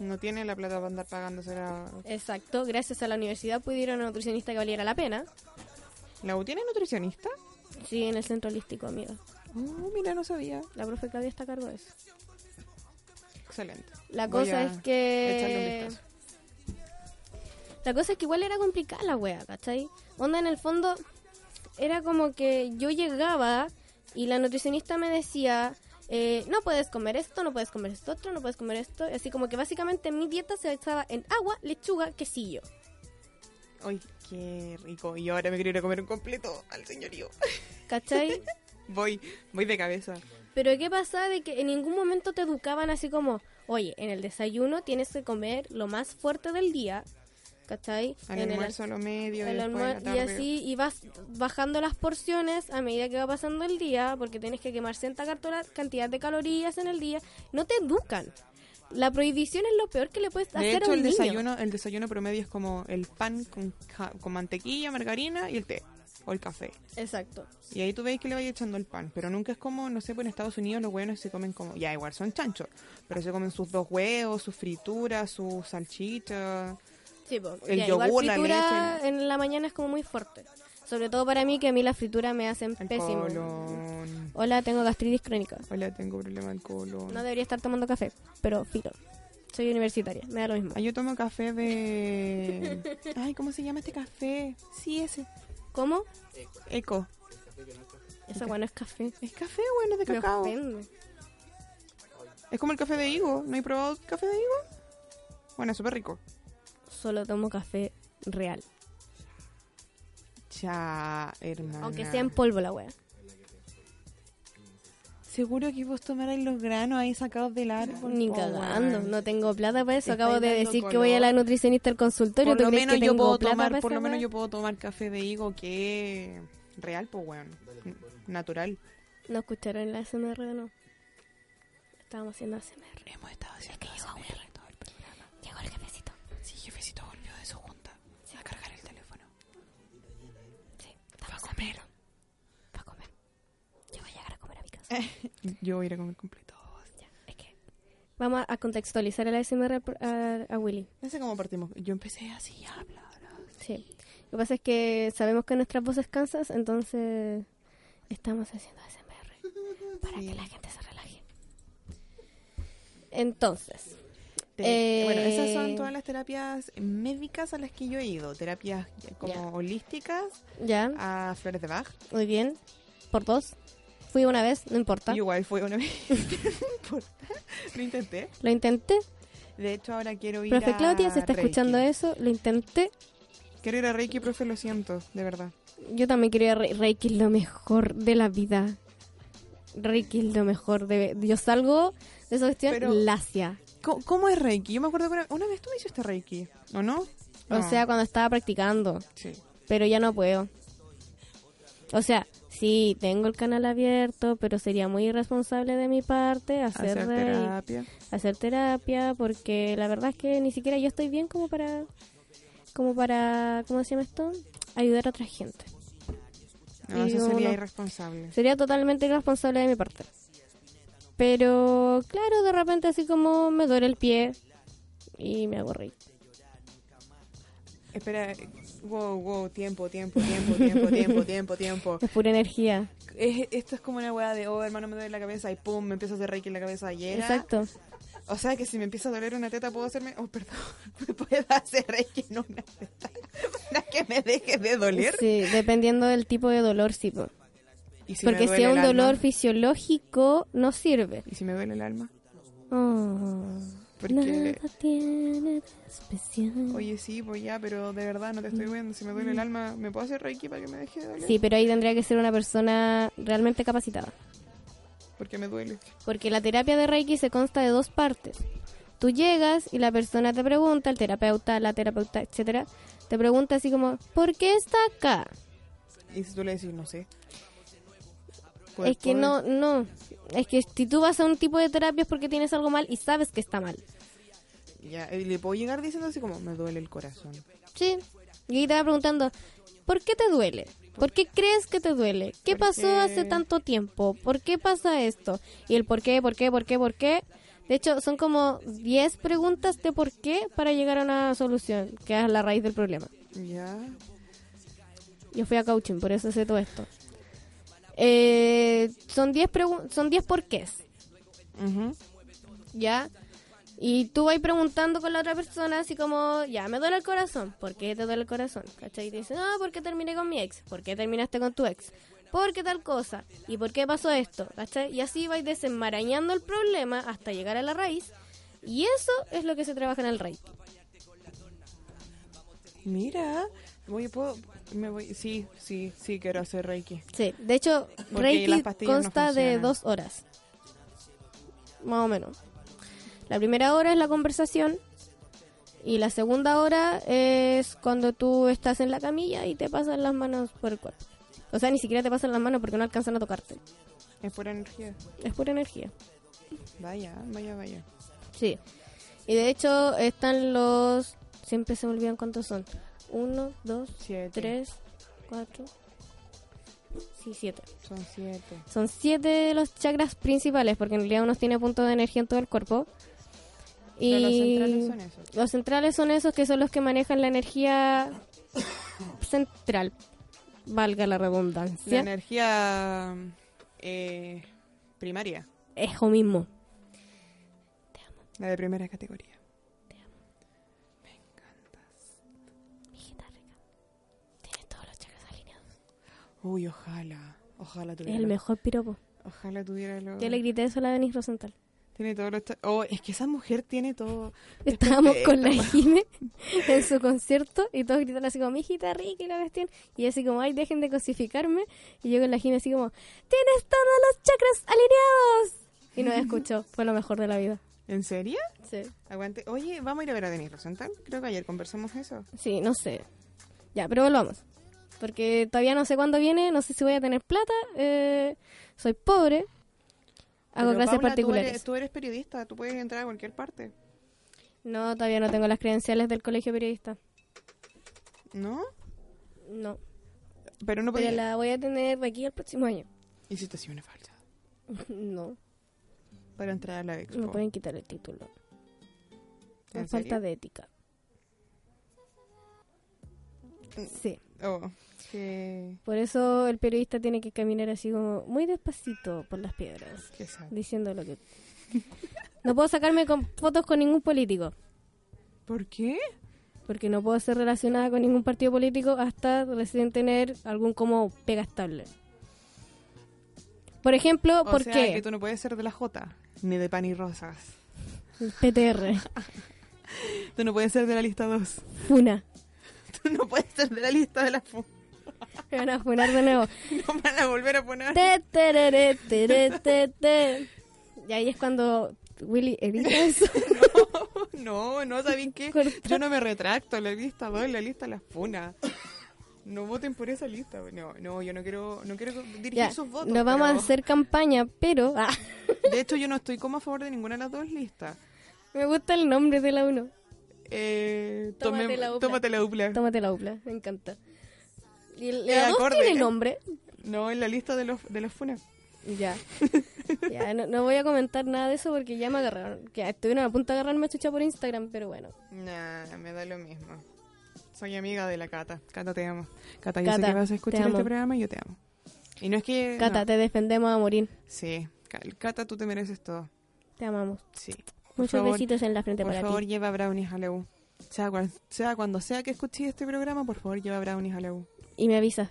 Speaker 2: No tiene la plata para andar pagándose la...
Speaker 3: exacto. Gracias a la universidad pude ir a una nutricionista que valiera la pena.
Speaker 2: ¿La U tiene nutricionista?
Speaker 3: Sí, en el centro holístico, amiga.
Speaker 2: Oh, mira, no sabía.
Speaker 3: La profe Claudia está a cargo de eso.
Speaker 2: Excelente.
Speaker 3: La
Speaker 2: Voy
Speaker 3: cosa
Speaker 2: a
Speaker 3: es
Speaker 2: echarle
Speaker 3: que...
Speaker 2: un vistazo.
Speaker 3: La cosa es que igual era complicada la wea, ¿cachai? Onda, en el fondo, era como que yo llegaba y la nutricionista me decía... eh, no puedes comer esto, no puedes comer esto otro, no puedes comer esto. Así como que básicamente mi dieta se basaba en agua, lechuga, quesillo.
Speaker 2: Ay, qué rico. Y ahora me quiero ir a comer un completo al señorío.
Speaker 3: ¿Cachai?
Speaker 2: Voy, voy de cabeza.
Speaker 3: Pero ¿qué pasa de que en ningún momento te educaban así como, oye, en el desayuno tienes que comer lo más fuerte del día, ¿cachai?
Speaker 2: Al
Speaker 3: En el
Speaker 2: almuerzo a lo medio,
Speaker 3: al- al
Speaker 2: después a la
Speaker 3: almuer-
Speaker 2: tarde.
Speaker 3: y así y vas bajando las porciones a medida que va pasando el día, porque tienes que quemar cierta cartola- cantidad de calorías en el día. No te educan. La prohibición es lo peor que le puedes
Speaker 2: De
Speaker 3: hacer
Speaker 2: hecho,
Speaker 3: a un
Speaker 2: el
Speaker 3: niño.
Speaker 2: desayuno, el desayuno promedio es como el pan con, ca- con mantequilla, margarina y el té. O el café.
Speaker 3: Exacto.
Speaker 2: Y ahí tú veis que le vais echando el pan. Pero nunca es como, no sé, pues en Estados Unidos los hueones se comen como... Ya, igual son chanchos. Pero se comen sus dos huevos, sus frituras, sus salchichas.
Speaker 3: Sí, po.
Speaker 2: El
Speaker 3: Ya, igual
Speaker 2: yogur, la
Speaker 3: fritura
Speaker 2: leche.
Speaker 3: en la mañana es como muy fuerte. Sobre todo para mí, que a mí la fritura me hacen
Speaker 2: El
Speaker 3: pésimo.
Speaker 2: colon.
Speaker 3: Hola, tengo gastritis crónica.
Speaker 2: Hola, tengo problema del colon.
Speaker 3: No debería estar tomando café, pero filo. Soy universitaria, me da lo mismo.
Speaker 2: Ah, yo tomo café de... Ay, ¿cómo se llama este café? Sí, ese.
Speaker 3: ¿Cómo?
Speaker 2: Eco.
Speaker 3: Esa bueno es café.
Speaker 2: Es café, bueno, de
Speaker 3: Me
Speaker 2: cacao.
Speaker 3: ofende.
Speaker 2: Es como el café de higo. ¿No he probado café de higo? Bueno, es súper rico.
Speaker 3: Solo tomo café real.
Speaker 2: Cha, hermana.
Speaker 3: Aunque sea en polvo la wea.
Speaker 2: Seguro que vos tomarais los granos ahí sacados del árbol.
Speaker 3: Ni
Speaker 2: po,
Speaker 3: cagando.
Speaker 2: weón.
Speaker 3: No tengo plata para eso.
Speaker 2: Te
Speaker 3: Acabo
Speaker 2: estáis
Speaker 3: de
Speaker 2: dando
Speaker 3: decir que
Speaker 2: color.
Speaker 3: voy a la nutricionista al consultorio.
Speaker 2: Por
Speaker 3: ¿Tú
Speaker 2: lo
Speaker 3: crees
Speaker 2: menos
Speaker 3: que
Speaker 2: yo
Speaker 3: tengo
Speaker 2: puedo
Speaker 3: plata
Speaker 2: tomar,
Speaker 3: para
Speaker 2: por
Speaker 3: esa
Speaker 2: lo menos
Speaker 3: wea?
Speaker 2: yo puedo tomar café de higo que real, pues weón. Natural.
Speaker 3: No escucharon la ASMR, no. Estábamos haciendo ASMR.
Speaker 2: Hemos estado haciendo que llegó todo el programa.
Speaker 3: Llegó el cafecito.
Speaker 2: Sí, jefecito volvió de su junta. a cargar el teléfono.
Speaker 3: Sí. Va a comer. Va a comer. Yo voy a llegar a comer a mi casa.
Speaker 2: Yo voy a ir a comer completo.
Speaker 3: Ya, es que- Vamos a- a contextualizar el ASMR al pro- a, a Willy.
Speaker 2: No sé cómo partimos. Yo empecé así a hablar.
Speaker 3: Sí. Lo que pasa es que sabemos que nuestras voces cansan, entonces estamos haciendo ASMR para
Speaker 2: Sí.
Speaker 3: que la gente se relaje. Entonces,
Speaker 2: Te-
Speaker 3: Eh,
Speaker 2: Bueno, esas son todas las terapias médicas a las que yo he ido. Terapias como
Speaker 3: Ya.
Speaker 2: holísticas
Speaker 3: Ya,
Speaker 2: a flores de Bach.
Speaker 3: muy bien. Por dos. Fui una vez, no importa.
Speaker 2: Yo igual fue una vez. no importa. Lo intenté.
Speaker 3: Lo intenté.
Speaker 2: De hecho, ahora quiero ir
Speaker 3: Profe
Speaker 2: a
Speaker 3: Claudia, si está
Speaker 2: Reiki.
Speaker 3: escuchando eso, lo intenté.
Speaker 2: Quiero ir a Reiki, profe, lo siento, de verdad.
Speaker 3: Yo también quería Re- Reiki, es lo mejor de la vida. Reiki, es lo mejor. De... Yo salgo de esa cuestión
Speaker 2: Pero-
Speaker 3: lacia.
Speaker 2: ¿Cómo, cómo es Reiki? Yo me acuerdo que una, una vez tú me hiciste Reiki, ¿o no?
Speaker 3: O
Speaker 2: No.
Speaker 3: sea, cuando estaba practicando.
Speaker 2: Sí.
Speaker 3: pero ya no puedo. O sea, sí, tengo el canal abierto, pero sería muy irresponsable de mi parte hacer,
Speaker 2: Hacer
Speaker 3: rey-
Speaker 2: terapia.
Speaker 3: hacer terapia, porque la verdad es que ni siquiera yo estoy bien como para, como para, ¿cómo se llama esto? Ayudar a otra gente.
Speaker 2: No,
Speaker 3: Y
Speaker 2: eso sería
Speaker 3: uno-
Speaker 2: irresponsable.
Speaker 3: Sería totalmente irresponsable de mi parte. Pero, claro, de repente así como me duele el pie y me aburrí.
Speaker 2: Espera, eh, wow, wow, tiempo, tiempo, tiempo, tiempo, tiempo, tiempo, tiempo.
Speaker 3: Es pura energía.
Speaker 2: Es- esto es como una weá de, oh, hermano, me duele la cabeza y pum, me empiezo a hacer Reiki en la cabeza ayer.
Speaker 3: Exacto.
Speaker 2: O sea, que si me empieza a doler una teta, puedo hacerme, oh, perdón, me puedo hacer Reiki en una teta para que me deje de doler.
Speaker 3: Sí, dependiendo del tipo de dolor, sí. po.
Speaker 2: ¿Y si me
Speaker 3: Porque si
Speaker 2: duele
Speaker 3: es un
Speaker 2: el alma?
Speaker 3: dolor fisiológico, no sirve.
Speaker 2: ¿Y si me duele el alma?
Speaker 3: Oh,
Speaker 2: Porque-
Speaker 3: Nada tiene de especial.
Speaker 2: Oye, sí, pues ya, pero de verdad no te estoy viendo. Si me duele el alma, ¿me puedo hacer Reiki para que me deje de doler?
Speaker 3: Mm. Sí, pero ahí tendría que ser una persona realmente capacitada.
Speaker 2: Porque me duele.
Speaker 3: Porque la terapia de Reiki se consta de dos partes. Tú llegas y la persona te pregunta, el terapeuta, la terapeuta, etcétera, te pregunta así como, ¿por qué está acá?
Speaker 2: Y si tú le decís, no sé.
Speaker 3: Es que no, no. Es que si tú vas a un tipo de terapia es porque tienes algo mal y sabes que está mal.
Speaker 2: Ya, y le puedo llegar diciendo así como, me duele el corazón.
Speaker 3: Sí. Y ahí te va preguntando, ¿por qué te duele? ¿Por qué crees que te duele? ¿Qué
Speaker 2: ¿Por
Speaker 3: pasó
Speaker 2: qué?
Speaker 3: hace tanto tiempo? ¿Por qué pasa esto? Y el por qué, por qué, por qué, por qué. De hecho, son como 10 preguntas de por qué para llegar a una solución, que es la raíz del problema.
Speaker 2: Ya.
Speaker 3: Yo fui a coaching, por eso sé todo esto. Eh, son 10 pregun- son 10 porqués.
Speaker 2: Ujú.
Speaker 3: ¿ya? Y tú vas preguntando con la otra persona, así como, ya, me duele el corazón. ¿Por qué te duele el corazón? ¿Cachai? Y te dicen, no, porque terminé con mi ex. ¿Por qué terminaste con tu ex? ¿Por qué tal cosa? ¿Y por qué pasó esto? ¿Cachai? Y así vais desenmarañando el problema hasta llegar a la raíz. Y eso es lo que se trabaja en el Reiki.
Speaker 2: Mira. Voy, puedo, me voy, sí, sí, sí, quiero hacer Reiki.
Speaker 3: Sí, de hecho,
Speaker 2: Porque las
Speaker 3: Reiki
Speaker 2: pastillas no
Speaker 3: consta de
Speaker 2: funcionan.
Speaker 3: dos horas. Más o menos. La primera hora es la conversación y la segunda hora es cuando tú estás en la camilla y te pasan las manos por el cuerpo. O sea, ni siquiera te pasan las manos porque no alcanzan a tocarte.
Speaker 2: Es pura energía.
Speaker 3: Es pura energía.
Speaker 2: Vaya, vaya, vaya.
Speaker 3: Sí. Y de hecho están los... Siempre se me olvidan cuántos son. Uno, dos,
Speaker 2: Siete.
Speaker 3: tres, cuatro... Sí, siete.
Speaker 2: Son siete.
Speaker 3: Son siete de los chakras principales, porque en realidad uno tiene puntos de energía en todo el cuerpo. Y
Speaker 2: Pero los centrales son esos.
Speaker 3: Los centrales son esos que son los que manejan la energía central, valga la
Speaker 2: La
Speaker 3: redundancia.
Speaker 2: energía eh, primaria.
Speaker 3: Eso mismo.
Speaker 2: La de primera categoría.
Speaker 3: Mijita rica, tienes todos los chakras alineados.
Speaker 2: Uy, ojalá. Ojalá
Speaker 3: Es
Speaker 2: tuviera.
Speaker 3: el
Speaker 2: lo-
Speaker 3: mejor piropo.
Speaker 2: Ojalá tuviera lo.
Speaker 3: Yo le grité eso a la Denise Rosenthal.
Speaker 2: Tiene todo lo. esta- Oh, es que esa mujer tiene todo. Este, Es
Speaker 3: Estábamos con la
Speaker 2: perfecta.
Speaker 3: Jime en su concierto y todos gritaron así como, mijita rica y la cuestión. Y ella así como, ay, dejen de cosificarme. Y yo con la Jime así como, tienes todos los chakras alineados. Y nos escuchó, fue lo mejor de la vida.
Speaker 2: ¿En serio?
Speaker 3: Sí,
Speaker 2: Aguante. Oye, vamos a ir a ver a Denis Rosenthal. Creo que ayer conversamos eso.
Speaker 3: sí, no sé. Ya, pero volvamos. Porque todavía no sé cuándo viene, no sé si voy a tener plata, eh, soy pobre, hago
Speaker 2: Pero,
Speaker 3: clases
Speaker 2: Paula,
Speaker 3: particulares.
Speaker 2: Tú eres, tú eres periodista, tú puedes entrar a cualquier parte.
Speaker 3: No, todavía no tengo las credenciales del colegio periodista.
Speaker 2: ¿No?
Speaker 3: No,
Speaker 2: Pero no
Speaker 3: pero
Speaker 2: podías.
Speaker 3: la voy a tener de aquí al próximo año.
Speaker 2: Hiciste así una falsa.
Speaker 3: No.
Speaker 2: Para entrar a la Expo.
Speaker 3: Me pueden quitar el título.
Speaker 2: Pues, ¿En
Speaker 3: Por falta
Speaker 2: serio?
Speaker 3: de ética.
Speaker 2: Mm.
Speaker 3: Sí.
Speaker 2: Oh, qué.
Speaker 3: Por eso el periodista tiene que caminar así como muy despacito por las piedras,
Speaker 2: Qué sad.
Speaker 3: diciendo lo que... No puedo sacarme con fotos con ningún político.
Speaker 2: ¿Por qué?
Speaker 3: Porque no puedo ser relacionada con ningún partido político hasta recién tener algún como pega estable. Por ejemplo,
Speaker 2: O
Speaker 3: ¿por
Speaker 2: sea,
Speaker 3: qué?
Speaker 2: que tú no puedes ser de la J, ni de pan y rosas.
Speaker 3: El PTR.
Speaker 2: Tú no puedes ser de la lista 2.
Speaker 3: Funa.
Speaker 2: Tú no puedes ser de la lista de la fu.
Speaker 3: Me van a funar de nuevo.
Speaker 2: No van a volver a poner.
Speaker 3: Te, tereré, teré, te, te. Y ahí es cuando Willy edita eso.
Speaker 2: No, no, ¿saben qué?
Speaker 3: Corta.
Speaker 2: Yo no me retracto, la lista 2, la lista de las funas. No voten por esa lista. No, no, yo no quiero, no quiero dirigir
Speaker 3: Ya,
Speaker 2: sus votos.
Speaker 3: no vamos a
Speaker 2: pero-
Speaker 3: hacer campaña, pero ah,
Speaker 2: De hecho, yo no estoy como a favor de ninguna de las dos listas.
Speaker 3: me gusta el nombre de la uno.
Speaker 2: Eh,
Speaker 3: Tómate
Speaker 2: tomem-
Speaker 3: la dupla.
Speaker 2: tómate la dupla.
Speaker 3: Tómate la upla, me encanta. Y el-
Speaker 2: Eh,
Speaker 3: la dos
Speaker 2: acorde,
Speaker 3: tiene
Speaker 2: eh.
Speaker 3: nombre.
Speaker 2: No, en la lista de los, de los funas.
Speaker 3: Ya. ya no, no voy a comentar nada de eso porque ya me agarraron. Que estuvieron a punto de agarrarme a chucha por Instagram, pero bueno.
Speaker 2: Nah, me da lo mismo. Soy amiga de la Cata. Cata, te amo. Cata, yo
Speaker 3: Cata,
Speaker 2: sé que vas a escuchar
Speaker 3: te amo.
Speaker 2: este programa y yo te amo. Y no es que...
Speaker 3: Cata,
Speaker 2: no.
Speaker 3: te defendemos a morir.
Speaker 2: Sí. Ca- Cata, tú te mereces todo.
Speaker 3: Te amamos.
Speaker 2: Sí. Por
Speaker 3: Muchos
Speaker 2: favor,
Speaker 3: besitos en la frente
Speaker 2: Por
Speaker 3: para
Speaker 2: favor,
Speaker 3: ti.
Speaker 2: lleva brownies a la U. Sea, cual- sea cuando sea que escuches este programa, por favor, lleva brownies a la U.
Speaker 3: Y me avisas.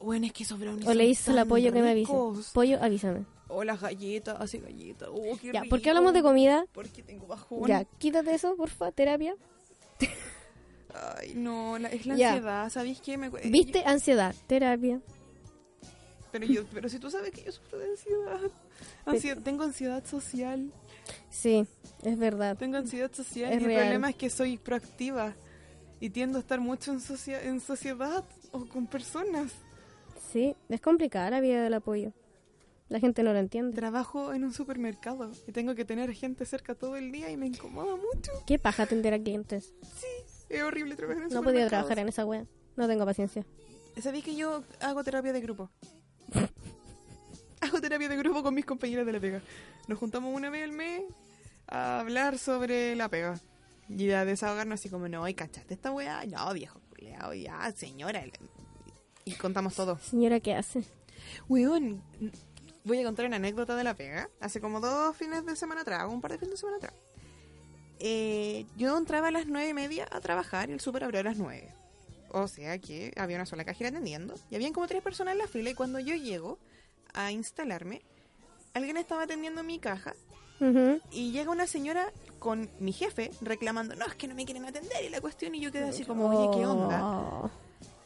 Speaker 2: Bueno, es que esos brownies
Speaker 3: O le
Speaker 2: son
Speaker 3: dices al
Speaker 2: tan
Speaker 3: apoyo que me avise.
Speaker 2: ricos.
Speaker 3: Pollo, avísame.
Speaker 2: O las galletas, hace galletas. Oh, qué
Speaker 3: Ya, ¿por
Speaker 2: rico.
Speaker 3: qué hablamos de comida?
Speaker 2: Porque tengo bajón.
Speaker 3: Ya, quítate eso, porfa, terapia.
Speaker 2: Ay, no, la- es la
Speaker 3: Ya.
Speaker 2: ansiedad, ¿sabéis qué? Me, eh,
Speaker 3: ¿Viste? Ansiedad, terapia.
Speaker 2: yo- pero, yo, pero si tú sabes que yo sufro de ansiedad. Ansiedad- Tengo ansiedad social.
Speaker 3: Sí, es verdad.
Speaker 2: Tengo ansiedad social.
Speaker 3: Es
Speaker 2: y el
Speaker 3: real.
Speaker 2: problema es que soy proactiva. Y tiendo a estar mucho en, socia- en sociedad o con personas.
Speaker 3: Sí, es complicada la vida del apoyo. La gente no lo entiende.
Speaker 2: Trabajo en un supermercado y tengo que tener gente cerca todo el día y me incomoda mucho.
Speaker 3: Qué paja atender a clientes.
Speaker 2: Es horrible trabajar en
Speaker 3: No podía trabajar en esa wea. No tengo paciencia.
Speaker 2: ¿Sabéis que yo hago terapia de grupo? hago terapia de grupo con mis compañeras de la pega. Nos juntamos una vez al mes a hablar sobre la pega. Y a desahogarnos así como, no, y cachaste esta weá. No, viejo culeado, ya, señora. Y contamos todo.
Speaker 3: Señora, ¿qué hace?
Speaker 2: Weón, voy a contar una anécdota de la pega. Hace como dos fines de semana atrás, un par de fines de semana atrás. Eh, yo entraba a las nueve y media a trabajar y el súper abrió a las nueve. O sea que había una sola cajera atendiendo y habían como tres personas en la fila y cuando yo llego a instalarme, alguien estaba atendiendo mi caja
Speaker 3: Ujú.
Speaker 2: y llega una señora con mi jefe reclamando, no, es que no me quieren atender y la cuestión y yo quedé así como, oye, ¿qué onda?
Speaker 3: Oh.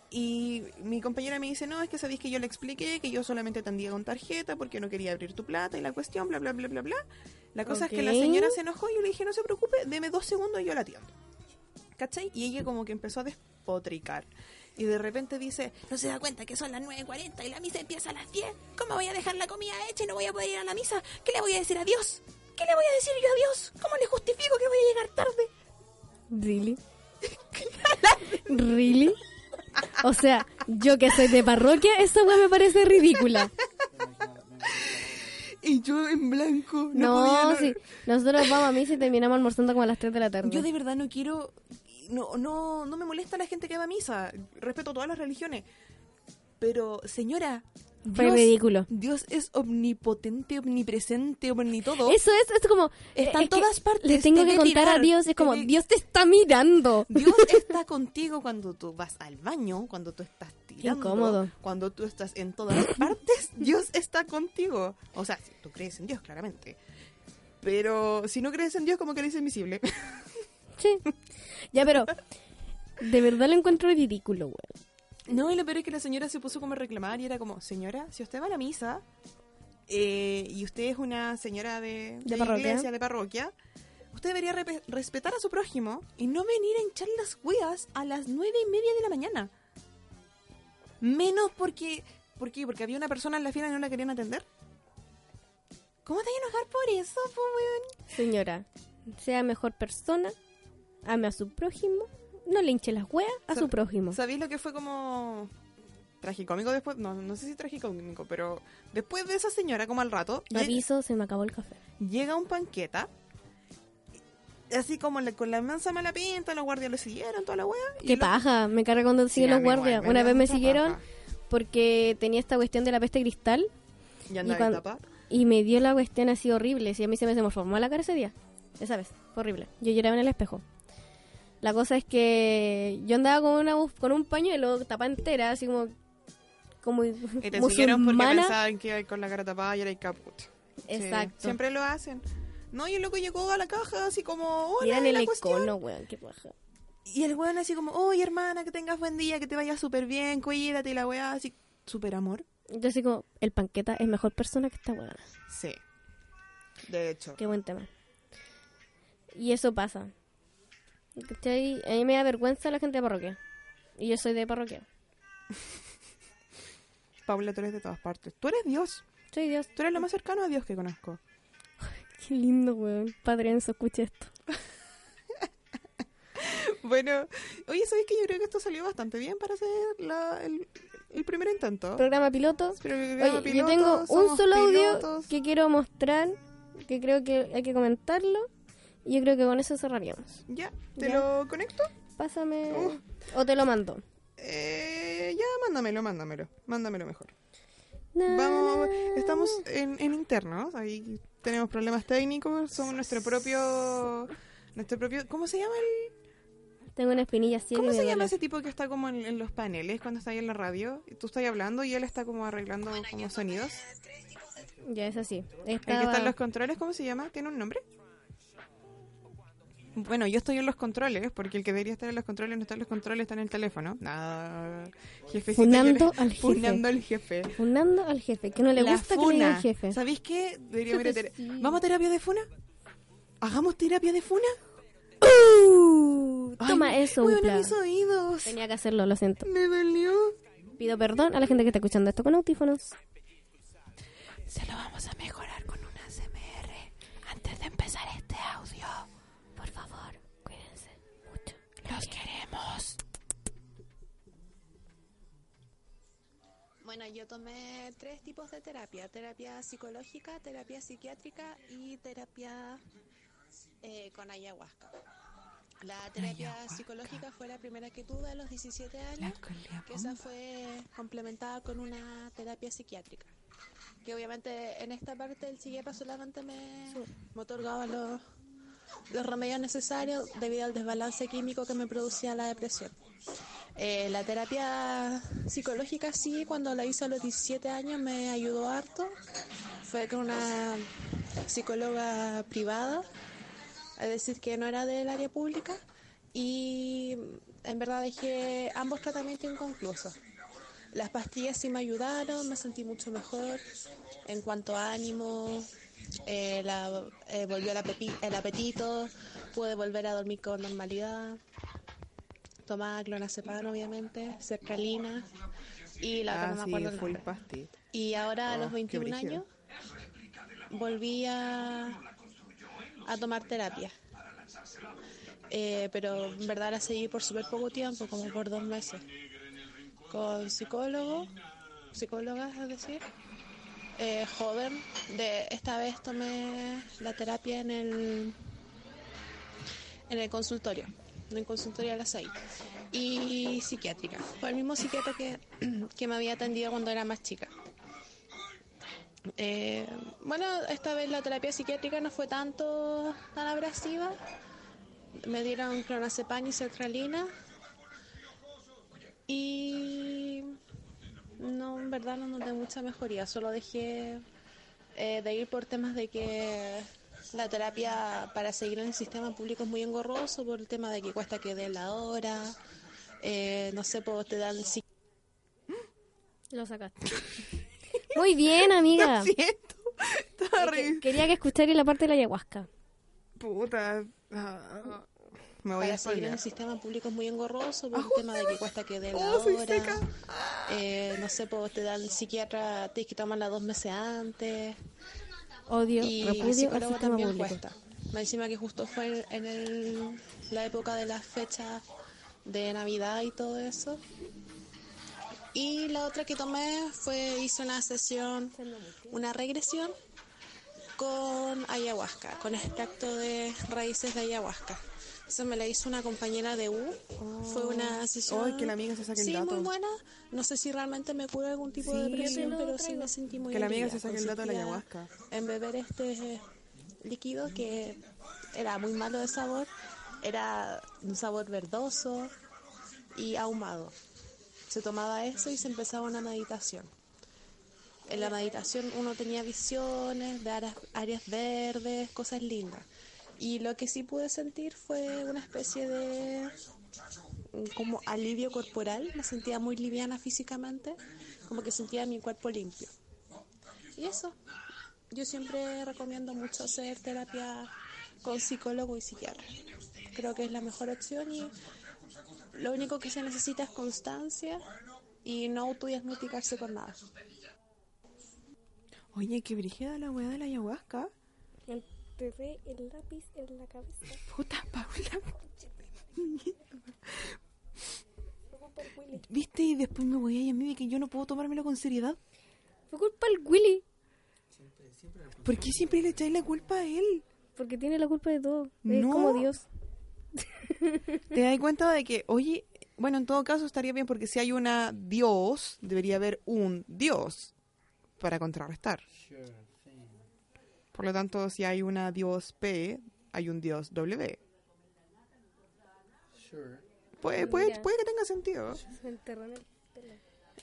Speaker 2: Y mi compañera me dice, no, es que sabéis que yo le expliqué que yo solamente atendía con tarjeta porque no quería abrir tu plata y la cuestión, bla, bla, bla, bla, bla. La cosa es que la
Speaker 3: Ok.
Speaker 2: señora se enojó y yo le dije, no se preocupe, deme dos segundos y yo la atiendo. ¿Cachai? Y ella como que empezó a despotricar. Y de repente dice, no se da cuenta que son las 9.40 y la misa empieza a las 10. ¿Cómo voy a dejar la comida hecha y no voy a poder ir a la misa? ¿Qué le voy a decir a Dios? ¿Qué le voy a decir yo a Dios? ¿Cómo le justifico que voy a llegar tarde?
Speaker 3: Really. really. O sea, yo que soy de parroquia, esa wea me parece ridícula.
Speaker 2: Y yo en blanco.
Speaker 3: No,
Speaker 2: podía,
Speaker 3: sí. Nosotros vamos a misa y terminamos almorzando como a las 3 de la tarde.
Speaker 2: Yo de verdad no quiero. No, no, no me molesta la gente que va a misa. Respeto todas las religiones. Pero, señora.
Speaker 3: Fue ridículo.
Speaker 2: Dios es omnipotente, omnipresente, omnitodo.
Speaker 3: Eso es, es como.
Speaker 2: Está en
Speaker 3: es que
Speaker 2: todas partes,
Speaker 3: Le tengo
Speaker 2: te
Speaker 3: que
Speaker 2: ve
Speaker 3: contar
Speaker 2: tirar,
Speaker 3: a Dios, es
Speaker 2: te
Speaker 3: como,
Speaker 2: ve-
Speaker 3: Dios te está mirando.
Speaker 2: Dios está contigo cuando tú vas al baño, cuando tú estás tirando,
Speaker 3: incómodo.
Speaker 2: cuando tú estás en todas partes, Dios está contigo. O sea, si tú crees en Dios, claramente. Pero si no crees en Dios, como que eres invisible.
Speaker 3: Sí. Ya, pero. De verdad lo encuentro ridículo, weón.
Speaker 2: No, y lo peor es que la señora se puso como a reclamar y era como, señora, si usted va a la misa eh, y usted es una señora de,
Speaker 3: De parroquia.
Speaker 2: iglesia, de parroquia, usted debería repe- respetar a su prójimo y no venir a hinchar las hueas a las nueve y media de la mañana. Menos porque... ¿Por qué? Porque había una persona en la fila y no la querían atender. ¿Cómo te vas a enojar por eso, po, weón?
Speaker 3: Señora, sea mejor persona, ame a su prójimo, no le hinche las weas a
Speaker 2: Sa-
Speaker 3: su prójimo.
Speaker 2: ¿Sabéis lo que fue como tragicómico después? No, no sé si tragicómico, pero después de esa señora, como al rato... e-, llega-
Speaker 3: Aviso, se me acabó el café.
Speaker 2: llega un panqueta, así como la- con la mansa mala pinta, los guardias lo siguieron, toda la weá. y
Speaker 3: Qué
Speaker 2: lo-
Speaker 3: paja, me carga cuando
Speaker 2: Sí,
Speaker 3: siguen
Speaker 2: a
Speaker 3: los
Speaker 2: mí igual,
Speaker 3: guardias.
Speaker 2: me
Speaker 3: Una
Speaker 2: da
Speaker 3: vez me
Speaker 2: mucha
Speaker 3: siguieron
Speaker 2: paja.
Speaker 3: porque tenía esta cuestión de la peste cristal
Speaker 2: Y andaba
Speaker 3: cuan-
Speaker 2: de tapa.
Speaker 3: Y me dio la cuestión así horrible. Si a mí se me deformó la cara ese día. Esa vez, fue horrible. Yo lloraba en el espejo. La cosa es que yo andaba con, una, buf- con un pañuelo tapada entera, así como. como
Speaker 2: Y te siguieron porque
Speaker 3: musulmana.
Speaker 2: pensaban que iba con la cara tapada y era el caput.
Speaker 3: Exacto.
Speaker 2: Siempre lo hacen. No, y el loco llegó a la caja así como,
Speaker 3: Y
Speaker 2: hola,
Speaker 3: eran
Speaker 2: la
Speaker 3: el
Speaker 2: cuestión".
Speaker 3: icono, weón, qué paja.
Speaker 2: Y el weón así como, oye hermana, que tengas buen día, que te vaya súper bien, cuídate y la weá así, súper amor.
Speaker 3: Yo así como, el panqueta es mejor persona que esta weón.
Speaker 2: Sí. De hecho.
Speaker 3: Qué buen tema. Y eso pasa. ¿Cachai? A mí me da vergüenza la gente de parroquia. Y yo soy de parroquia.
Speaker 2: Paula, tú eres de todas partes. Tú eres Dios.
Speaker 3: Soy Dios.
Speaker 2: Tú eres lo más cercano a Dios que conozco.
Speaker 3: Qué lindo, weón. Padre Enzo, escucha esto.
Speaker 2: Bueno, oye, ¿sabéis que yo creo que esto salió bastante bien para hacer la- el, el primer intento?
Speaker 3: Programa piloto.
Speaker 2: Pero que
Speaker 3: Oye,
Speaker 2: quedamos
Speaker 3: yo
Speaker 2: pilotos,
Speaker 3: tengo un
Speaker 2: Oh. somos
Speaker 3: solo audio
Speaker 2: pilotos.
Speaker 3: que quiero mostrar, que creo que hay que comentarlo. Y yo creo que con eso cerraríamos.
Speaker 2: Ya, ¿te
Speaker 3: Ya.
Speaker 2: lo conecto?
Speaker 3: Pásame.
Speaker 2: Uh.
Speaker 3: O te lo mando.
Speaker 2: Eh, ya, mándamelo, mándamelo. Mándamelo mejor. Vamos, estamos en, en internos, ahí tenemos problemas técnicos, somos nuestro propio... Nuestro propio, ¿Cómo se llama el,
Speaker 3: Tengo una espinilla ciega.
Speaker 2: ¿Cómo
Speaker 3: que
Speaker 2: se
Speaker 3: me
Speaker 2: llama
Speaker 3: duele.
Speaker 2: ese tipo que está como en, en los paneles cuando está ahí en la radio? Y Tú estás hablando y él está como arreglando como sonidos.
Speaker 3: Ya es así.
Speaker 2: El que
Speaker 3: Estaba...
Speaker 2: está en los controles, ¿cómo se llama? ¿Tiene un nombre? Bueno, yo estoy en los controles, porque el que debería estar en los controles no está en los controles, está en el teléfono. Nada. Jefecito,
Speaker 3: Funando
Speaker 2: yo le-
Speaker 3: al jefe.
Speaker 2: Funando al jefe.
Speaker 3: Funando al jefe, que no le
Speaker 2: La
Speaker 3: gusta que le diga al jefe.
Speaker 2: ¿Sabéis qué? Deberíamos ir a terapia.
Speaker 3: Sí.
Speaker 2: ¿Vamos a terapia de funa? ¿Hagamos terapia de funa? Ay,
Speaker 3: Toma eso,
Speaker 2: weona,
Speaker 3: Upla.
Speaker 2: mis oídos.
Speaker 3: Tenía que hacerlo, lo siento.
Speaker 2: Me dolió.
Speaker 3: Pido perdón a la gente que está escuchando esto con audífonos.
Speaker 2: Se lo vamos a mejorar con un ASMR antes de empezar este audio.
Speaker 3: Por favor, cuídense mucho.
Speaker 2: Los queremos.
Speaker 4: Bueno, yo tomé tres tipos de terapia. Terapia psicológica, terapia psiquiátrica y terapia eh, con ayahuasca. La terapia psicológica fue la primera que tuve a los 17 años, que esa fue complementada con una terapia psiquiátrica. Que obviamente en esta parte del psiquiatra solamente me, me otorgaba los, los remedios necesarios debido al desbalance químico que me producía la depresión. Eh, la terapia psicológica sí, cuando la hice a los 17 años me ayudó harto. Fue con una psicóloga privada, es decir, que no era del área pública. Y en verdad dejé ambos tratamientos inconclusos. Las pastillas sí me ayudaron, me sentí mucho mejor en cuanto a ánimo, eh, la- eh, volvió el apepi- el apetito, pude volver a dormir con normalidad tomaba clonazepam obviamente, sertralina y la otra
Speaker 2: Ah,
Speaker 4: no me
Speaker 2: sí,
Speaker 4: acuerdo el
Speaker 2: full
Speaker 4: nombre.
Speaker 2: pasti.
Speaker 4: Y ahora a
Speaker 2: Oh,
Speaker 4: los
Speaker 2: qué
Speaker 4: 21
Speaker 2: brígido.
Speaker 4: años volví a, a tomar terapia. Eh, pero en verdad la seguí por súper poco tiempo, como por dos meses. Con psicólogo, psicóloga es decir, eh, joven. De, esta vez tomé la terapia en el, en el consultorio, en el consultorio a las 6. Y psiquiátrica, por el mismo psiquiatra que, que me había atendido cuando era más chica. Eh, bueno, esta vez la terapia psiquiátrica no fue tanto tan abrasiva. Me dieron clonazepam y sertralina. Y no, en verdad no noté mucha mejoría. Solo dejé eh, de ir por temas de que la terapia para seguir en el sistema público es muy engorroso por el tema de que cuesta que den la hora. eh, no sé, pues te dan si
Speaker 3: Lo sacaste. Muy bien, amiga.
Speaker 2: Siento. Estaba
Speaker 3: Es que-
Speaker 2: re-
Speaker 3: quería que escucharas la parte de la ayahuasca.
Speaker 2: Puta. Ah, me voy a
Speaker 4: para seguir en
Speaker 2: spoiler.
Speaker 4: el sistema público es muy engorroso por el tema de que cuesta que den la
Speaker 2: Oh, soy seca.
Speaker 4: hora. Eh, no sé, pues te dan psiquiatra, tienes que tomarla dos meses antes.
Speaker 3: Odio,
Speaker 4: Y
Speaker 3: repudio al
Speaker 4: psicólogo
Speaker 3: sistema
Speaker 4: también
Speaker 3: público.
Speaker 4: cuesta. Más encima que justo fue en, en el- la época de las fechas de Navidad y todo eso. Y la otra que tomé fue, hice una sesión, una regresión con ayahuasca, con extracto de raíces de ayahuasca. Eso me la hizo una compañera de U. Fue una sesión.
Speaker 2: Oh. Ay, que la amiga se saque el
Speaker 4: sí,
Speaker 2: dato.
Speaker 4: muy buena. No sé si realmente me curó algún tipo de
Speaker 2: Sí.
Speaker 4: depresión,
Speaker 3: Yo te lo
Speaker 4: pero sí
Speaker 3: traigo.
Speaker 4: me sentí muy
Speaker 2: Que la amiga
Speaker 4: alivia.
Speaker 2: se saque el dato de la
Speaker 4: Consistía
Speaker 2: ayahuasca.
Speaker 4: En beber este líquido que era muy malo de sabor. Era un sabor verdoso y ahumado. Se tomaba eso y se empezaba una meditación. En la meditación uno tenía visiones de áreas, áreas verdes, cosas lindas. Y lo que sí pude sentir fue una especie de mm, como alivio corporal. Me sentía muy liviana físicamente, como que sentía mi cuerpo limpio. Y eso, yo siempre recomiendo mucho hacer terapia con psicólogo y psiquiatra. Creo que es la mejor opción y lo único que se necesita es constancia y no autodiagnosticarse con nada.
Speaker 2: Oye, qué brígida la weá de la ayahuasca.
Speaker 3: Me enterré el lápiz en la cabeza.
Speaker 2: Puta Paula. Viste, y después me voy a mí de que yo no puedo tomármelo con seriedad.
Speaker 3: Fue culpa del Willy,
Speaker 2: ¿Por qué siempre le echáis la culpa a él?
Speaker 3: porque tiene la culpa de todo. Es
Speaker 2: No.
Speaker 3: como Dios.
Speaker 2: Te das cuenta de que, oye, bueno, en todo caso estaría bien porque si hay una Dios, debería haber un Dios para contrarrestar. Por lo tanto, si hay una Dios P, hay un Dios W. Puede, puede,
Speaker 3: Ya.
Speaker 2: puede que tenga sentido.
Speaker 3: Se enterró en el pelo.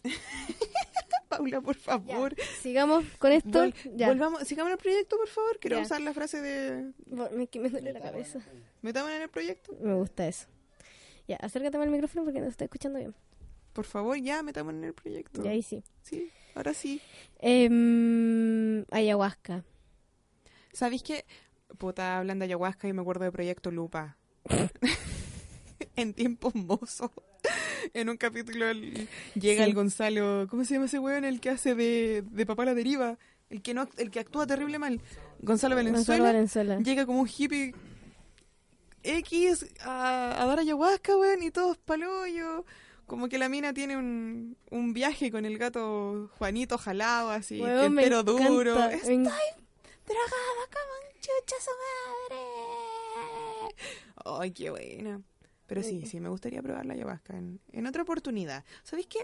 Speaker 2: Paula, por favor.
Speaker 3: Sigamos con esto.
Speaker 2: Vol-
Speaker 3: ya.
Speaker 2: Volvamos, sigamos en el proyecto, por favor. Quiero
Speaker 3: Ya.
Speaker 2: usar la frase de
Speaker 3: Vol- Me, que me duele la cabeza.
Speaker 2: metamos en el proyecto.
Speaker 3: Me gusta eso. Ya, acércate más al micrófono porque no se está escuchando bien.
Speaker 2: Por favor, ya metamos en el proyecto.
Speaker 3: Y ahí sí.
Speaker 2: Sí, ahora sí.
Speaker 3: Em, ayahuasca.
Speaker 2: ¿Sabéis qué? Puta, hablan de ayahuasca y me acuerdo de Proyecto Lupa. en tiempos mozos. En un capítulo el- llega
Speaker 3: Sí.
Speaker 2: el Gonzalo. ¿Cómo se llama ese weón? El que hace de, de papá a la deriva. El que, no, el que actúa terrible mal. Gonzalo
Speaker 3: Gonzalo
Speaker 2: Valenzuela.
Speaker 3: Valenzuela.
Speaker 2: Llega como un hippie X a, a dar ayahuasca, weón, y todos paloyo. Como que la mina tiene un, un viaje con el gato Juanito jalado, así,
Speaker 3: Weón, me
Speaker 2: entero duro.
Speaker 3: encanta.
Speaker 2: Estoy
Speaker 3: Me-
Speaker 2: drogada como un chucha su madre. Ay, qué buena. Pero sí, sí, me gustaría probar la ayahuasca en, en otra oportunidad. ¿Sabéis qué?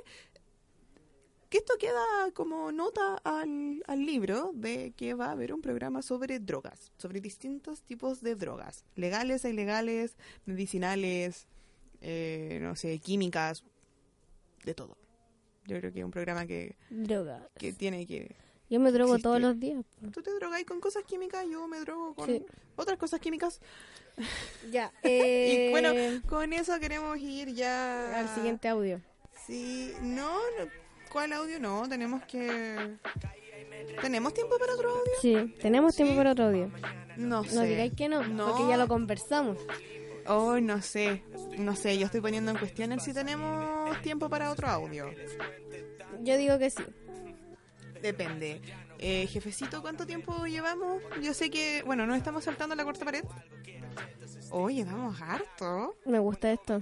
Speaker 2: Que esto queda como nota al, al libro de que va a haber un programa sobre drogas, sobre distintos tipos de drogas, legales e ilegales, medicinales, eh, no sé, químicas, de todo. Yo creo que es un programa que,
Speaker 3: Droga.
Speaker 2: que tiene que
Speaker 3: Yo me drogo
Speaker 2: Existe.
Speaker 3: todos los días.
Speaker 2: Tú te drogáis con cosas químicas, yo me drogo con
Speaker 3: Sí.
Speaker 2: otras cosas químicas.
Speaker 3: Ya.
Speaker 2: Y bueno, ah. con eso queremos ir ya
Speaker 3: Eh, al siguiente audio.
Speaker 2: Sí, no, no, ¿cuál audio? No, tenemos que. ¿Tenemos tiempo para otro audio?
Speaker 3: Sí, tenemos tiempo para otro audio.
Speaker 2: No
Speaker 3: No
Speaker 2: sé.
Speaker 3: digáis que no,
Speaker 2: No.
Speaker 3: porque ya lo conversamos.
Speaker 2: Oh, no sé. No sé, yo estoy poniendo en cuestión el si tenemos tiempo para otro audio.
Speaker 3: Yo digo que sí.
Speaker 2: Depende. Eh, jefecito, ¿cuánto tiempo llevamos? Yo sé que, bueno, nos estamos saltando la cuarta pared. Hoy llevamos harto.
Speaker 3: Me gusta esto.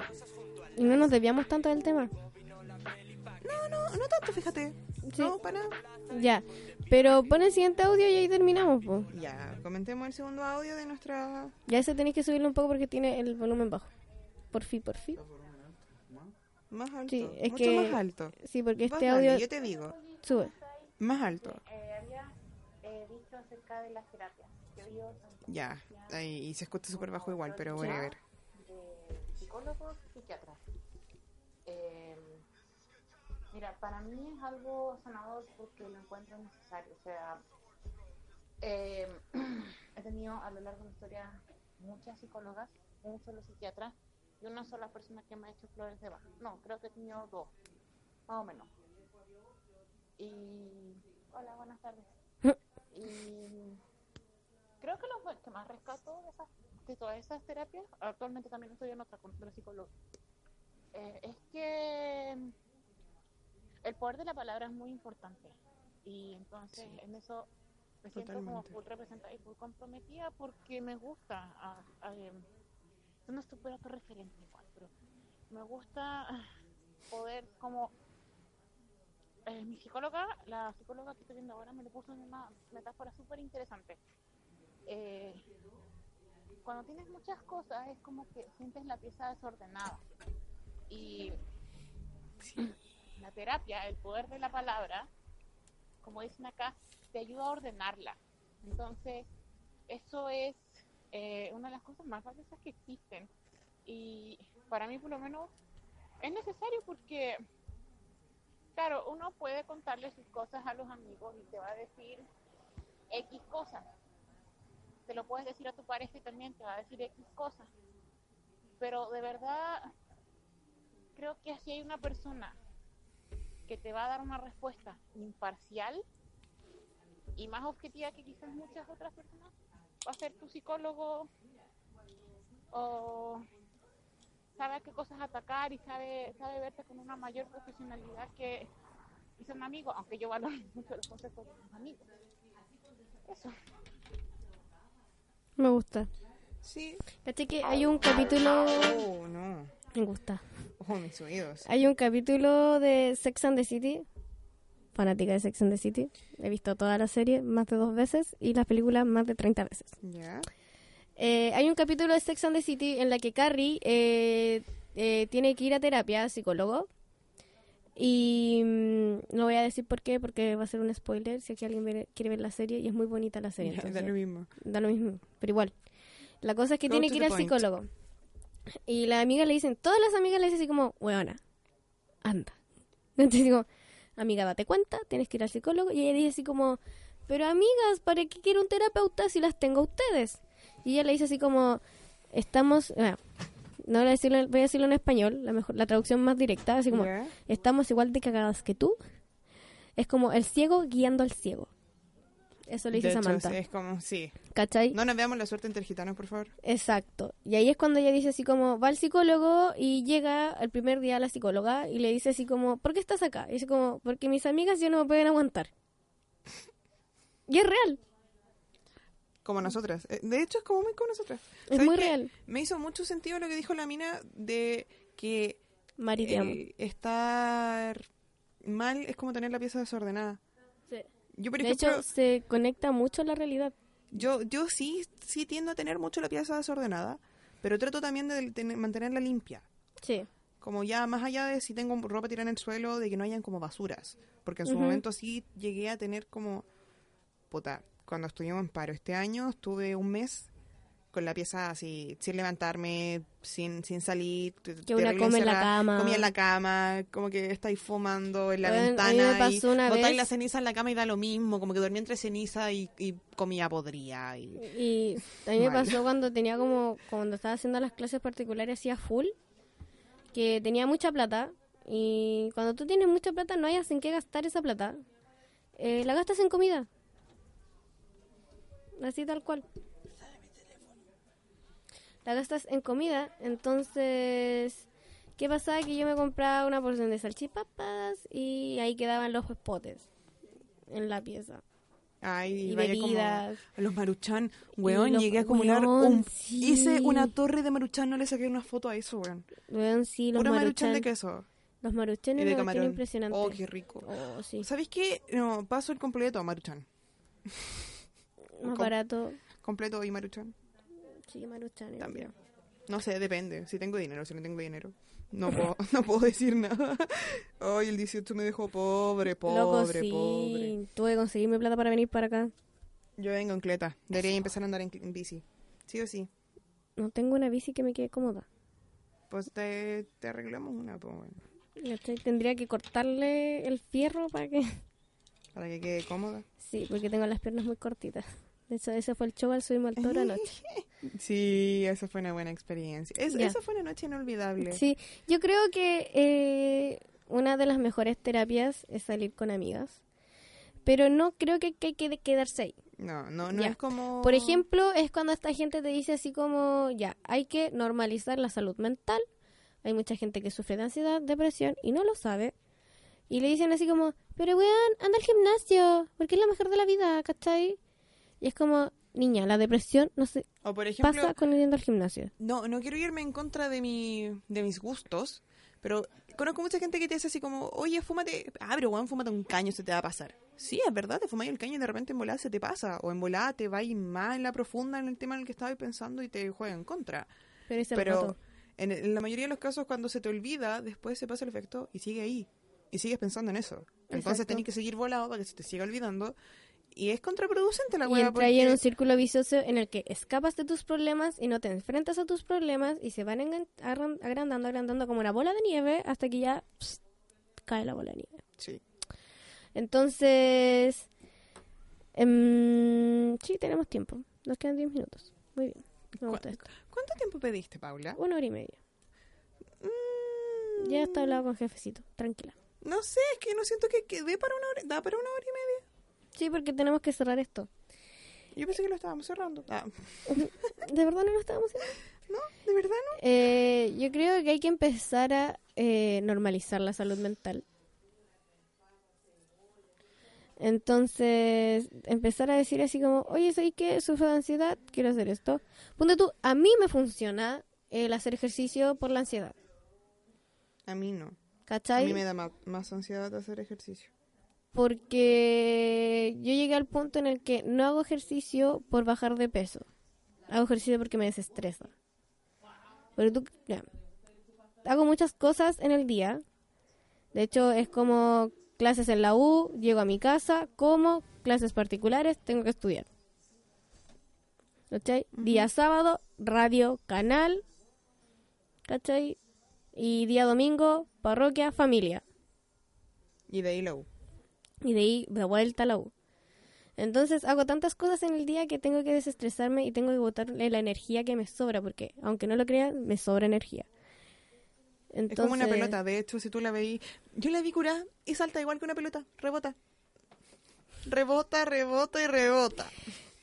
Speaker 3: Y no nos desviamos tanto del tema.
Speaker 2: No, no, no tanto, fíjate.
Speaker 3: Sí.
Speaker 2: No, para nada.
Speaker 3: Ya. Pero pon el siguiente audio y ahí terminamos, po.
Speaker 2: Ya, comentemos el segundo audio de nuestra...
Speaker 3: Ya ese tenéis que subirlo un poco porque tiene el volumen bajo. Por fin, por fin.
Speaker 2: Más alto.
Speaker 3: Sí, es
Speaker 2: Mucho
Speaker 3: que-
Speaker 2: más alto.
Speaker 3: Sí, porque este
Speaker 2: Bájale,
Speaker 3: audio
Speaker 2: Yo te digo,
Speaker 3: sube.
Speaker 2: más alto.
Speaker 5: Eh, dicho acerca de las terapias. Yo digo
Speaker 2: Ya, ahí y se escucha súper bajo igual, pero bueno, a ver.
Speaker 5: de psicólogos y psiquiatras. Eh, mira, para mí es algo sanador porque lo encuentro necesario. O sea, eh, he tenido a lo largo de mi historia muchas psicólogas, un solo psiquiatra y una sola persona que me ha hecho flores de Bach. No, creo que he tenido dos, más o menos. Y. Hola, buenas tardes. y. Creo que lo que más rescato de esas de todas esas terapias, actualmente también estoy en otra con otra psicóloga, eh, es que mm, el poder de la palabra es muy importante. Y entonces
Speaker 2: Sí.
Speaker 5: en eso me siento como
Speaker 2: Totalmente.
Speaker 5: full representada y full comprometida porque me gusta. ah, ah, em, yo no estoy por autorreferente igual, pero me gusta ah, poder como eh, mi psicóloga, la psicóloga que estoy viendo ahora, me le puso en una metáfora súper interesante. Eh, cuando tienes muchas cosas es como que sientes la pieza desordenada. Y la terapia, el poder de la palabra, como dicen acá, te ayuda a ordenarla. Entonces, eso es eh, una de las cosas más valiosas que existen. Y para mí, por lo menos, es necesario porque, claro, uno puede contarle sus cosas a los amigos y te va a decir X cosas. Te lo puedes decir a tu pareja y también te va a decir X cosas. Pero de verdad, creo que si hay una persona que te va a dar una respuesta imparcial y más objetiva que quizás muchas otras personas, va a ser tu psicólogo o sabe a qué cosas atacar y sabe, sabe verte con una mayor profesionalidad que hizo un amigo, aunque yo valoro mucho los consejos de mis amigos. Eso.
Speaker 3: Me gusta.
Speaker 2: Sí.
Speaker 3: Caché que hay un capítulo.
Speaker 2: Oh, no.
Speaker 3: Me gusta.
Speaker 2: Oh, mis oídos.
Speaker 3: Hay un capítulo de Sex and the City. Fanática de Sex and the City. He visto toda la serie más de dos veces y las películas más de 30 veces.
Speaker 2: Ya.
Speaker 3: Eh, hay un capítulo de Sex and the City en la que Carrie eh, eh, tiene que ir a terapia, psicólogo. Y mm, no voy a decir por qué, porque va a ser un spoiler si aquí alguien ve- quiere ver la serie y es muy bonita la serie.
Speaker 2: Ya,
Speaker 3: entonces-
Speaker 2: da lo mismo.
Speaker 3: da lo mismo, pero igual. La cosa es que
Speaker 2: Go
Speaker 3: tiene
Speaker 2: to
Speaker 3: que ir
Speaker 2: the
Speaker 3: al
Speaker 2: point.
Speaker 3: psicólogo. Y las amigas le dicen, todas las amigas le dicen así como, weona, anda. Entonces digo, amiga, date cuenta, tienes que ir al psicólogo. Y ella dice así como, pero amigas, ¿para qué quiero un terapeuta si las tengo a ustedes? Y ella le dice así como, estamos, ah, no voy a decirlo, voy a decirlo en español, la, mejor, la traducción más directa, así como,
Speaker 2: Ya.
Speaker 3: estamos igual de cagadas que tú. Es como el ciego guiando al ciego. Eso le dice
Speaker 2: De hecho,
Speaker 3: Samantha.
Speaker 2: sí, es como, sí.
Speaker 3: ¿Cachai?
Speaker 2: No nos veamos la suerte entre gitanos, por favor.
Speaker 3: Exacto. Y ahí es cuando ella dice así como, va al psicólogo y llega el primer día a la psicóloga y le dice así como, ¿por qué estás acá? Y dice como, porque mis amigas ya no me pueden aguantar. Y es real.
Speaker 2: Como nosotras. Eh, De hecho, es como muy como nosotras.
Speaker 3: Es
Speaker 2: ¿Sabes
Speaker 3: muy
Speaker 2: qué?
Speaker 3: real.
Speaker 2: Me hizo mucho sentido lo que dijo la mina de que
Speaker 3: Mari, te amo.
Speaker 2: eh, estar mal es como tener la pieza desordenada. Yo, por
Speaker 3: De
Speaker 2: ejemplo,
Speaker 3: hecho, se conecta mucho a la realidad.
Speaker 2: yo, yo sí, sí tiendo a tener mucho la pieza desordenada, pero trato también de tener- mantenerla limpia.
Speaker 3: Sí.
Speaker 2: Como ya más allá de si tengo ropa tirada en el suelo, de que no hayan como basuras. Porque en su
Speaker 3: Ujú.
Speaker 2: momento sí llegué a tener como... Puta, cuando estuvimos en paro este año, estuve un mes con la pieza así, sin levantarme, sin, sin salir. t-
Speaker 3: una
Speaker 2: terrible
Speaker 3: come en la
Speaker 2: encerrada,
Speaker 3: cama.
Speaker 2: Comía en la cama, como que estáis fumando en la
Speaker 3: Bueno, a mí me
Speaker 2: ventana. y
Speaker 3: pasó una
Speaker 2: botáis
Speaker 3: vez.
Speaker 2: la ceniza en la cama y da lo mismo, como que dormía entre ceniza y, y comía podría. Y...
Speaker 3: Y a mí me
Speaker 2: Mal.
Speaker 3: pasó cuando tenía como, cuando estaba haciendo las clases particulares, hacía full, que tenía mucha plata. Y cuando tú tienes mucha plata, no hayas en qué gastar esa plata. Eh, la gastas en comida. Así tal cual. La gastas en comida, entonces. ¿Qué pasaba? Que yo me compraba una porción de salchipapas y ahí quedaban los potes en la pieza.
Speaker 2: Ay,
Speaker 3: Y
Speaker 2: vaya
Speaker 3: bebidas.
Speaker 2: como los maruchan, weón,
Speaker 3: los-
Speaker 2: llegué a acumular
Speaker 3: weón,
Speaker 2: un...
Speaker 3: sí.
Speaker 2: Hice una torre de maruchan, no le saqué una foto a eso, weón.
Speaker 3: Weón, sí, los
Speaker 2: Pura maruchan
Speaker 3: maruchan.
Speaker 2: de queso
Speaker 3: Los
Speaker 2: y
Speaker 3: maruchanes
Speaker 2: de
Speaker 3: una cuestión
Speaker 2: camarón.
Speaker 3: impresionante.
Speaker 2: Oh, qué rico.
Speaker 3: Oh, sí.
Speaker 2: ¿Sabéis qué? No, paso el completo a maruchan.
Speaker 3: Más
Speaker 2: com-
Speaker 3: barato.
Speaker 2: Completo y maruchan
Speaker 3: Sí, maruchanes.
Speaker 2: también. No sé, depende. Si tengo dinero, si no tengo dinero. No puedo, no puedo decir nada. Ay, el 18 me dejó pobre, pobre,
Speaker 3: Loco, sí.
Speaker 2: pobre.
Speaker 3: Tuve que conseguirme plata para venir para acá.
Speaker 2: Yo vengo en cleta. Debería empezar a andar en, en bici. Sí o sí.
Speaker 3: No tengo una bici que me quede cómoda.
Speaker 2: Pues te, te arreglamos una, pues, bueno,
Speaker 3: ¿Cachai? Tendría que cortarle el fierro para que...
Speaker 2: para que quede cómoda.
Speaker 3: Sí, porque tengo las piernas muy cortitas. De hecho, ese fue el show al subirme al toro anoche.
Speaker 2: Sí, esa fue una buena experiencia. Es-
Speaker 3: Ya.
Speaker 2: Esa fue una noche inolvidable.
Speaker 3: Sí, yo creo que eh, una de las mejores terapias es salir con amigas. Pero no creo que, que hay que quedarse ahí.
Speaker 2: No, no, no
Speaker 3: Ya.
Speaker 2: es como...
Speaker 3: Por ejemplo, es cuando esta gente te dice así como, ya, hay que normalizar la salud mental. Hay mucha gente que sufre de ansiedad, depresión y no lo sabe. Y le dicen así como, pero weón, anda al gimnasio, porque es lo mejor de la vida, ¿cachai? Y es como, niña, la depresión no se
Speaker 2: O por ejemplo,
Speaker 3: pasa con yendo al gimnasio.
Speaker 2: No, no quiero irme en contra de, mi, de mis gustos, pero conozco mucha gente que te dice así como, oye, fúmate, ah, pero weón, fúmate un caño, se te va a pasar. Sí, es verdad, te fumáis el caño y de repente en volada se te pasa. O en volada te va y más en la profunda en el tema en el que estabas pensando y te juega en contra.
Speaker 3: Pero ese
Speaker 2: Pero
Speaker 3: rato,
Speaker 2: en, en la mayoría de los casos, cuando se te olvida, después se pasa el efecto y sigue ahí. Y sigues pensando en eso. Entonces
Speaker 3: Exacto.
Speaker 2: tenés que seguir volado para que se te siga olvidando. Y es contraproducente la
Speaker 3: Y
Speaker 2: hueá
Speaker 3: entra ahí en
Speaker 2: porque-
Speaker 3: un círculo vicioso en el que escapas de tus problemas y no te enfrentas a tus problemas y se van engan- arran- agrandando, agrandando como una bola de nieve hasta que ya pss, cae la bola de nieve.
Speaker 2: Sí.
Speaker 3: Entonces, em, sí, tenemos tiempo. Nos quedan 10 minutos. Muy bien. Me gusta
Speaker 2: ¿Cuál?
Speaker 3: esto.
Speaker 2: ¿Cuánto tiempo pediste, Paula?
Speaker 3: Una hora y media.
Speaker 2: Mm,
Speaker 3: Ya está hablado con jefecito. Tranquila.
Speaker 2: No sé, es que no siento que quedé para una hora. Da para una hora y media.
Speaker 3: Sí, porque tenemos que cerrar esto.
Speaker 2: Yo pensé que lo estábamos cerrando. Ah,
Speaker 3: ¿De verdad no lo estábamos haciendo?
Speaker 2: no, de verdad no.
Speaker 3: Eh, yo creo que hay que empezar a eh, normalizar la salud mental. Entonces, empezar a decir así como, oye, soy que sufro de ansiedad, quiero hacer esto. Ponte tú, a mí me funciona el hacer ejercicio por la ansiedad.
Speaker 2: A mí no. A
Speaker 3: ¿Cachai?
Speaker 2: mí me da ma- más, ansiedad hacer ejercicio.
Speaker 3: Porque yo llegué al punto en el que no hago ejercicio por bajar de peso. Hago ejercicio porque me desestresa. Pero tú, ya. Hago muchas cosas en el día. De hecho, es como clases en la U, llego a mi casa, como, clases particulares, tengo que estudiar. ¿Cachai? Día sábado, radio, canal. ¿Cachai? Y día domingo, parroquia, familia.
Speaker 2: Y de ahí la U.
Speaker 3: Y de ahí de vuelta a la U. Entonces hago tantas cosas en el día que tengo que desestresarme y tengo que botarle la energía que me sobra, porque aunque no lo crean, me sobra energía.
Speaker 2: Es
Speaker 3: Entonces,
Speaker 2: como una pelota. De hecho, si tú la veí, yo la vi curada y salta igual que una pelota. Rebota. Rebota, rebota y rebota.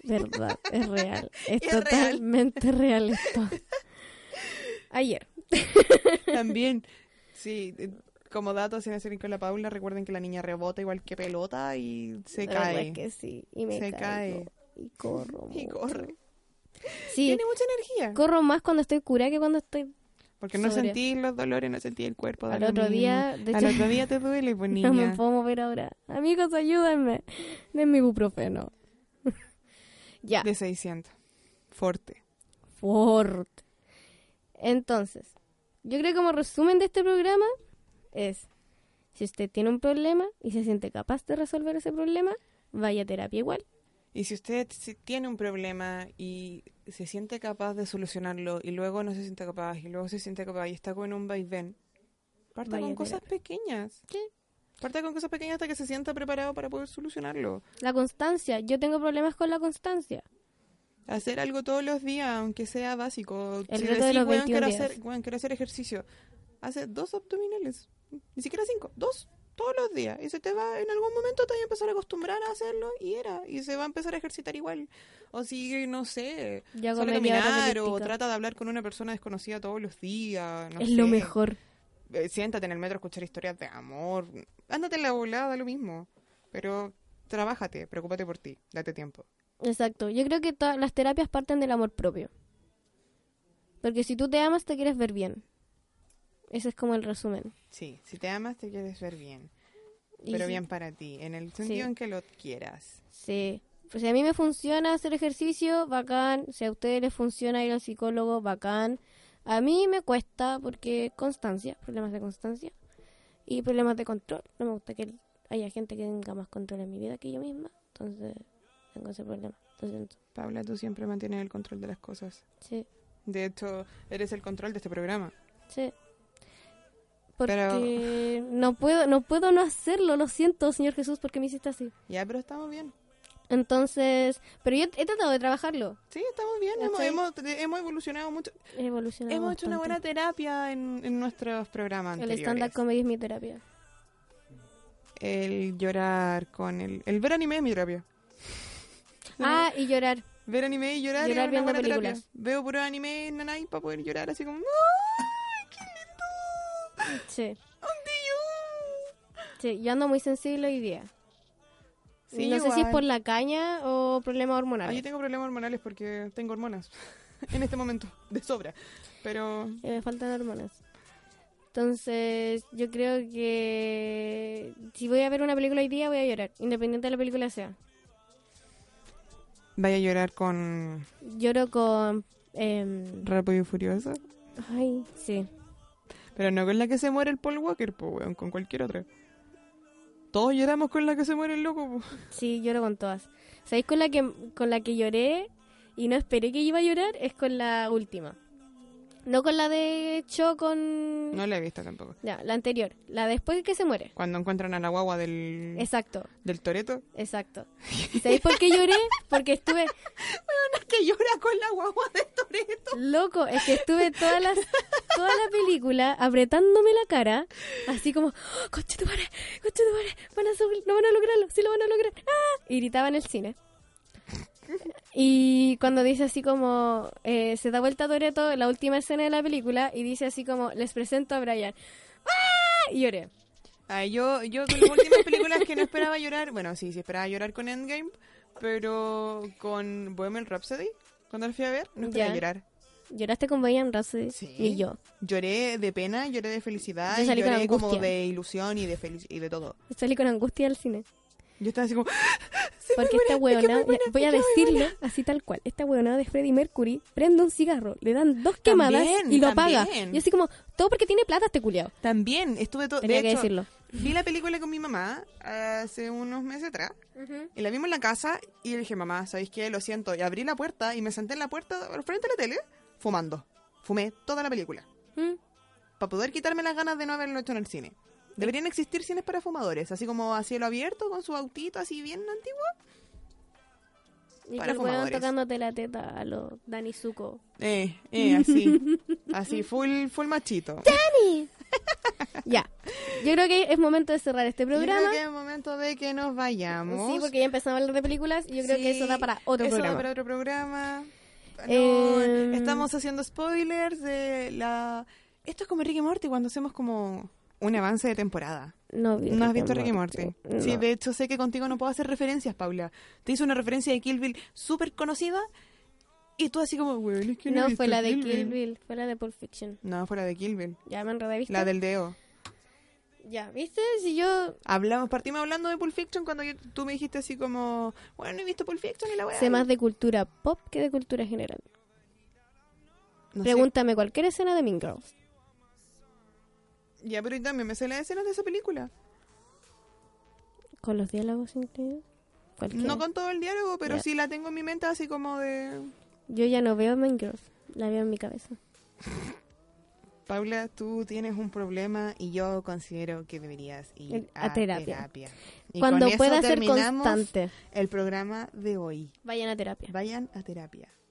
Speaker 3: Verdad, es real. Es,
Speaker 2: Es real.
Speaker 3: totalmente real. esto. Ayer.
Speaker 2: También. Sí, eh, como dato, si me acercan con la Paula, recuerden que la niña rebota igual que pelota y se
Speaker 3: la verdad
Speaker 2: cae.
Speaker 3: es que sí. Y me
Speaker 2: Se
Speaker 3: caigo, Y corro.
Speaker 2: Y
Speaker 3: mucho.
Speaker 2: corre.
Speaker 3: Sí,
Speaker 2: Tiene mucha energía.
Speaker 3: corro más cuando estoy curada que cuando estoy
Speaker 2: Porque no
Speaker 3: Sobre.
Speaker 2: sentí los dolores, no sentí el cuerpo. da
Speaker 3: Al
Speaker 2: lo
Speaker 3: otro
Speaker 2: mismo.
Speaker 3: día, de
Speaker 2: Al
Speaker 3: hecho-
Speaker 2: otro día te duele, pues niña.
Speaker 3: No me puedo mover ahora. Amigos, ayúdenme. Denme ibuprofeno. ya.
Speaker 2: De 600. Fuerte.
Speaker 3: Fuerte. Entonces, yo creo que como resumen de este programa es, si usted tiene un problema y se siente capaz de resolver ese problema, vaya a terapia igual.
Speaker 2: Y si usted si tiene un problema y se siente capaz de solucionarlo y luego no se siente capaz y luego se siente capaz y está con un vaivén, parta
Speaker 3: Vaya
Speaker 2: con
Speaker 3: a
Speaker 2: cosas pequeñas. Parta con cosas pequeñas hasta que se sienta preparado para poder solucionarlo.
Speaker 3: La constancia. Yo tengo problemas con la constancia.
Speaker 2: Hacer algo todos los días, aunque sea básico.
Speaker 3: El reto de los
Speaker 2: "Weón,
Speaker 3: 21
Speaker 2: quiero,
Speaker 3: días".
Speaker 2: hacer, weón, quiero hacer ejercicio, hace dos abdominales. Ni siquiera cinco, dos. Todos los días. Y se te va, en algún momento te vas a empezar a acostumbrar a hacerlo y era. Y se va a empezar a ejercitar igual. O si, no sé,
Speaker 3: Ya hago
Speaker 2: sale a
Speaker 3: media hora de
Speaker 2: caminar o
Speaker 3: elíptica.
Speaker 2: trata de hablar con una persona desconocida todos los días. no
Speaker 3: es lo
Speaker 2: sé.
Speaker 3: mejor.
Speaker 2: Eh, Siéntate en el metro a escuchar historias de amor. Ándate en la volada, lo mismo. Pero trabájate, preocúpate por ti, date tiempo.
Speaker 3: Exacto. Yo creo que todas las terapias parten del amor propio. Porque si tú te amas, te quieres ver bien. Ese es como el resumen.
Speaker 2: Sí, si te amas te quieres ver bien,
Speaker 3: Y
Speaker 2: pero
Speaker 3: si-
Speaker 2: bien para ti, en el sentido
Speaker 3: Sí.
Speaker 2: en que lo quieras.
Speaker 3: Sí. Pues si a mí me funciona hacer ejercicio, bacán. Si a ustedes les funciona ir al psicólogo, bacán. A mí me cuesta porque constancia, problemas de constancia y problemas de control. No me gusta que haya gente que tenga más control en mi vida que yo misma. Entonces, tengo ese problema. Lo siento.
Speaker 2: Paula, tú siempre mantienes el control de las cosas.
Speaker 3: Sí,
Speaker 2: De hecho, eres el control de este programa.
Speaker 3: sí.
Speaker 2: Pero-
Speaker 3: Porque no puedo no puedo no hacerlo, lo siento, Señor Jesús, porque me hiciste así.
Speaker 2: Ya, pero estamos bien.
Speaker 3: Entonces, pero yo he tratado de trabajarlo.
Speaker 2: Sí, estamos bien, hemos,
Speaker 3: ¿Cachai?
Speaker 2: hemos, hemos evolucionado mucho.
Speaker 3: He evolucionado.
Speaker 2: Hemos hecho una buena
Speaker 3: bastante.
Speaker 2: terapia en, en nuestros programas
Speaker 3: El stand-up
Speaker 2: anteriores.
Speaker 3: comedy es mi terapia.
Speaker 2: El llorar con el... El ver anime es mi terapia.
Speaker 3: Ah, y llorar.
Speaker 2: Ver anime y llorar,
Speaker 3: Llorar
Speaker 2: es una
Speaker 3: viendo
Speaker 2: buena terapia.
Speaker 3: películas.
Speaker 2: Veo puro anime nanay para poder llorar así como... "Ah". ¡Ay, qué lindo!
Speaker 3: Sí.
Speaker 2: ¿Dónde yo?
Speaker 3: sí. Yo ando muy sensible hoy día.
Speaker 2: Sí,
Speaker 3: no sé si es
Speaker 2: igual.
Speaker 3: por la caña o problemas
Speaker 2: Ah,
Speaker 3: hormonales.
Speaker 2: yo tengo problemas hormonales porque tengo hormonas en este momento, de sobra. Pero
Speaker 3: Eh, me faltan hormonas. Entonces, yo creo que si voy a ver una película hoy día, voy a llorar, independiente de la película sea.
Speaker 2: Vaya a llorar con
Speaker 3: Lloro con... em,
Speaker 2: Rápido y Furioso.
Speaker 3: ay, sí.
Speaker 2: Pero no con la que se muere el Paul Walker, po, weón, con cualquier otra. Todos lloramos con la que se muere el loco, po.
Speaker 3: Sí, lloro con todas. ¿Sabéis con la que con la que lloré y no esperé que iba a llorar? Es con la última. No con la de Cho con
Speaker 2: No la he visto tampoco.
Speaker 3: ya, la anterior, la después que se muere.
Speaker 2: Cuando encuentran a la guagua del,
Speaker 3: Exacto,
Speaker 2: del Toreto.
Speaker 3: exacto. ¿Sabéis por qué lloré? Porque estuve
Speaker 2: que llora con la guagua del Toreto.
Speaker 3: loco, es que estuve todas las toda la película apretándome la cara, así como, ¡Oh, coche tu madre, conche tu madre, van a subir, no van a lograrlo, sí lo van a lograr, ¡ah! Y gritaba en el cine. Y cuando dice así como, eh, se da vuelta Toreto en la última escena de la película y dice así como, les presento a Brian. ¡Ah! Y lloré.
Speaker 2: Ay, yo, yo con las últimas películas que no esperaba llorar, bueno, sí, sí esperaba llorar con Endgame, pero con Bohemian Rhapsody, cuando la fui a ver, no esperaba
Speaker 3: Ya.
Speaker 2: llorar.
Speaker 3: ¿Lloraste con Brian Rhapsody?
Speaker 2: Sí.
Speaker 3: Y yo.
Speaker 2: Lloré de pena, lloré de felicidad,
Speaker 3: Yo salí con
Speaker 2: lloré como
Speaker 3: angustia.
Speaker 2: de ilusión y de, felici- y de todo.
Speaker 3: Salí con angustia al cine.
Speaker 2: Yo estaba así como... Este
Speaker 3: Porque esta huevona, voy a decirlo así tal cual, esta huevona de Freddie Mercury prende un cigarro, le dan dos quemadas
Speaker 2: También,
Speaker 3: y lo
Speaker 2: también.
Speaker 3: apaga. Y así como, todo porque tiene plata este culiao.
Speaker 2: También estuve todo...
Speaker 3: Tenía
Speaker 2: De
Speaker 3: que
Speaker 2: hecho,
Speaker 3: decirlo.
Speaker 2: vi la película con mi mamá hace unos meses atrás, y la vimos en la casa, y le dije, mamá, ¿sabéis qué? Lo siento. Y abrí la puerta, y me senté en la puerta, frente a la tele, fumando. Fumé toda la película.
Speaker 3: Mm.
Speaker 2: para poder quitarme las ganas de no haberlo hecho en el cine. Deberían existir cines para fumadores, así como a cielo abierto, con su autito así bien antiguo.
Speaker 3: Y que
Speaker 2: Para
Speaker 3: el huevón
Speaker 2: fumadores.
Speaker 3: tocándote la teta a lo Dani Zuko.
Speaker 2: Eh, eh, así. así, full, full machito.
Speaker 3: ya, yo creo que es momento de cerrar este
Speaker 2: Yo creo
Speaker 3: programa.
Speaker 2: que es momento de que nos vayamos.
Speaker 3: Sí, porque ya empezamos a hablar de películas y yo creo que
Speaker 2: Sí,
Speaker 3: eso da para otro
Speaker 2: eso da
Speaker 3: programa.
Speaker 2: para otro programa. No,
Speaker 3: Eh,
Speaker 2: Estamos haciendo spoilers de la... Esto es como Ricky Morty cuando hacemos como un avance de temporada.
Speaker 3: No, vi
Speaker 2: No has
Speaker 3: Rick
Speaker 2: visto
Speaker 3: and
Speaker 2: Ricky Morty.
Speaker 3: No.
Speaker 2: Sí, de hecho sé que contigo no puedo hacer referencias, Paula. Te hice una referencia de Kill Bill súper conocida y tú así como, weón, es que no, he
Speaker 3: No,
Speaker 2: visto
Speaker 3: fue la de Kill Bill, fue la de Pulp Fiction.
Speaker 2: No, fue la de Kill Bill.
Speaker 3: Ya me enredé, ¿viste?
Speaker 2: La del dedo.
Speaker 3: Ya, ¿viste? Si yo
Speaker 2: Hablamos, partimos hablando de Pulp Fiction cuando yo- tú me dijiste así como, bueno, no he visto Pulp Fiction y la voy a
Speaker 3: sé más de cultura pop que de cultura general.
Speaker 2: No sé.
Speaker 3: Pregúntame cualquier escena de Mean Girls.
Speaker 2: Ya, pero también me sé las escenas de esa película.
Speaker 3: Con los diálogos incluidos. Cualquiera.
Speaker 2: No con todo el diálogo, pero
Speaker 3: Ya.
Speaker 2: sí la tengo en mi mente así como de...
Speaker 3: Yo ya no veo Mean Girls. La veo en mi cabeza.
Speaker 2: Paula, tú tienes un problema y yo considero que deberías ir
Speaker 3: El-
Speaker 2: a,
Speaker 3: a
Speaker 2: terapia.
Speaker 3: terapia.
Speaker 2: Y
Speaker 3: Cuando
Speaker 2: con eso
Speaker 3: pueda ser
Speaker 2: terminamos
Speaker 3: constante,
Speaker 2: El programa de hoy.
Speaker 3: vayan a terapia.
Speaker 2: Vayan a terapia.